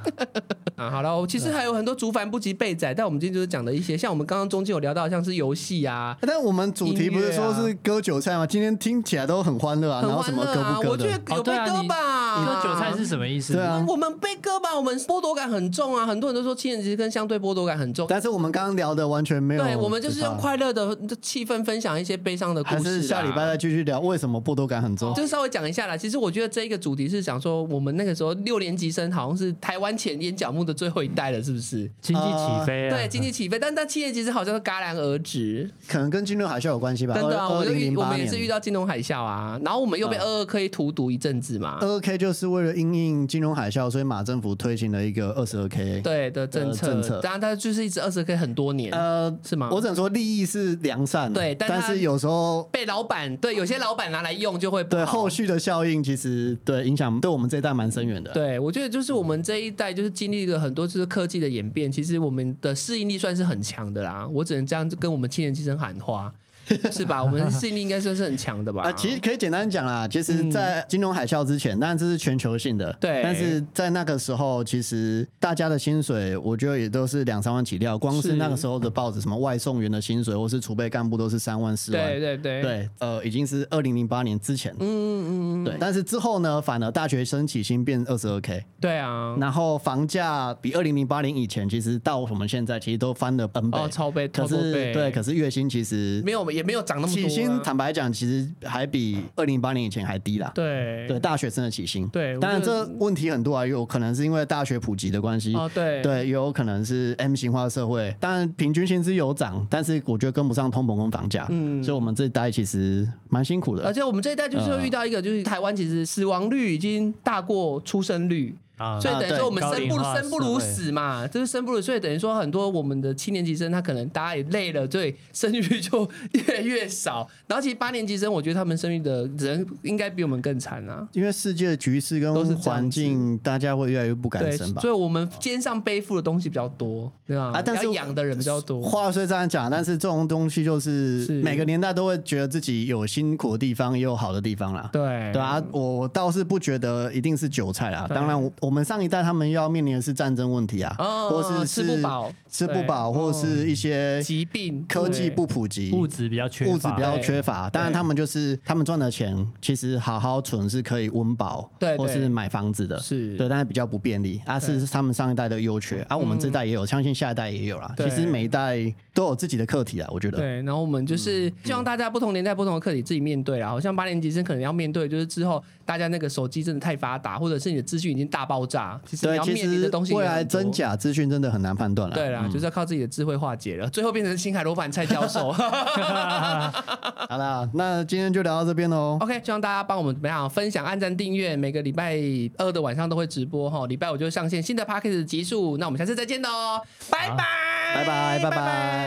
[SPEAKER 2] 啊，好了，我其实还有很多竹凡不及被宰，但我们今天就是讲的一些，像我们刚刚中间有聊到像是游戏啊，
[SPEAKER 1] 但我们主题不是说是割韭菜吗？今天听起来都很欢乐啊，
[SPEAKER 2] 很
[SPEAKER 1] 然后什
[SPEAKER 2] 欢
[SPEAKER 1] 么
[SPEAKER 2] 乐
[SPEAKER 1] 割
[SPEAKER 2] 啊。
[SPEAKER 1] 不割
[SPEAKER 2] 我觉
[SPEAKER 1] 的？
[SPEAKER 2] 得有
[SPEAKER 3] 哦，
[SPEAKER 2] 被
[SPEAKER 3] 对啊，
[SPEAKER 2] 割
[SPEAKER 3] 你
[SPEAKER 2] 吧？
[SPEAKER 3] 你说韭菜是什么意思？
[SPEAKER 1] 对啊
[SPEAKER 2] 我们被割吧，我们剥夺感很重啊，很多人都说亲人其实跟相对剥夺感很重。
[SPEAKER 1] 但是我们刚刚聊的完全没有，
[SPEAKER 2] 对，我们就是用快乐的气氛分享一些悲伤的故
[SPEAKER 1] 还
[SPEAKER 2] 事啊
[SPEAKER 1] 是
[SPEAKER 2] 啦。
[SPEAKER 1] 下礼拜哦再继续聊为什么剥夺感很重。
[SPEAKER 2] 就稍微讲一下啦。其实我觉得这一个主题是想说，我们那个时候六年级生好像是台湾前眼角目的最后一代了，是不是？
[SPEAKER 3] 经济起飞啊！
[SPEAKER 2] 对，经济起飞，但但七年级生好像是戛然而止，
[SPEAKER 1] 可能跟金融海啸有关系吧。
[SPEAKER 2] 真的、啊，
[SPEAKER 1] 二
[SPEAKER 2] 我就
[SPEAKER 1] 零
[SPEAKER 2] 遇
[SPEAKER 1] 零
[SPEAKER 2] 我
[SPEAKER 1] 八
[SPEAKER 2] 们也
[SPEAKER 1] 年
[SPEAKER 2] 是遇到金融海啸啊，然后我们又被二二 K 荼毒一阵子嘛，
[SPEAKER 1] 二 K 就是为了因应金融海啸，所以马政府推行了一个二十二 K。
[SPEAKER 2] 对的政策，
[SPEAKER 1] 呃政策
[SPEAKER 2] 当然它就是一直二十 K 很多年，
[SPEAKER 1] 呃，
[SPEAKER 2] 是吗？
[SPEAKER 1] 我只能说利益是良善的，
[SPEAKER 2] 对但
[SPEAKER 1] 但
[SPEAKER 2] 它
[SPEAKER 1] 是有时候
[SPEAKER 2] 被老板对有些老板拿来用就会不
[SPEAKER 1] 对
[SPEAKER 2] 好
[SPEAKER 1] 后续的效应，其实对影响对我们这一代蛮深远的。
[SPEAKER 2] 对，我觉得就是我们这一代就是经历了很多就是科技的演变，其实我们的适应力算是很强的啦。我只能这样跟我们青年期生喊 话，是吧？我们适应力应该算是很强的吧？
[SPEAKER 1] 啊、其实可以简单讲啦，其实，在金融海啸之前，当然这是全球性的，
[SPEAKER 2] 嗯对
[SPEAKER 1] 但是在那个时候，其实大家的薪水，我觉得也都是两三万起跳，光
[SPEAKER 2] 是
[SPEAKER 1] 是那个时候的报纸，什么外送员的薪水，或是储备干部都是啊三万四万，
[SPEAKER 2] 对对对，
[SPEAKER 1] 对，呃，已经是二零零八年之前，
[SPEAKER 2] 嗯嗯嗯，
[SPEAKER 1] 对。但是之后呢，反而大学生起薪变二十二 k，
[SPEAKER 2] 对啊，
[SPEAKER 1] 然后房价比二零零八年以前，其实到我们现在其实都翻了 N 倍，
[SPEAKER 2] 哦，超倍，
[SPEAKER 1] 可
[SPEAKER 2] 超多
[SPEAKER 1] 是
[SPEAKER 2] 倍
[SPEAKER 1] 对，可是月薪其实
[SPEAKER 2] 没有也没有涨那么多
[SPEAKER 1] 起
[SPEAKER 2] 啊，
[SPEAKER 1] 薪，坦白讲，其实还比二零零八年以前还低啦。
[SPEAKER 2] 对
[SPEAKER 1] 对，大学生的起薪，
[SPEAKER 2] 对我
[SPEAKER 1] 当然
[SPEAKER 2] 觉得
[SPEAKER 1] 这问题很多啊，有可能是因为大学普及的关系，
[SPEAKER 2] 哦对
[SPEAKER 1] 对，也有可能是 M 型化社会，当然平均薪资有涨，但是我觉得跟不上通膨跟房价，嗯，所以我们这一代其实蛮辛苦
[SPEAKER 2] 而
[SPEAKER 1] 的。
[SPEAKER 2] 且我们这一代就是
[SPEAKER 1] 嗯
[SPEAKER 2] 会遇到一个，就是台湾其实死亡率已经大过出生率，
[SPEAKER 3] 啊
[SPEAKER 2] 所以等于说我们
[SPEAKER 3] 啊对
[SPEAKER 2] 生不
[SPEAKER 3] 高龄化
[SPEAKER 2] 生不如死嘛，就是生不如，所以等于说很多我们的七年级生他可能大家也累了，所以生育就 越来越少。然后其实八年级生，我觉得他们生育的人应该比我们更惨啊。
[SPEAKER 1] 因为世界的局势
[SPEAKER 2] 都是
[SPEAKER 1] 跟
[SPEAKER 2] 这样子
[SPEAKER 1] 环境，大家会越来越不敢
[SPEAKER 2] 对，
[SPEAKER 1] 生吧
[SPEAKER 2] 所以。我们肩上背负的东西比较多，对吧？
[SPEAKER 1] 啊但是
[SPEAKER 2] 要养的人比较多。
[SPEAKER 1] 话虽这样讲，但是这种东西就是
[SPEAKER 2] 是
[SPEAKER 1] 每个年代都会觉得自己有辛苦的地方，也有好的地方啦。
[SPEAKER 2] 对
[SPEAKER 1] 对啊，我我倒是不觉得一定是韭菜啦。当然我，我我们上一代他们要面临的是战争问题啊，
[SPEAKER 2] 哦
[SPEAKER 1] 或是
[SPEAKER 2] 吃不饱哦
[SPEAKER 1] 吃不
[SPEAKER 3] 对
[SPEAKER 1] 饱，或是一些
[SPEAKER 2] 疾病
[SPEAKER 1] 科技
[SPEAKER 2] 对
[SPEAKER 1] 不普及，
[SPEAKER 3] 物质比较缺乏，
[SPEAKER 1] 物质比较
[SPEAKER 2] 对
[SPEAKER 1] 缺乏，当然他们就是他们赚的钱，其实好好存是可以温饱，
[SPEAKER 2] 对
[SPEAKER 1] 或
[SPEAKER 2] 对
[SPEAKER 1] 是买房子的，
[SPEAKER 2] 是
[SPEAKER 1] 对，但是比较不便利啊，是他们上一代的优缺啊，我们这代也有，相信下一代也有啦。
[SPEAKER 2] 嗯对
[SPEAKER 1] 其实每一代都有自己的嗯课题啊，我觉得。
[SPEAKER 2] 对，然后我们就是希望大家不同年代、不同的课题自己面对啦。好像八年级生可能要面对，就是之后大家那个手机真的太发达，或者是你的资讯已经大爆炸，其实你
[SPEAKER 1] 对，
[SPEAKER 2] 要
[SPEAKER 1] 其
[SPEAKER 2] 面临的
[SPEAKER 1] 实
[SPEAKER 2] 东西也
[SPEAKER 1] 未来啊
[SPEAKER 2] 很多
[SPEAKER 1] 真。假资讯真的很难判断了。嗯
[SPEAKER 2] 对啦，就是要靠自己的智慧化解了，最后变成新海罗盘蔡 教授。
[SPEAKER 1] 好啦，那今天就聊到这边喽。
[SPEAKER 2] OK，希望大家帮我们怎么样分享、按赞、订阅，每个礼拜二的晚上都会直播哈，礼拜五就上线新的 p a c k a g e 集数。那我们下次再见喽，拜拜，
[SPEAKER 1] 拜拜拜拜